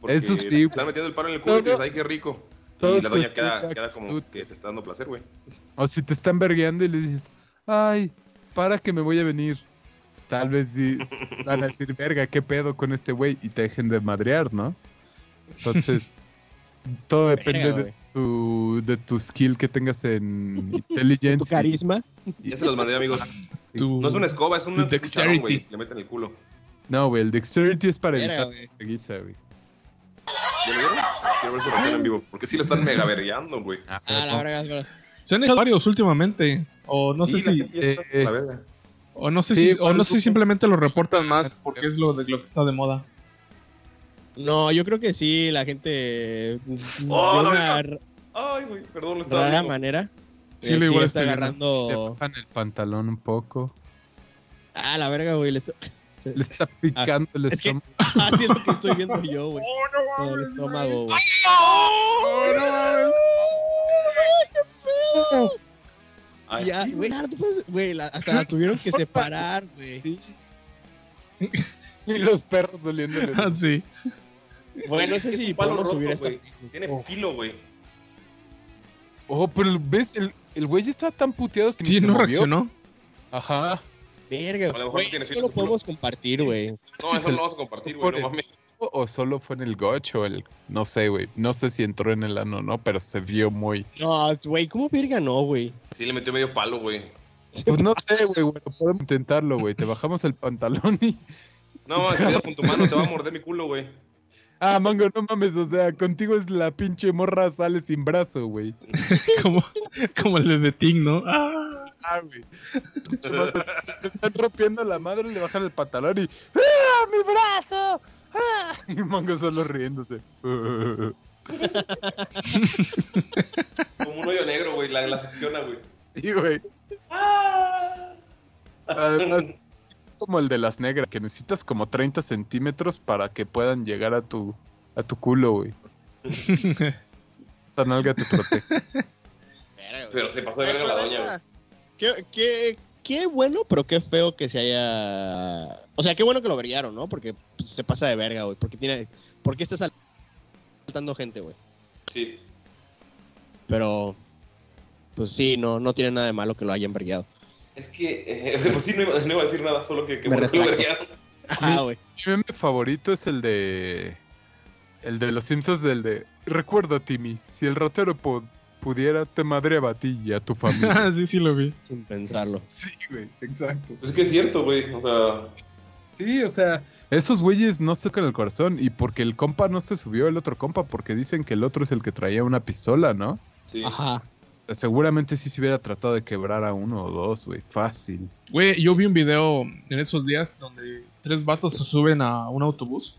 I: Porque
G: Eso sí.
I: Están metiendo el paro en el culo y te
G: Todo-
I: dices, ay, qué rico.
G: todo
I: Y la doña
G: su-
I: queda, queda como que te está dando placer, güey.
G: O si te están vergueando y le dices, ay, para que me voy a venir. Tal vez di- van a decir, verga, qué pedo con este güey y te dejen de madrear, ¿no? Entonces, todo depende
H: Verga,
G: de,
H: güey.
G: tu, de tu skill que tengas en
H: Tu
G: inteligencia.
H: carisma.
I: Ya se los mandé, amigos.
E: Tu-
I: No es una escoba, es un
E: Tu
I: un charón, güey.
E: dexterity.
I: Le meten el culo.
G: No, güey, el dexterity es para
H: Verga,
G: evitar
H: güey.
G: la guisa, güey.
I: ¿Ya lo vieron? Quiero ver su reacción en vivo. Porque sí lo están mega vergueando, güey.
H: Ah, la verga, es verdad.
E: Se han hecho varios últimamente. O no
I: Sí,
E: sé
I: la
E: si.
I: gente ya está
G: eh,
I: la verga.
E: O no sé
G: Sí,
E: si. O no
G: varios
E: sé si
G: grupos.
E: simplemente lo reportan más porque es lo de lo que está de moda.
H: No, yo creo que sí, la gente.
I: Oh,
H: de
I: la
H: una
I: verga.
H: r-
I: Ay, güey, perdón, lo estaba
H: rara
I: viendo.
H: manera.
E: Sí,
H: eh,
E: lo igual
H: está
E: estoy viendo.
G: Te
H: agarrando.
G: bajan el pantalón un poco.
H: Ah, la verga, güey. le está- se-
G: Le está picando el
H: es que-
G: estómago.
H: Ah, sí, es lo que estoy viendo yo, güey. Todo el estómago, güey.
G: ¡Oh,
I: Ay,
H: Ya,
I: sí,
H: güey, ahora tú puedes- güey, la- hasta la tuvieron que separar, güey.
G: Y los perros doliendo.
E: Ah, sí.
H: Bueno, no
I: Es
H: sé
I: que es
H: si
I: un palo
H: podemos
I: roto,
H: subir esto.
I: güey. Tiene filo, güey.
G: Oh, pero ves, el, el güey ya estaba tan puteado que ni
E: Sí,
G: se
E: no
G: movió.
E: reaccionó.
G: Ajá.
H: Verga,
I: A lo mejor
H: güey,
I: no tiene
H: eso
I: filo,
H: lo
I: seguro.
H: podemos compartir, güey.
I: No,
G: Sí,
I: eso no
G: se le-
I: lo vamos a compartir, güey. No mames.
G: O o solo fue en el gocho, el. No sé, güey. No sé si entró en el ano o no, pero se vio muy.
H: No, güey, ¿cómo verga no, güey?
I: Sí, le metió medio palo, güey.
G: Pues no sé, güey. Bueno, podemos intentarlo, güey. Te bajamos el pantalón y.
I: No, mames, cuidado con tu mano, te va a morder mi culo, güey.
G: Ah, mango, no mames. O sea, contigo es la pinche morra sale sin brazo, güey.
E: Como, como el de The Thing, ¿no? Ah.
G: Ah, güey. Pinche madre, Te están rompiendo la madre, le bajan el pantalón y. ¡Ah, mi brazo! ¡Ah! Y mango solo riéndose.
I: Como un hoyo negro, güey. La, la secciona, güey.
G: Sí, güey. Además, es como el de las negras, que necesitas como 30 centímetros para que puedan llegar a tu, a tu culo, güey. Esta nalga te protege.
H: Verga, güey.
I: Pero se pasó de verga la doña, güey.
H: Qué, qué- qué bueno, pero qué feo que se haya. O sea, qué bueno que lo brillaron, ¿no? Porque pues, se pasa de verga, güey. Porque tiene. Porque está sal- saltando gente, güey.
I: Sí.
H: Pero. Pues sí, no, no tiene nada de malo que lo hayan brillado.
I: Es que, eh, pues sí, no iba, no iba a decir nada, solo que, que
H: Me
I: bueno que lo
H: retracto.
I: verguearon.
H: Ah, güey.
G: Mi meme favorito es el de. El de los Simpsons, del de. Recuerda, Timmy, si el ratero pu- pudiera, te madreaba a ti y a tu familia.
E: Ah, sí, sí lo vi.
H: Sin pensarlo.
G: sí, güey, exacto.
I: Pues es que es cierto, güey. O sea,
G: Sí, o sea, esos güeyes no se tocan el corazón. Y porque el compa no se subió el otro compa, porque dicen que el otro es el que traía una pistola, ¿no?
I: sí.
H: Ajá.
G: Seguramente sí se hubiera tratado de quebrar a uno o dos, güey. Fácil.
E: Güey, yo vi un video en esos días donde tres vatos se suben a un autobús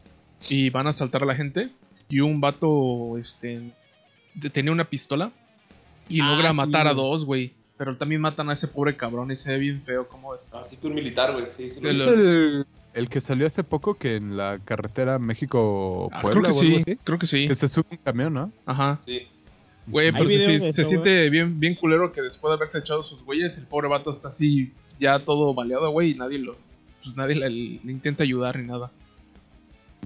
E: y van a asaltar a la gente. Y un vato, este, de- tenía una pistola y
H: Ah,
E: logra
H: sí.
E: matar a dos, güey. Pero también matan a ese pobre cabrón y se ve bien feo cómo es.
I: Así Ah, que un militar, güey. Sí, sí. lo-
E: De
G: ¿Es
E: lo-
G: el, el que salió hace poco que en la carretera
E: Ah,
G: México-Puebla
E: creo que
G: o algo
E: sí,
G: así?
E: creo que sí.
G: Que se sube un camión, ¿no?
E: Ajá.
I: Sí.
E: Güey, pero sí,
H: video
E: sí,
H: de
E: se
H: eso,
E: siente bien, bien culero que después de haberse echado sus güeyes, el pobre vato está así ya todo baleado, güey, y nadie lo... Pues nadie le, le intenta ayudar ni nada.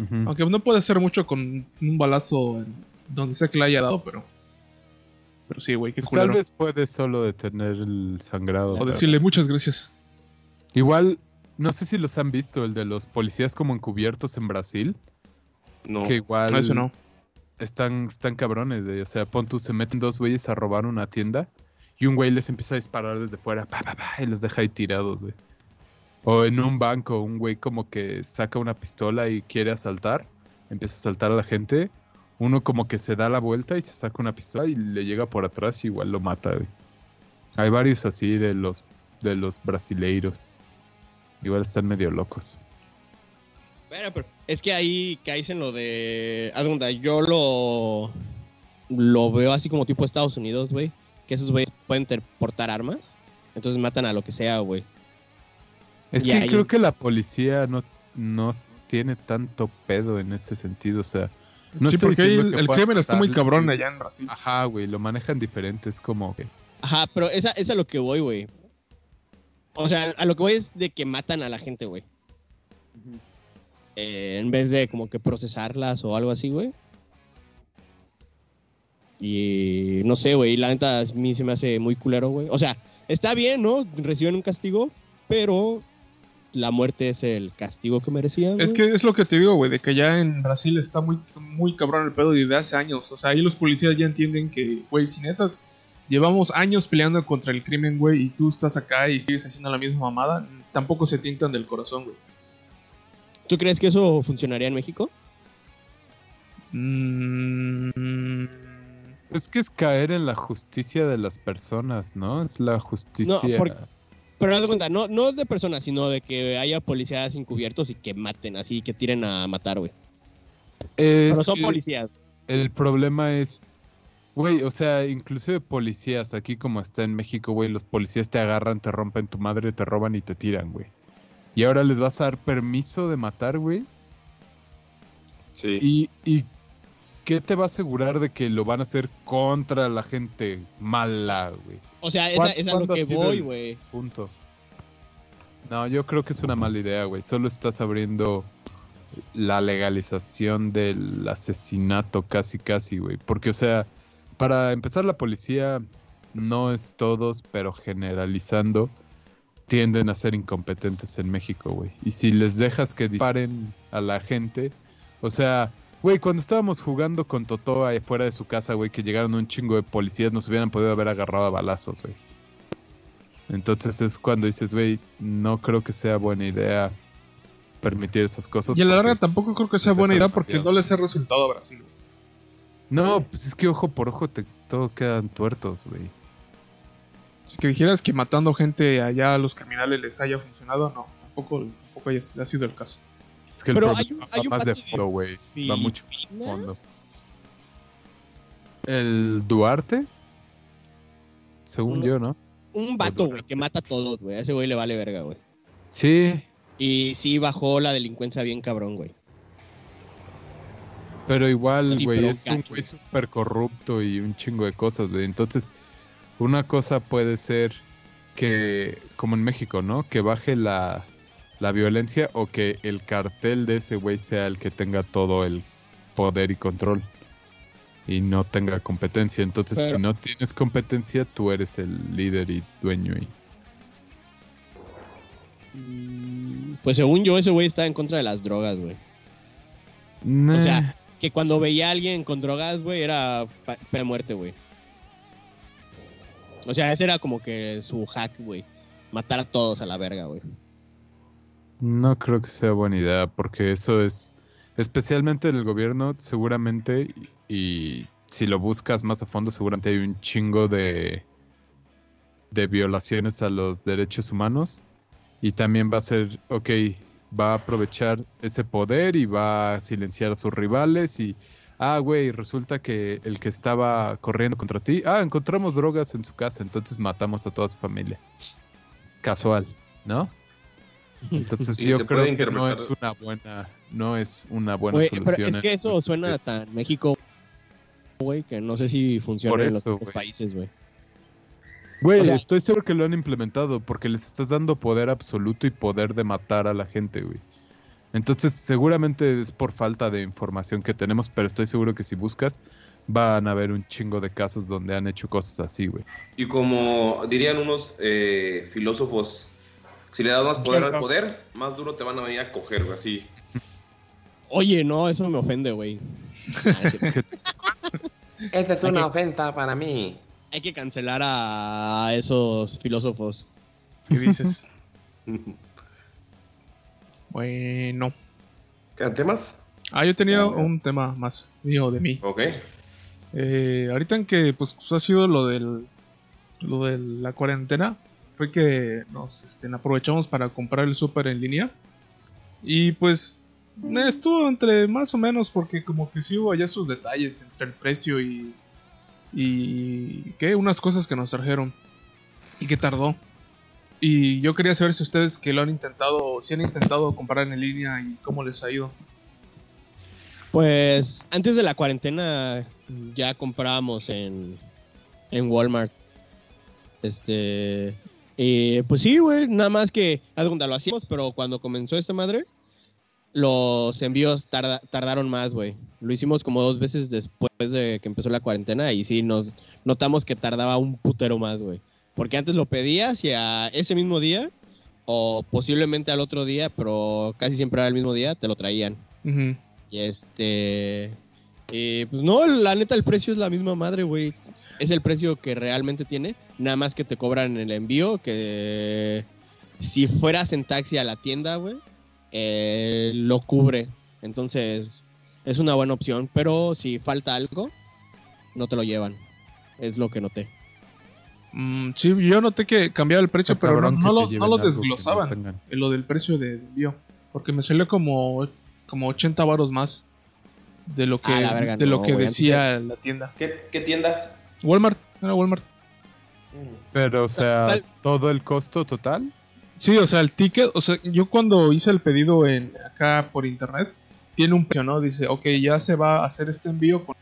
G: Ujú.
E: Aunque no puede hacer mucho con un balazo en donde sea que le haya dado, pero... Pero sí, güey, qué
G: Pues tal
E: culero.
G: vez puede solo detener el sangrado.
E: O
G: pero-
E: decirle muchas gracias.
G: Igual, no sé si los han visto, el de los policías como encubiertos en Brasil.
I: No.
G: Que igual...
E: No, eso no.
G: están, están cabrones. de- o sea, pon tú, se meten dos güeyes a robar una tienda y un güey les empieza a disparar desde fuera, pa, pa, pa, y los deja ahí tirados, güey. O en un banco, un güey como que saca una pistola y quiere asaltar, empieza a asaltar a la gente. Uno como que se da la vuelta y se saca una pistola y le llega por atrás y igual lo mata, güey. Hay varios así de los, de los brasileiros. Igual están medio locos.
H: Bueno, pero es que ahí caes en lo de. Haz de cuenta, yo lo. Lo veo así como tipo Estados Unidos, güey. Que esos güeyes pueden ter- portar armas. Entonces matan a lo que sea, güey.
G: Es
H: Y
G: que
H: ahí-
G: creo que la policía no, no tiene tanto pedo en ese sentido, o sea, no
E: sí,
G: estoy
E: porque ahí
G: diciendo
E: el,
G: que
E: el
G: pueda
E: crimen está muy
G: matar,
E: cabrón
G: sí.
E: allá en Brasil.
G: ajá, güey, lo manejan diferente, es como que...
H: Ajá, pero esa, esa es a lo que voy, güey. O sea, a lo que voy es de que matan a la gente, güey. eh, en vez de como que procesarlas o algo así, güey. Y no sé, güey, la neta a mí se me hace muy culero, güey. O sea, está bien, ¿no? Reciben un castigo, pero la muerte es el castigo que merecían.
E: Es
H: güey.
E: que es lo que te digo, güey, de que ya en Brasil está muy, muy cabrón el pedo y de hace años. O sea, ahí los policías ya entienden que, güey, si neta, llevamos años peleando contra el crimen, güey, y tú estás acá y sigues haciendo la misma mamada, tampoco se tintan del corazón, güey.
H: ¿Tú crees que eso funcionaría en México?
E: Mm,
G: Es que es caer en la justicia de las personas, ¿no? Es la justicia.
H: porque- Pero haz de cuenta, no, no de personas, sino de que haya policías encubiertos y que maten, así que tiren a matar, güey.
G: Es
H: Pero son
G: que
H: policías.
G: El problema es. Güey, o sea, inclusive policías, aquí como está en México, güey, los policías te agarran, te rompen tu madre, te roban y te tiran, güey. Y ahora les vas a dar permiso de matar, güey.
I: Sí.
G: ¿Y, ¿Y qué te va a asegurar de que lo van a hacer contra la gente mala, güey?
H: O sea, esa,
G: ¿Cuán-
H: es a lo
G: cuándo ha
H: que
G: sido
H: voy,
G: el-
H: güey.
G: Punto. No, yo creo que es una mala idea, güey. Solo estás abriendo la legalización del asesinato casi, casi, güey. Porque, o sea, para empezar, la policía no es todos, pero generalizando, tienden a ser incompetentes en México, güey. Y si les dejas que disparen a la gente, o sea, güey, cuando estábamos jugando con Totó afuera de su casa, güey, que llegaron un chingo de policías, nos hubieran podido haber agarrado a balazos, güey. Entonces es cuando dices, güey, no creo que sea buena idea permitir esas cosas.
E: Y a la
G: porque-
E: larga tampoco creo que sea
G: les
E: buena
G: deja
E: idea porque
G: demasiado.
E: no les ha resultado a Brasil, güey.
G: No, pues es que ojo por ojo te todo quedan tuertos, güey.
E: Si que dijeras que matando gente allá a los criminales les haya funcionado, no, tampoco, tampoco haya- ha sido el caso.
G: Es que el
H: Pero
G: problema
H: hay un-
G: va
H: hay un
G: más de
H: pato de
G: fondo, güey. Va mucho más de
H: Filipinas.
G: fondo. El Duarte, según
H: Uno-
G: yo, ¿no?
H: Un vato, güey, que mata a todos, güey. A ese güey le vale verga, güey.
G: Sí,
H: Y sí bajó la delincuencia bien cabrón, güey.
G: pero igual,
H: Sí,
G: güey,
H: pero
G: es un
H: gacho,
G: güey
H: güey.
G: súper corrupto y un chingo de cosas, güey. Entonces, una cosa puede ser que, como en México, ¿no? Que baje la, la violencia o que el cartel de ese güey sea el que tenga todo el poder y control y no tenga competencia. Entonces,
H: Pero-
G: si no tienes competencia, tú eres el líder y dueño. Y...
H: Mm, Pues según yo, ese güey está en contra de las drogas, güey.
G: Nah.
H: sea, Que cuando veía a alguien con drogas, güey, era pa- pre-muerte, güey. O sea, ese era como que su hack, güey. Matar a todos a la verga, güey.
G: No creo que sea buena idea, porque eso es, especialmente el gobierno, seguramente, y si lo buscas más a fondo, seguramente hay un chingo de, de violaciones a los derechos humanos. Y también va a ser, ok, va a aprovechar ese poder y va a silenciar a sus rivales y, ah, güey, resulta que el que estaba corriendo contra ti, ah, encontramos drogas en su casa, entonces matamos a toda su familia. Casual, ¿no? Entonces
I: Sí,
G: yo
I: se
G: creo
I: puede
G: que no
I: interpretar.
G: es una buena, no es una buena
H: Güey,
G: solución.
H: pero es
G: en este
H: que eso
G: el
H: suena
G: sentido.
H: tan México, güey, que no sé si
G: Por
H: funciona en los
G: eso,
H: otros
G: güey.
H: países, güey.
G: Güey,
H: O sea-
G: estoy seguro que lo han implementado porque les estás dando poder absoluto y poder de matar a la gente, güey. Entonces, seguramente es por falta de información que tenemos, pero estoy seguro que si buscas, van a haber un chingo de casos donde han hecho cosas así, güey.
I: Y como dirían unos eh, filósofos, si le das más poder al poder, más duro te van a venir a coger, güey, así.
H: Oye, no, eso me ofende, güey. Ah, es cierto.
I: Esa es
H: una
I: ofensa para mí.
H: Hay que cancelar a esos filósofos.
E: ¿Qué dices? bueno.
I: ¿Quedan temas?
E: Ah, yo tenía un tema más mío de mí.
I: Ok.
E: Eh, ahorita en que pues ha sido lo del lo de la cuarentena fue que nos este, aprovechamos para comprar el súper en línea y pues eh, estuvo entre más o menos porque como que sí hubo allá sus detalles entre el precio y y que unas cosas que nos trajeron y que tardó y yo quería saber si ustedes que lo han intentado si han intentado comprar en línea y cómo les ha ido
H: Pues antes de la cuarentena ya comprábamos en, en Walmart. Este. eh, pues sí, güey. Nada más que. haz de cuenta, lo hacíamos, pero cuando comenzó esta madre. los envíos tarda- tardaron más, güey. Lo hicimos como dos veces después de que empezó la cuarentena y sí, nos notamos que tardaba un putero más, güey. Porque antes lo pedías y a ese mismo día o posiblemente al otro día, pero casi siempre era el mismo día, te lo traían.
E: Ujú.
H: Y este... y, pues no, la neta, el precio es la misma madre, güey. Es el precio que realmente tiene. Nada más que te cobran el envío, que si fueras en taxi a la tienda, güey, eh, lo cubre. Entonces, es una buena opción. Pero si falta algo, no te lo llevan. Es lo que noté.
E: Mm, sí, yo noté que cambiaba el precio,
G: Está
E: pero no,
G: cabrón
E: no
G: que
E: lo,
G: te
E: no
G: lleven
E: lo
G: algo que no
E: desglosaban.
G: tengan.
E: eh, lo del precio de envío. Porque me salió como, como 80 varos más de lo que,
H: Ah, la verga,
E: de lo
H: no,
E: que
H: güey, antes
E: decía la tienda.
I: ¿Qué, qué tienda?
E: Walmart, era Walmart.
G: Pero, o sea,
H: Tal-
G: todo el costo total.
E: Sí, o sea, el ticket, o sea, yo cuando hice el pedido en acá por internet, tiene un precio, ¿no? Dice, ok, ya se va a hacer este envío con,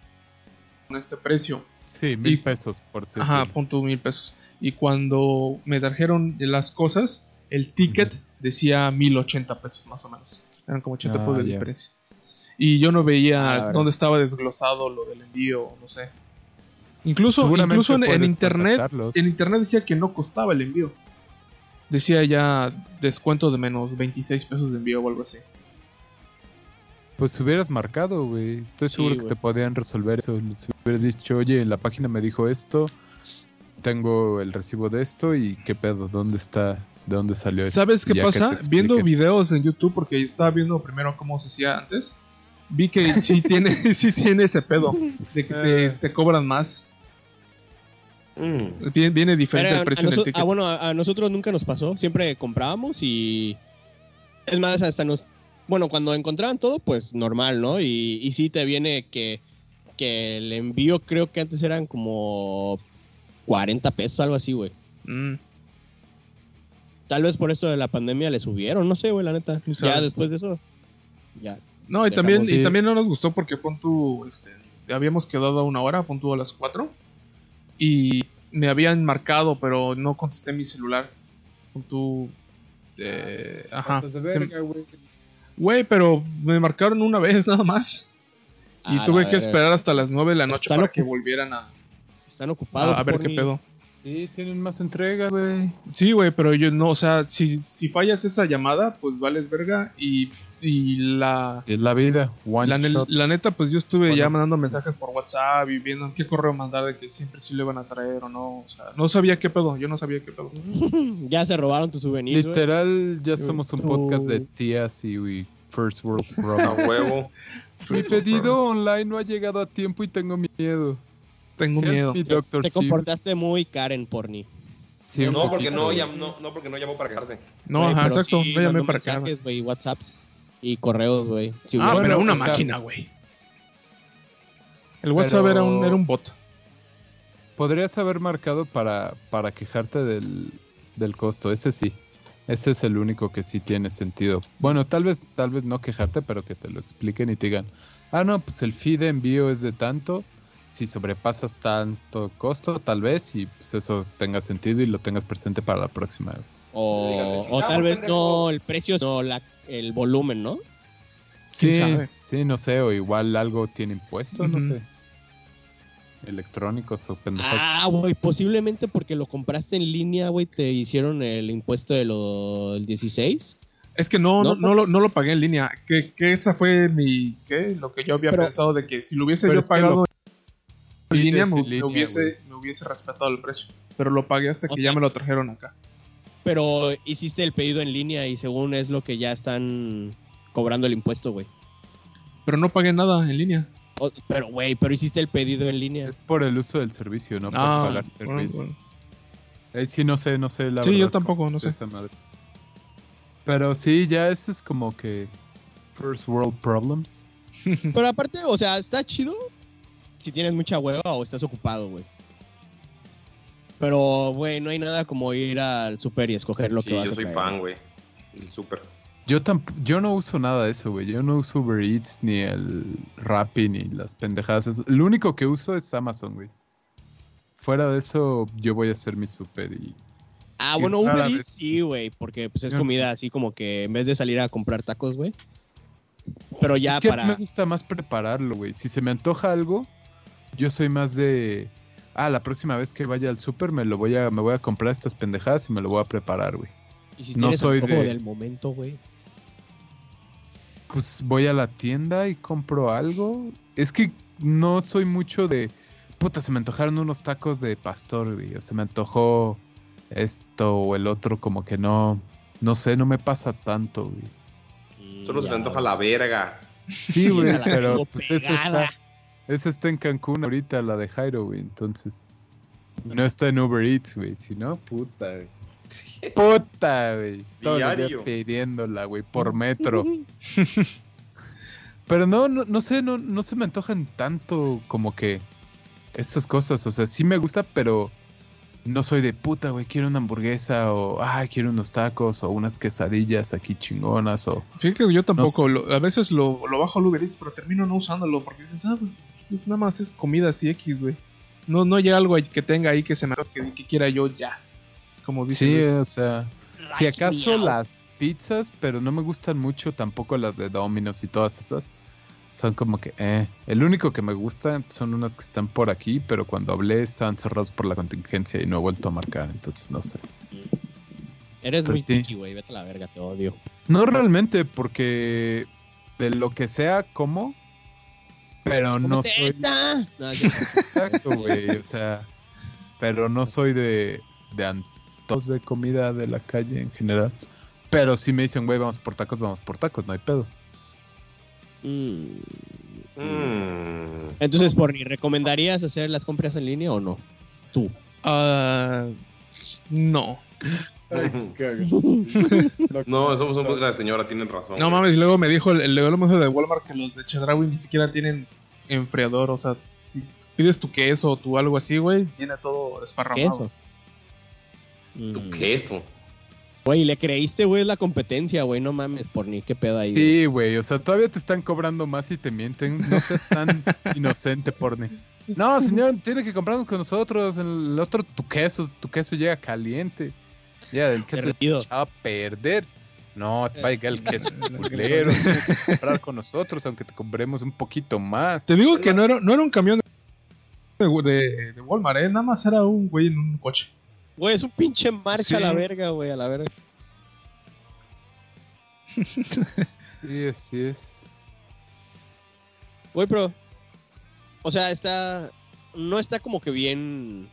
E: con este precio.
G: Sí, mil
E: Y-
G: pesos, por si
E: Ajá, pon tú mil pesos. Y cuando me trajeron las cosas, el ticket decía mil ochenta pesos más o menos. Eran como 80
G: Ah,
E: pesos de
G: ya.
E: diferencia. Y yo no
H: Ah, la
E: veía
H: verdad.
E: dónde estaba desglosado lo del envío, no sé. Incluso,
G: Seguramente
E: incluso en, en
G: puedes
E: internet,
G: contactarlos.
E: en internet decía que no costaba el envío. Decía ya descuento de menos 26 pesos de envío o algo así.
G: Pues hubieras marcado, güey. Estoy
H: Sí,
G: seguro que
H: güey.
G: te podían resolver eso. Si hubieras dicho, oye, la página me dijo esto, tengo el recibo de esto y qué pedo, ¿dónde está? ¿De dónde salió esto?
E: ¿Sabes qué
G: Ya que te
E: pasa?
G: expliquen.
E: Viendo videos en YouTube, porque estaba viendo primero cómo se hacía antes, vi que sí tiene, sí tiene ese pedo de que te,
H: Ah.
E: te cobran más. Viene, viene
H: Mm.
E: diferente
H: Pero
E: el
H: a-
E: precio
H: a
E: del
H: noso-
E: ticket.
H: ah, bueno, a, a nosotros nunca nos pasó. Siempre comprábamos y. Es más, hasta nos. Bueno, cuando encontraban todo, pues normal, ¿no? Y, y sí te viene que, que el envío creo que antes eran como 40 pesos, algo así, güey.
E: Mm,
H: Tal vez por esto de la pandemia le subieron, no sé, güey, la neta.
E: Sí, sabe.
H: Ya después de eso. Ya.
E: No, y
H: Dejamos
E: también, y
G: ir.
E: también no nos gustó porque pon tú, este, habíamos quedado a una hora, pon tú a las 4, y me habían marcado, pero no contesté mi celular. Pon tú... eh,
H: Ah,
G: Ah,
E: ajá.
H: Pues,
E: se- Güey, pero me marcaron una vez nada más. Y
H: A
E: tuve
H: Ah, la
E: que
H: verga.
E: esperar hasta las 9 de la noche
H: Está
E: para
H: loco. Ah,
E: que volvieran a,
H: Están ocupados.
E: a, a ver qué
H: Porni.
E: pedo.
G: Sí, tienen más entregas, güey.
E: Sí, güey, pero yo no, o sea, si, si fallas esa llamada, pues vales verga. Y, y la,
G: Es la vida. One
E: la,
G: shot.
E: la neta, pues yo estuve ya
G: Bueno.
E: mandando mensajes por WhatsApp y viendo qué correo mandar de que siempre sí le van a traer o no. O sea, no sabía qué pedo, yo no sabía qué pedo.
H: Ya se robaron tu souvenir. güey.
G: Literal, ya
E: Sí,
G: somos un
H: tú-
G: podcast de tías y güey, First World
I: A
E: Ah,
G: Problem.
I: huevo.
G: mi pedido online no ha llegado a tiempo y tengo miedo.
E: Tengo
G: Help
E: miedo.
G: me, Dr.
H: Te
G: Seuss.
H: comportaste muy Karen Porni.
G: Sí, un
I: No, porque
G: poquito,
I: no,
G: güey.
I: llam- no, no, porque no llamó para quejarse.
E: No,
H: Güey,
E: ajá,
H: pero
E: exacto,
H: sí
E: no llamé
H: mandó
E: para acá.
H: mensajes, güey, WhatsApps y correos, güey. Si
E: Ah,
H: hubiera-
E: pero
G: Bueno,
E: una
G: o sea,
E: máquina, güey. El WhatsApp
G: pero-
E: era, un, era un bot.
G: Podrías haber marcado para, para quejarte del, del costo, ese sí. Ese es el único que sí tiene sentido. Bueno, tal vez, tal vez no quejarte, pero que te lo expliquen y te digan, ah, no, pues el fee de envío es de tanto, si sobrepasas tanto costo, tal vez, y pues eso tenga sentido y lo tengas presente para la próxima.
H: o, o tal vez no el precio, no la, el volumen, ¿no?
G: Sí,
E: ¿Quién sabe?
G: sí, no sé, o igual algo tiene impuesto, no
E: Ujú.
G: sé. Electrónicos o pendejadas.
H: Ah, güey, posiblemente porque lo compraste en línea, güey, te hicieron el impuesto del 16.
E: Es que no, no,
H: No,
E: no, lo, no lo pagué en línea. Que, que esa fue mi. ¿Qué? Lo que yo había
H: Pero-
E: pensado de que si lo hubiese
G: pero
E: yo
G: es que lo
E: pagado en
G: pides
E: línea,
G: en
E: me, me
G: línea,
E: hubiese, me hubiese respetado el precio. Pero lo pagué hasta
H: O
E: que
H: sea-
E: ya me lo trajeron acá.
H: Pero hiciste el pedido en línea y según es lo que ya están cobrando el impuesto, güey.
E: Pero no pagué nada en línea.
H: O- Pero, güey, pero hiciste el pedido en línea.
G: Es por el uso del servicio, no por pagar
E: Ah, bueno,
G: servicio.
E: bueno.
G: Ahí Eh, sí, no sé, no sé la
E: Sí, yo
G: verdad,
E: tampoco, no
G: de
E: sé.
G: esa madre. Pero sí, ya ese es como que First World Problems.
H: Pero aparte, o sea, está chido si tienes mucha hueva o estás ocupado, güey. Pero, güey, no hay nada como ir al super y escoger lo
I: sí,
H: que vas
I: yo
H: a
I: soy
H: traer.
I: fan, güey. El Súper.
G: Yo tamp yo no uso nada de eso, güey. Yo no uso Uber Eats, ni el Rappi, ni las pendejadas. esas. Lo único que uso es Amazon, güey. Fuera de eso, yo voy a hacer mi super y...
H: Ah,
G: Y
H: bueno,
G: rara
H: Uber
G: vez.
H: Eats sí, güey, porque pues es
G: Yo-
H: comida así como que en vez de salir a comprar tacos, güey, Pero ya
G: es que
H: para.
G: me gusta más prepararlo, güey. Si se me antoja algo, yo soy más de... Ah, la próxima vez que vaya al súper me lo voy a, me voy a comprar estas pendejadas y me lo voy a preparar, güey.
H: Y si
G: no
H: tienes
G: soy
H: antojo
G: de-
H: del momento, güey.
G: Pues voy a la tienda y compro algo. Es que no soy mucho de... Puta, se me antojaron unos tacos de pastor, güey. O se me antojó esto o el otro, como que no... No sé, no me pasa tanto, güey.
I: Solo se
H: Mm, Ya,
I: te antoja la verga.
G: Sí, güey,
H: Ya la
G: pero
H: tengo
G: pues esa
H: pegada.
G: está, esa está en Cancún ahorita, la de Jairo, güey, entonces. No está en Uber Eats, güey, si no, puta, güey. Puta, güey. Todo el día
I: Diario.
G: pidiéndola, güey, por metro. Pero no, no, no sé, no, no se me antojan tanto como que estas cosas. O sea, sí me gusta, pero no soy de puta, güey, quiero una hamburguesa o, ah, quiero unos tacos o unas quesadillas aquí chingonas o...
E: Fíjate que yo tampoco, lo- a veces lo, lo bajo al Uber Eats, pero termino no usándolo porque dices, ah, pues, pues, es- nada más es comida así X, güey. No, no hay algo ahí que tenga ahí que se me antoje, que, que quiera yo ya. Como dices.
G: Sí, o sea... Si
C: Like
G: acaso
C: meow.
G: las pizzas, pero no me gustan mucho tampoco las de Domino's y todas esas. Son como que, eh. El único que me gusta son unas que están por aquí, pero cuando hablé estaban cerrados por la contingencia y no he vuelto a marcar, entonces no sé.
H: Eres
G: Pues
H: muy
G: sí.
H: picky, güey. Vete a la verga, te odio.
G: No realmente, porque de lo que sea como, pero no
H: ¡Cómete
G: soy.
H: esta! No, es cierto.
G: Exacto, güey, o sea, pero no soy de, de antojos de comida de la calle en general. Pero si me dicen, güey, vamos por tacos, vamos por tacos, no hay pedo.
H: Mm.
I: Mm.
H: Entonces, Porni, ¿recomendarías hacer las compras en línea o no? Tú.
E: Ah, no.
I: No, somos un podcast de señora, tienen razón.
E: No
I: güey.
E: mames, y luego me dijo el, el- luego me dijo de Walmart que los de Chedraui ni siquiera tienen enfriador, o sea, si pides tu queso o tu algo así, güey, viene todo
H: ¿Qué
E: desparramado.
H: eso?
F: Mm.
I: Tu queso.
H: Güey, le creíste, güey, es la competencia, güey. No mames, Porni, qué pedo ahí. güey?
G: Sí, güey, o sea, todavía te están cobrando más y te mienten. No seas tan inocente, porne. No, señor, tiene que comprarnos con nosotros. El otro, tu queso, tu queso llega caliente. Ya, el queso
H: Derretido.
G: echado a perder. No, te va a llegar el queso culero. Tienes que comprar con nosotros, aunque te compremos un poquito más.
E: Te digo que no era, no era un camión de, de- de Walmart, eh, nada más era un güey en un coche.
H: Güey, es un pinche marcha a la
E: Sí.
H: verga, güey, a la verga.
G: Sí, así es.
H: Güey, pero. O sea, está. No está como que bien.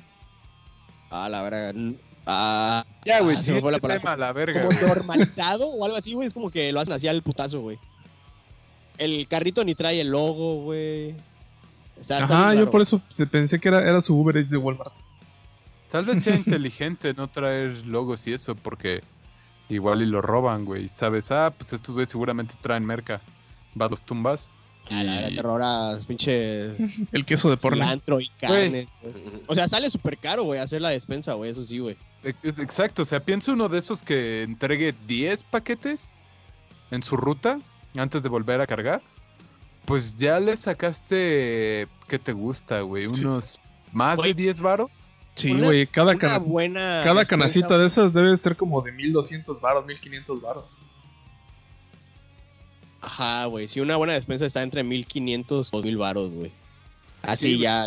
H: A la verga. n- Ah,
G: Ya, güey,
H: Ah,
G: se me fue la palabra. la verga.
H: como
G: güey.
H: normalizado o algo así, güey. Es como que lo hacen así al putazo, güey. El carrito ni trae el logo, güey. Está, está
E: Ajá,
H: bien
E: yo
H: raro.
E: por eso te- pensé que era, era su Uber Eats de Walmart.
G: Tal vez sea inteligente no traer logos y eso, porque igual y lo roban, güey. Sabes, ah, pues estos güeyes seguramente traen merca. Va a los tumbas.
H: A la verga,
G: y-
H: te robas pinches
E: El queso de porno.
H: cilantro y carne. O sea, sale súper caro, güey, hacer la despensa, güey. Eso sí, güey.
G: Es- Exacto, o sea, piensa uno de esos que entregue 10 paquetes en su ruta antes de volver a cargar. Pues ya le sacaste, ¿qué te gusta, güey?
E: Sí.
G: Unos más
H: Güey.
G: de 10 varos.
E: Sí,
H: Una-
E: güey, cada,
H: Una
E: cana-
H: buena.
E: cada
H: despensa,
E: canacita de esas debe ser como de 1200 varos, 1500 varos.
H: Ajá, güey. Si una buena despensa está entre 1500 o 2000 varos, güey. Así
G: Sí, güey.
H: ya.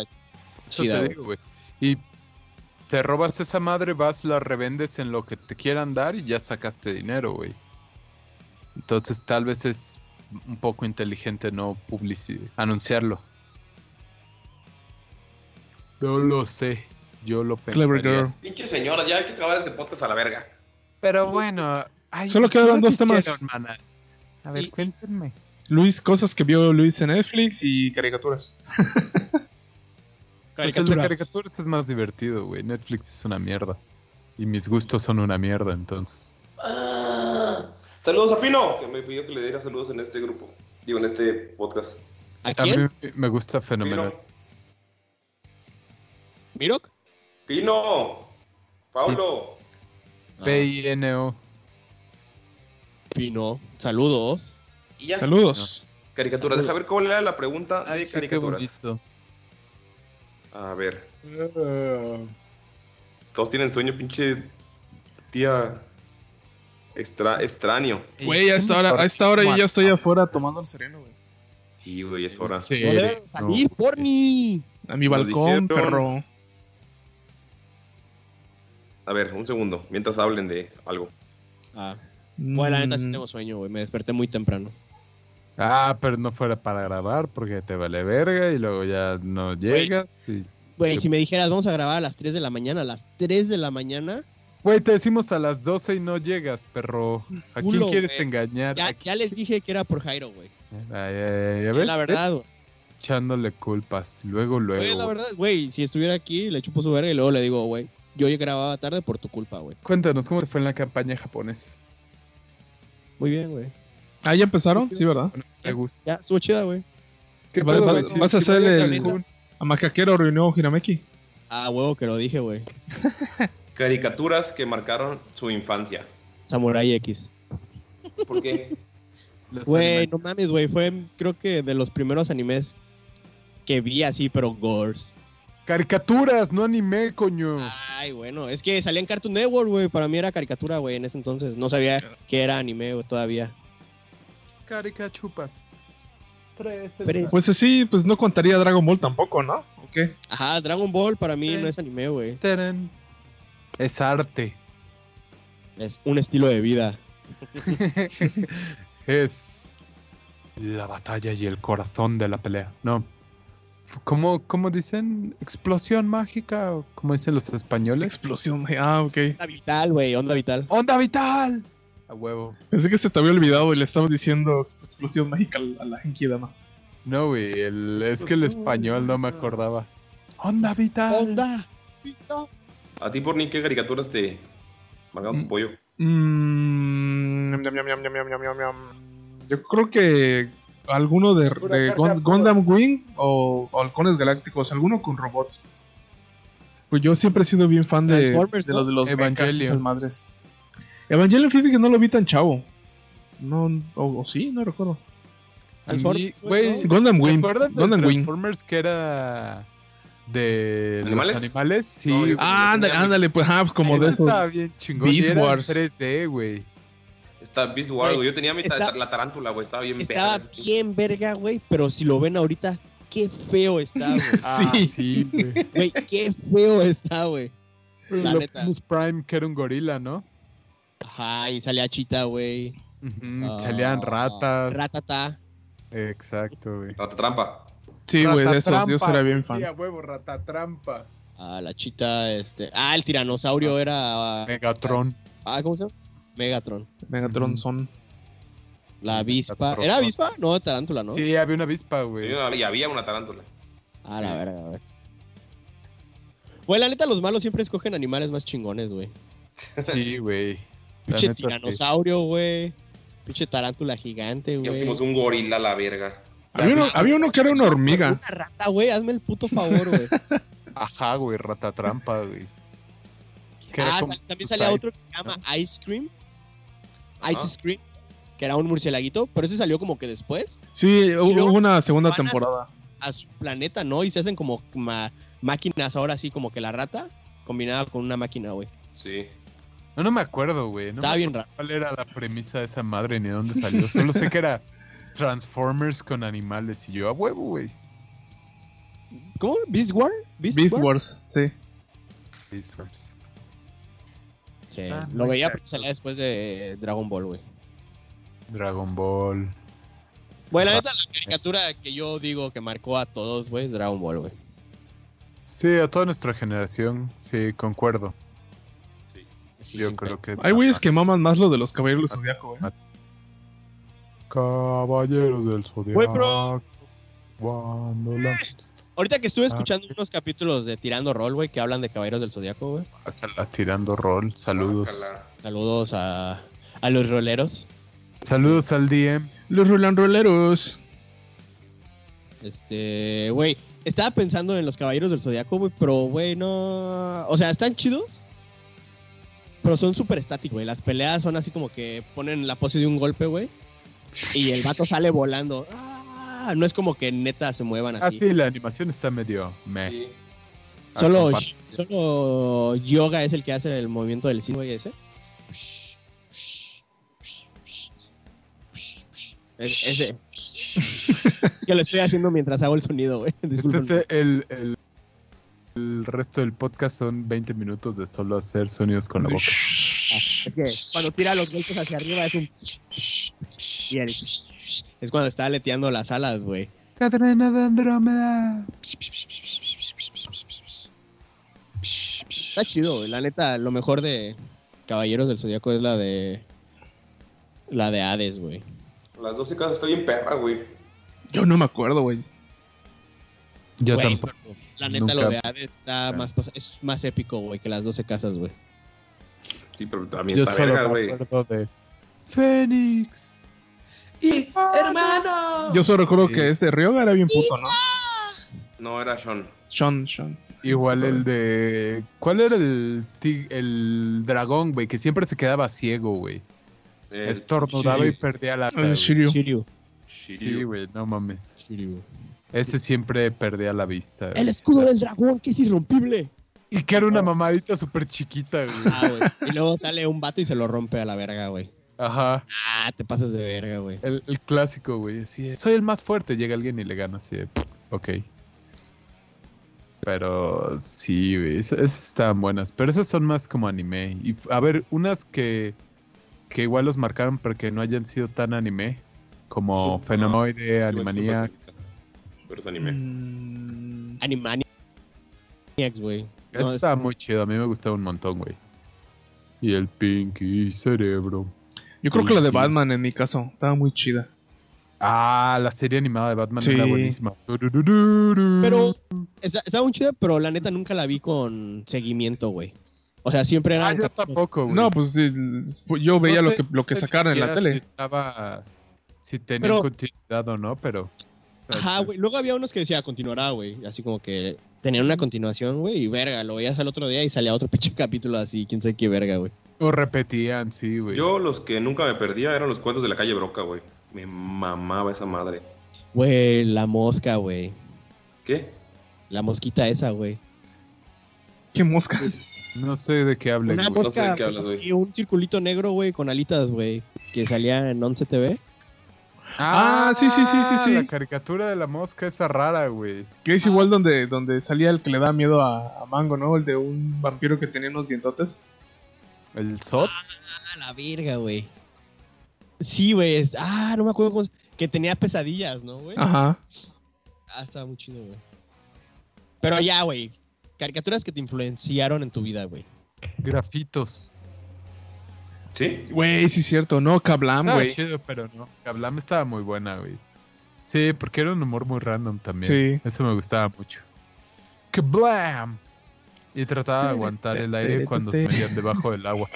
G: Eso
H: chida,
G: te
H: güey.
G: digo, güey. Y te robas esa madre, vas, la revendes en lo que te quieran dar y ya sacaste dinero, güey. Entonces tal vez es un poco inteligente no publici- anunciarlo. No lo sé, yo lo
E: Clever
G: pensaría
E: girl.
G: así.
I: Pinche señora, ya hay que acabar este podcast a la verga.
G: Pero bueno, ay,
E: Solo
G: ¿qué
E: quedaron
G: más
E: dos temas.
G: hicieron, pues manas? A ver,
H: Y-
G: cuéntenme.
E: Luis, cosas que vio Luis en Netflix y caricaturas.
G: Pues el de caricaturas es más divertido, güey. Netflix es una mierda. Y mis gustos son una mierda, entonces.
I: Ah. Saludos a Pino, que me pidió que le diera saludos en este grupo. Digo, en este podcast.
H: ¿A
G: A
H: quién?
G: mí me gusta fenomenal.
I: Pino.
H: ¿Mirok?
I: Pino. Paulo.
H: Ah.
G: P-I-N-O.
H: Pino. Ah, Saludos.
I: Y ya.
E: Saludos.
I: Caricaturas. Deja ver cuál era la pregunta de
G: Ay, sí, qué
I: caricaturas.
G: bonito.
I: A ver. Todos tienen sueño, pinche tía. Extra, extraño.
E: Güey, a esta hora, a esta hora yo ya estoy afuera tomando el sereno, güey.
I: Sí, güey, es hora.
H: No deben salir, porni.
E: A mi
I: Nos dijeron-
E: balcón, perro.
I: A ver, un segundo, mientras hablen de algo.
H: Ah, pues la
E: Mm.
H: neta sí tengo sueño, güey. Me desperté muy temprano.
G: Ah, pero no fuera para grabar porque te vale verga y luego ya no llegas. y-
H: Güey, si me dijeras, vamos a grabar a las 3 de la mañana, a las 3 de la mañana,
G: Güey, te decimos a las 12 y no llegas, perro. ¿A quién
H: Culo,
G: quieres
H: güey.
G: engañar?
H: ya,
G: ¿A quién-
H: ya les dije que era por Jairo, güey.
G: Ay, ay, ay, ¿ya ves?
H: La verdad, güey.
G: Echándole culpas. Luego, luego.
H: Güey, la verdad, güey, si estuviera aquí, le chupo su verga y luego le digo, güey, yo grababa tarde por tu culpa, güey.
G: Cuéntanos, ¿cómo te fue en la campaña japonesa?
H: Muy bien, güey.
E: Ah, ya empezaron, sí, ¿verdad?
G: ¿Te gusta?
H: Ya, estuvo chida, güey.
G: ¿Qué
E: vas-
G: pedo,
E: vas-
G: güey? Si-
E: vas a
G: si
E: hacer
G: voy
E: el-
G: Cancún,
E: A Macaquero reunió Hirameki.
H: Ah, huevo que lo dije, güey.
I: Caricaturas que marcaron su infancia.
H: Samurai X.
I: ¿Por qué?
G: los
H: Güey,
G: animales.
H: no mames, güey. Fue, creo que, de los primeros animes que vi así, pero gores.
G: Caricaturas, no anime, coño.
H: Ay, bueno, es que salía en Cartoon Network, güey. Para mí era caricatura, güey, en ese entonces. No sabía que era anime, güey, todavía.
G: Caricachupas.
H: Pero-
E: Pues sí, pues no contaría Dragon Ball tampoco, ¿no? ¿O qué?
H: Ajá, Dragon Ball para mí
G: Sí.
H: no es anime, güey.
G: Tarán. Es arte.
H: Es un estilo de vida.
G: es la batalla y el corazón de la pelea. No. ¿Cómo, cómo dicen? ¿Explosión mágica? ¿O ¿Cómo dicen los
E: La
G: españoles?
E: explosión, güey. Ah, ok.
H: Onda vital, güey, onda vital.
G: ¡Onda vital! A huevo.
E: Pensé que se te había olvidado y le estabas diciendo ex- explosión mágica al- a la Genki Dama.
G: No, güey. el- es que el español no me acordaba. ¡Onda vital!
H: Onda.
I: ¿A ti, por ni qué caricaturas te marcaron tu
E: Mm.
I: pollo?
E: Mm, ñam, ñam, ñam, ñam, ñam, ñam, ñam, ñam. Yo creo que alguno de, de Gon- Gundam Wing o, o Halcones Galácticos, alguno con robots. Pues yo siempre he sido bien fan de, de los
H: Transformers, ¿no?
E: de los
G: Evangelion.
E: mechas y esas madres. Evangelion, fíjate que no lo vi tan chavo. No, o, o sí, no recuerdo.
G: A mí,
H: Transformers,
G: güey.
H: ¿no?
E: Gundam
G: ¿Se
E: Wing.
G: acuerdan de
E: Gundam Wing.
G: Transformers que era de
I: ¿Animales?
G: los animales? Sí.
I: No, yo-
G: güey.
E: Ah, ándale, ándale, pues, ah, pues como
G: Ese
E: de esos.
G: Estaba bien chingón.
E: Beast
G: y era en
E: Wars.
G: 3D, güey.
I: Está Beast Wars,
H: Güey,
I: güey. Yo tenía mi ta-
H: está-
I: la tarántula, güey. Estaba bien
H: Estaba
I: verga.
H: bien verga, güey, pero si lo ven ahorita, qué feo está, güey.
G: Ah,
E: Sí.
G: sí, güey.
H: Güey, qué feo está, güey. La
G: Lo-
H: neta.
G: Optimus Prime, que era un gorila, ¿no?
H: Ajá, y salía Chita, güey.
G: Ujú,
H: Ah,
G: Mm, Salían ratas.
H: Ratata.
G: Exacto, güey.
I: Rata trampa.
E: Sí, güey, de esos. Yo era bien fan.
G: huevo, ratatrampa.
H: Ah, la Chita, este. Ah, el tiranosaurio era.
G: Megatron.
H: Ah, ¿cómo se llama? Megatron.
E: Megatron
G: Ujú.
E: son.
H: La avispa. ¿Era avispa? No, tarántula, ¿no?
G: Sí, había una avispa,
I: Y
G: güey.
I: una- y había una tarántula.
H: Ah, la verga, güey. Güey, la neta, los malos siempre escogen animales más chingones, güey.
G: Sí, güey. La
H: Pinche
G: neta, sí.
H: tiranosaurio, güey. Pinche tarántula gigante,
I: Y
H: güey.
I: Optimus, un gorila, la verga.
E: Había uno, había uno que era una hormiga.
H: Una rata, güey. Hazme el puto favor, güey.
G: Ajá, güey, ratatrampa, güey. Que era
H: ah,
G: como Ah.
H: sal- también salía
G: Suicide.
H: otro que se llama Ice Cream.
G: Ah.
H: Ice Cream. Que era un murcielaguito. Pero ese salió como que después.
E: Sí, hu-
H: luego
E: hubo una segunda
H: van a-
E: temporada.
H: A su planeta, ¿no? Y se hacen como ma- máquinas ahora sí, como que la rata. Combinada con una máquina, güey.
I: Sí.
G: No, no me acuerdo, güey. No me
H: Estaba bien raro.
G: ¿Cuál era la premisa de esa madre ni de dónde salió? Solo sé que era Transformers con animales y yo a huevo, güey.
H: ¿Cómo? ¿Beast War? ¿Beast,
E: Beast Wars, sí.
G: Transformers.
H: Sí,
G: Ah,
H: lo veía
G: exacto.
H: porque salía después de Dragon Ball, güey.
G: Dragon Ball.
H: Bueno, la
G: Ah.
H: neta, la caricatura que yo digo que marcó a todos, güey, es Dragon Ball, güey.
G: Sí, a toda nuestra generación, sí, concuerdo.
H: Sí,
G: yo
H: sin
G: creo que.
E: Hay güeyes que maman más lo de los caballeros del zodiaco, güey.
G: Caballeros del Zodiaco.
H: Güey, pero- Eh.
G: Cuando la.
H: pedo. Ahorita que estuve
G: Ah.
H: escuchando unos capítulos de Tirando Roll, güey, que hablan de Caballeros del Zodíaco, güey.
G: Guácala, tirando rol, saludos.
I: Guácala.
H: Saludos a, a los roleros.
G: Saludos al DM.
E: Los rolanroleros.
H: Este, güey, estaba pensando en los Caballeros del Zodíaco, güey, pero, güey, no... O sea, están chidos, pero son súper estáticos, güey. Las peleas son así como que ponen la pose de un golpe, güey, y el vato sale volando. Ah, no es como que neta se muevan
G: Ah,
H: así.
G: sí, la animación está medio. Meh. Este
I: Sí.
H: Solo,
G: Compa-
H: solo yoga es el que hace el movimiento del cine, güey, ese. Es- ese. que lo estoy haciendo mientras hago el sonido, güey.
G: Este
H: Disculpen.
G: es el, el, el resto del podcast son 20 minutos de solo hacer sonidos con la boca.
H: Ah, Es que cuando tira los golpes hacia arriba es un. Y el- Es cuando está aleteando las alas, güey.
G: Cadena de Andrómeda.
H: Está chido, güey. La neta, lo mejor de Caballeros del Zodíaco es la de. La de Hades, güey.
I: Las 12 casas estoy en perra, güey.
E: Yo no me acuerdo, güey.
G: Yo
H: Güey,
G: tampoco.
H: La neta,
G: Nunca-
H: lo de Hades está
G: Claro.
H: más, pas- es más épico, güey, que las 12 casas, güey.
I: Sí, pero también
G: Yo
I: está
G: solo
I: verga,
G: me
I: güey.
G: acuerdo de Fénix.
E: Yo solo recuerdo
G: Sí.
E: que ese Ryoga era bien puto, ¿no?
I: No, era Sean.
E: Sean, Sean.
G: Igual el de. ¿Cuál era el, tig- el dragón, güey? Que siempre se quedaba ciego, güey.
I: El
G: Estornudaba
I: Shiryu.
G: y perdía la.
E: Ese Shiryu.
H: Shiryu.
I: Shiryu.
G: Sí, güey, no mames. Ese siempre perdía la vista. güey.
H: El escudo del dragón, que es irrompible.
G: Y que era una mamadita súper chiquita, güey.
H: Ah, güey. Y luego sale un vato y se lo rompe a la verga, güey.
G: Ajá.
H: Ah, te pasas de verga, güey.
G: El, el clásico, güey. Así de, Soy el más fuerte. Llega alguien y le gana así de. Ok. Pero sí, güey. es- Esas estaban buenas. Pero esas son más como anime. Y a ver, unas que. Que igual los marcaron pero que no hayan sido tan anime. Como
I: Sí,
G: Fenomenoide,
I: Igual que
G: Animaniacs.
I: Pero es anime.
E: Mm,
H: Animaniacs, güey.
G: Esa
H: No, es-
G: estaba muy chido. A mí me gustaba un montón, güey. Y el Pinky Cerebro.
E: Yo creo que la de
G: Pinkies.
E: Batman, en mi caso, estaba muy chida.
G: Ah, la serie animada de Batman
E: Sí.
G: era buenísima. Tururururu.
H: Pero está, está muy chida, pero la neta nunca la vi con seguimiento, güey. O sea, siempre era.
G: Ah, yo tampoco, güey.
E: No, pues sí, yo veía
G: No
E: lo
G: sé-
E: que, lo que
G: no sé
E: sacaran en la
G: siquiera Si,
E: tele.
G: estaba, si tenía
H: Pero-
G: continuidad o no, pero.
H: Ajá, güey. Luego había unos que decía, continuará, güey. Así como que tenían una continuación, güey. Y verga, lo veías al otro día y salía otro pinche capítulo así, quién sabe qué verga, güey.
G: O repetían, sí, güey.
I: Yo los que nunca me perdía eran los cuentos de la calle Broca, güey. Me mamaba esa madre.
H: Güey, la mosca, güey.
I: ¿Qué?
H: La mosquita esa, güey.
E: Qué mosca.
G: No sé de qué hablen,
H: Una
G: güey.
I: no sé de
H: mosca
I: qué hablas,
H: pues,
I: güey.
H: y un circulito negro, güey, con alitas, güey. Que salía en 11 TV.
E: Ah, sí, sí, sí, sí, sí.
G: La caricatura de la mosca, esa rara, güey.
E: Que es igual donde, donde salía el que le da miedo a, a Mango, ¿no? El de un vampiro que tenía unos dientotes.
G: El Sots.
H: A la verga, güey. Sí, güey. es- Ah, no me acuerdo cómo. se- Que tenía pesadillas, ¿no, güey?
E: Ajá.
H: Ah, estaba muy chido, güey. Pero ya, güey. Caricaturas que te influenciaron en tu vida, güey.
G: Grafitos.
I: ¿Sí?
E: Güey, sí es cierto. No, Kablam,
G: Estaba
E: güey.
G: Ah, chido, pero no. Hablam estaba muy buena, güey. Sí, porque era un humor muy random también.
E: Sí.
G: Eso me gustaba mucho. ¡Que blam! Y trataba de aguantar el aire cuando se metían debajo del agua.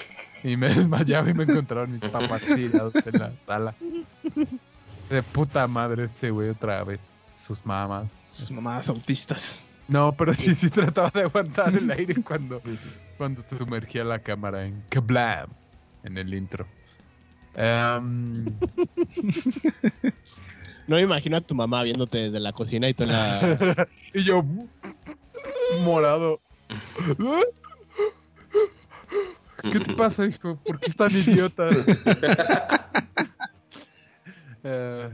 G: Y me desmayaba y me encontraron mis papás tirados en la sala. De puta madre este güey otra vez. Sus mamás.
E: Sus mamás autistas.
G: No, pero sí, sí trataba de aguantar el aire cuando, cuando se sumergía la cámara en ¡Kablam! En el intro. Em,
H: No me imagino a tu mamá viéndote desde la cocina y tú en la.
G: y yo morado. ¿Qué te pasa, hijo? ¿Por qué es tan idiota? Eh,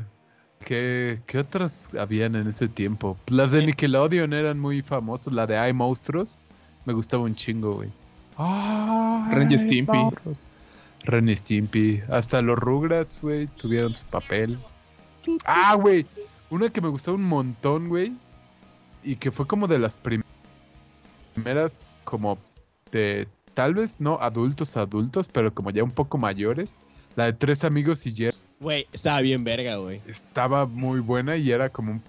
G: ¿qué, qué otras habían en ese tiempo? Las de Nickelodeon eran muy famosas. La de Hay Monstruos me gustaba un chingo, güey.
E: Ren y
G: Ay,
E: Stimpy.
G: monstruos. Ren y Stimpy. Hasta los Rugrats, güey, tuvieron su papel. Ah, güey. Una que me gustó un montón, güey. Y que fue como de las prim- primeras, como de tal vez no adultos, adultos, pero como ya un poco mayores. La de Tres Amigos y Jerry
H: Güey, estaba bien verga, güey.
G: estaba muy buena y era como un-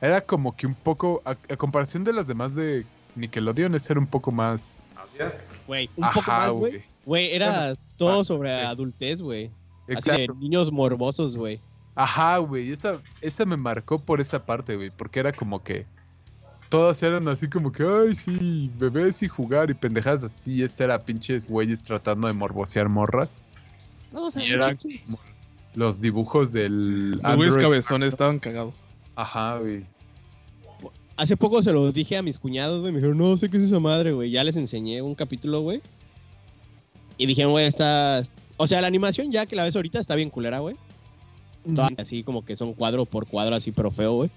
G: era como que un poco, a, a comparación de las demás de Nickelodeon, esa era un poco más.
I: Hacía-
H: Güey, un poco
G: Ajá,
H: más, güey. Güey, era todo sobre
G: sí.
H: adultez, güey. Así de
G: Exacto.
H: niños morbosos, güey.
G: Ajá, güey. Esa, esa me marcó por esa parte, güey. Porque era como que. Todas eran así como que, ay, sí, bebés y jugar y pendejadas así. Este era pinches güeyes tratando de morbosear morras.
H: Vamos
G: Y eran como los dibujos del.
E: Los güeyes
G: Android.
E: cabezones estaban cagados.
G: Ajá, güey.
H: Hace poco se lo dije a mis cuñados, güey. Me dijeron, no sé qué es esa madre, güey. Ya les enseñé un capítulo, güey. Y dijeron, güey, está. O sea, la animación, ya que la ves ahorita, está bien culera, güey. todas así como que son cuadro por cuadro, así pero feo, güey.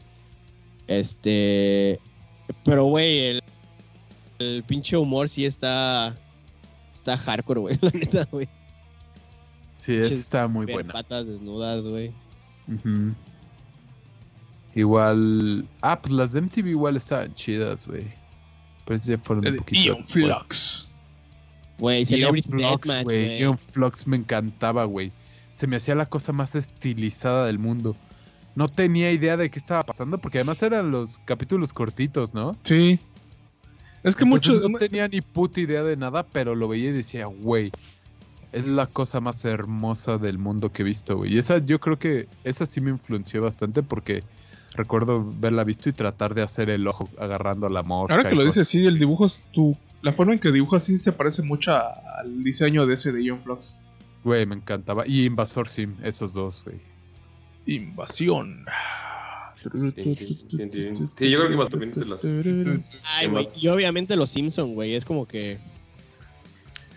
H: Este. Pero, güey, el, el pinche humor sí está. Está hardcore, güey, la neta, güey.
G: Sí, esa
H: Chis-
G: está muy
H: Ver
G: buena.
H: Patas desnudas, güey.
G: Ujú. Igual. Ah, pues las de MTV igual estaban chidas, güey. Pero esas ya fueron
E: La
G: un
E: de
G: poquito.
E: Eh, Ion
G: después.
E: Flux.
H: Güey,
G: Ion
H: Celebrity
G: Flux,
H: Deathmatch,
G: güey.
H: güey.
G: Ion Flux me encantaba, güey. Se me hacía la cosa más estilizada del mundo. No tenía idea de qué estaba pasando, porque además eran los capítulos cortitos, ¿no?
E: Sí. Es
G: Entonces,
E: que
G: eh,
E: muchos. eh,
G: No tenía ni puta idea de nada, pero lo veía y decía, güey, es la cosa más hermosa del mundo que he visto, güey. Y esa yo creo que, esa sí me influenció bastante porque recuerdo verla visto y tratar de hacer el ojo agarrando a la mosca.
E: Ahora que
G: y
E: lo
G: cosas.
E: dices, sí, el dibujo es tu. La forma en que dibujas sí se parece mucho a- al diseño de ese de Ion Flux.
G: Güey, me encantaba. Y Invasor Sim, esos dos, güey.
E: Invasión.
I: Sí, yo creo que más también te las-
H: Ay,
I: ¿Qué
H: güey.
I: más?
H: Y obviamente los Simpsons, güey. Es como que.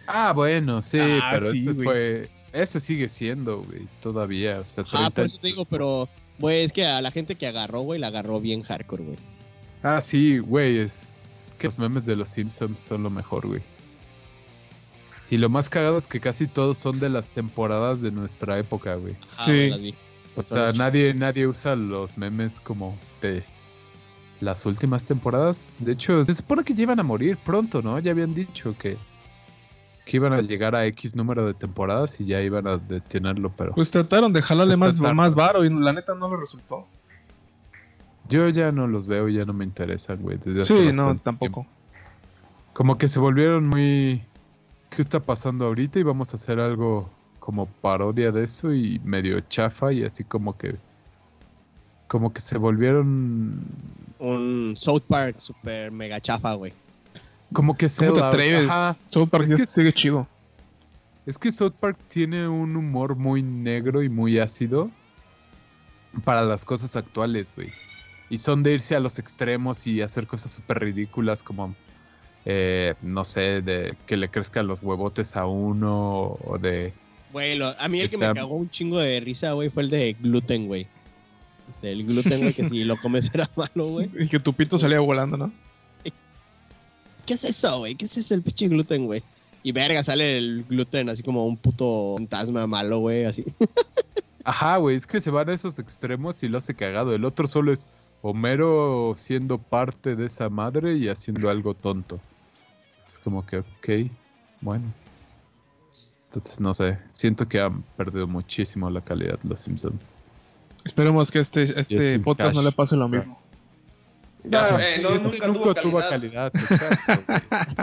G: Ah, bueno, sí,
E: Ah,
G: pero
E: sí,
G: ese
E: güey.
G: fue... Ese sigue siendo, güey, todavía. O sea, 30
H: Ah, por eso
G: años
H: te digo,
G: después.
H: pero. Güey, es que a la gente que agarró, güey, la agarró bien hardcore, güey.
G: Ah, sí, güey, es que los memes de los Simpsons son lo mejor, güey. Y lo más cagado es que casi todos son de las temporadas de nuestra época, güey.
H: Ajá,
E: Sí.
H: güey, las vi.
G: O
H: Son
G: sea,
H: los
G: nadie, nadie usa los memes como de las últimas temporadas. De hecho, se supone que ya iban a morir pronto, ¿no? Ya habían dicho que, que iban a llegar a X número de temporadas y ya iban a detenerlo, pero
E: Pues trataron de jalarle
G: Se
E: más,
G: espantaron.
E: más varo y la neta no le resultó.
G: yo ya no los veo, ya no me interesan, güey. desde hace
E: Sí, no,
G: bastante
E: tampoco.
G: como que se volvieron muy ¿qué está pasando ahorita? y vamos a hacer algo como parodia de eso y medio chafa y así como que como que se volvieron
H: Un South Park super mega chafa, güey.
G: como que se
E: ¿Cómo te atreves? South Park
G: Es
E: ya
G: que-
E: sigue chido.
G: Es que South Park tiene un humor muy negro y muy ácido para las cosas actuales, güey. Y son de irse a los extremos y hacer cosas súper ridículas como, eh, no sé, de que le crezcan los huevotes a uno o de...
H: Güey, lo- a mí el que
G: Está-
H: me cagó un chingo de risa, güey, fue el de gluten, güey. Del gluten, güey, que si lo comes era malo, güey.
E: Y que tu pito salía volando, ¿no?
H: ¿Qué es eso, güey? ¿Qué es eso, el pinche gluten, güey? Y verga, sale el gluten así como un puto fantasma malo, güey, así.
G: Ajá, güey, es que se van a esos extremos y lo hace cagado. El otro solo es Homero siendo parte de esa madre y haciendo algo tonto. Es como que, ok, bueno. Entonces, no sé, siento que han perdido muchísimo la calidad los Simpsons.
E: Esperemos que este, este
G: sin
E: podcast no
G: cash.
E: le pase lo mismo.
I: Ya,
G: Ah,
I: eh, no,
G: este
I: nunca, tuvo calidad.
G: exacto,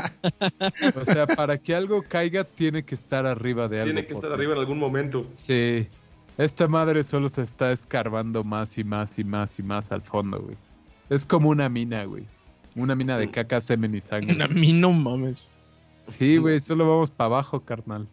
G: güey. o sea, para que algo caiga tiene que estar arriba de algo.
I: Tiene que estar
G: porque-
I: arriba en algún momento.
G: Sí. Esta madre solo se está escarbando más y más y más y más al fondo, güey. Es como una mina, güey. Una mina
H: Mm.
G: de caca, semen y sangre.
E: A mí no mames.
G: Sí, güey, solo vamos para abajo, carnal.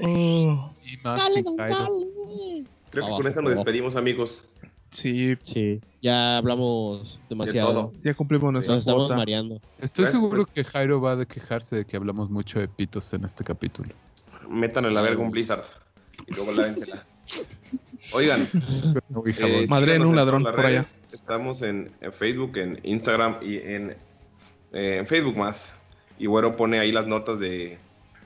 G: Y más y Ah, caído.
I: Creo que
H: Abajo,
I: con esta nos
H: abajo.
I: despedimos, amigos.
E: Sí,
H: Sí, ya hablamos
I: De
H: demasiado.
I: todo.
E: ya cumplimos nuestra
H: Nos estamos
E: cuota.
H: mareando.
G: Estoy
I: Bueno,
G: seguro
I: pues-
G: que Jairo va a quejarse de que hablamos mucho de pitos en este capítulo.
I: Metan en la verga un Blizzard. Y luego lávensela. Oigan,
G: Uy,
I: eh,
G: jabón.
E: Madre en
I: síganos
E: un
I: en
E: ladrón,
I: todas las
E: por allá.
I: redes. Estamos en, en Facebook, en Instagram y en, eh, en Facebook más. Y Güero pone ahí las notas de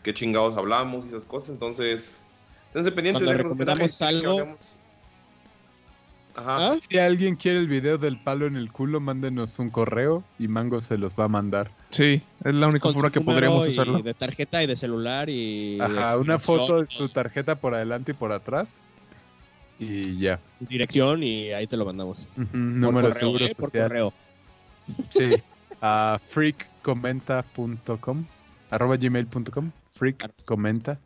I: qué chingados hablamos y esas cosas. Entonces, esténse pendientes.
H: Cuando
I: déjenos
H: recomendamos
I: mensajes,
H: algo-
I: que hablemos. Ajá.
H: ¿Ah?
G: Si alguien quiere el video del palo en el culo, mándenos un correo y Mango se los va a mandar.
E: Sí, es la única
H: Con su
E: forma que
H: número
E: podríamos
H: y
E: hacerlo.
H: De tarjeta y de celular y.
G: Ajá, una
H: los
G: foto de
H: datos,
G: su tarjeta por adelante y por atrás. Y ya.
H: su Dirección y ahí te lo mandamos.
G: Ujú,
H: Por
G: Número de
H: correo,
G: seguro
H: ¿eh? Por
G: social.
H: correo.
G: Sí. A freakcomenta.com. Arroba gmail.com. Freakcomenta.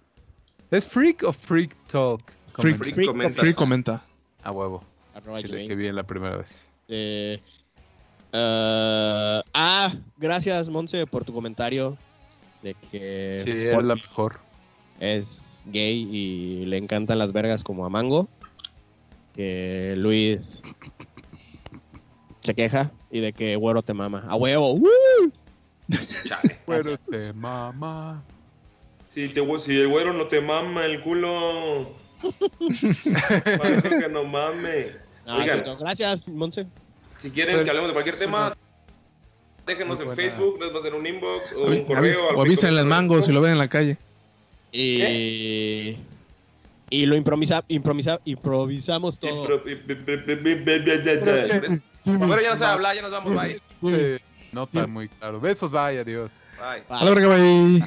G: ¿Es freak o freak talk?
E: Freak.
G: Comenta.
I: Freak comenta.
E: Free comenta.
G: A huevo.
H: Arroba
G: sí, lo
H: Gmail.
G: dije bien la primera vez.
H: Eh, eh, ah, gracias, Monse, por tu comentario de que
G: Sí, era la mejor.
H: es gay y le encantan las vergas como a Mango. Que Luis se queja y de que güero te mama. ¡A huevo! ¡Woo!
I: Chale.
G: Pero se mama.
I: Si, te, si el güero no te mama el culo.
F: Para eso que no mames.
H: Ah,
F: Oigan.
H: cierto. Gracias, Monse.
F: Si quieren
G: Pero-
F: que hablemos de cualquier tema, déjenos
G: Muy
F: en
G: buena.
F: Facebook, nos manden un inbox o un
E: Avi-
F: correo.
E: avi-
F: al
E: O avisen
F: pico-
E: las mangos si lo ven en la calle.
H: Ah. Y, y lo improvisa, improvisa, improvisamos todo.
F: Impro- pi- pi- pi- pi- pi- pi- pi- pi- pi- Bueno, ya no se habla, ya nos vamos, bye.
G: Se nota muy claro. Besos, bye, adiós.
F: Bye.
H: Bye.
E: A la verga, bye.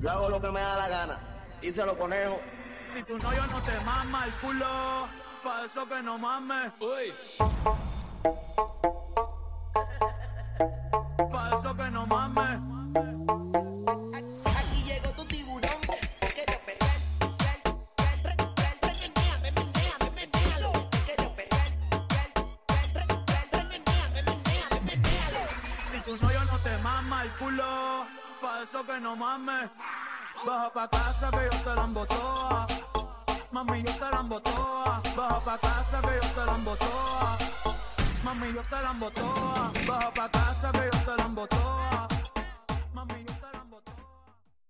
A: Yo hago lo que me da la gana. Y se lo conejo.
J: Si tu novio no te mama el culo, pa' eso que no mames. Uy. Pa' eso que no mames.
A: Aquí llegó tu tiburón. Que te perrear, perrear, perrear, perrear, perrear, me menea, me menea, me menea. Que te perrear, perrear, perrear, perrear, me menea, me menea, me menea.
J: Si tu novio no te mama el culo, pa' eso que no mames. Baja pa' casa que yo te la embotoa. Mami, yo te la embotoa. Baja pa' casa que yo te la embotoa. Mami, yo te la embotoa. Baja pa' casa que yo te la embotoa. Mami, yo te la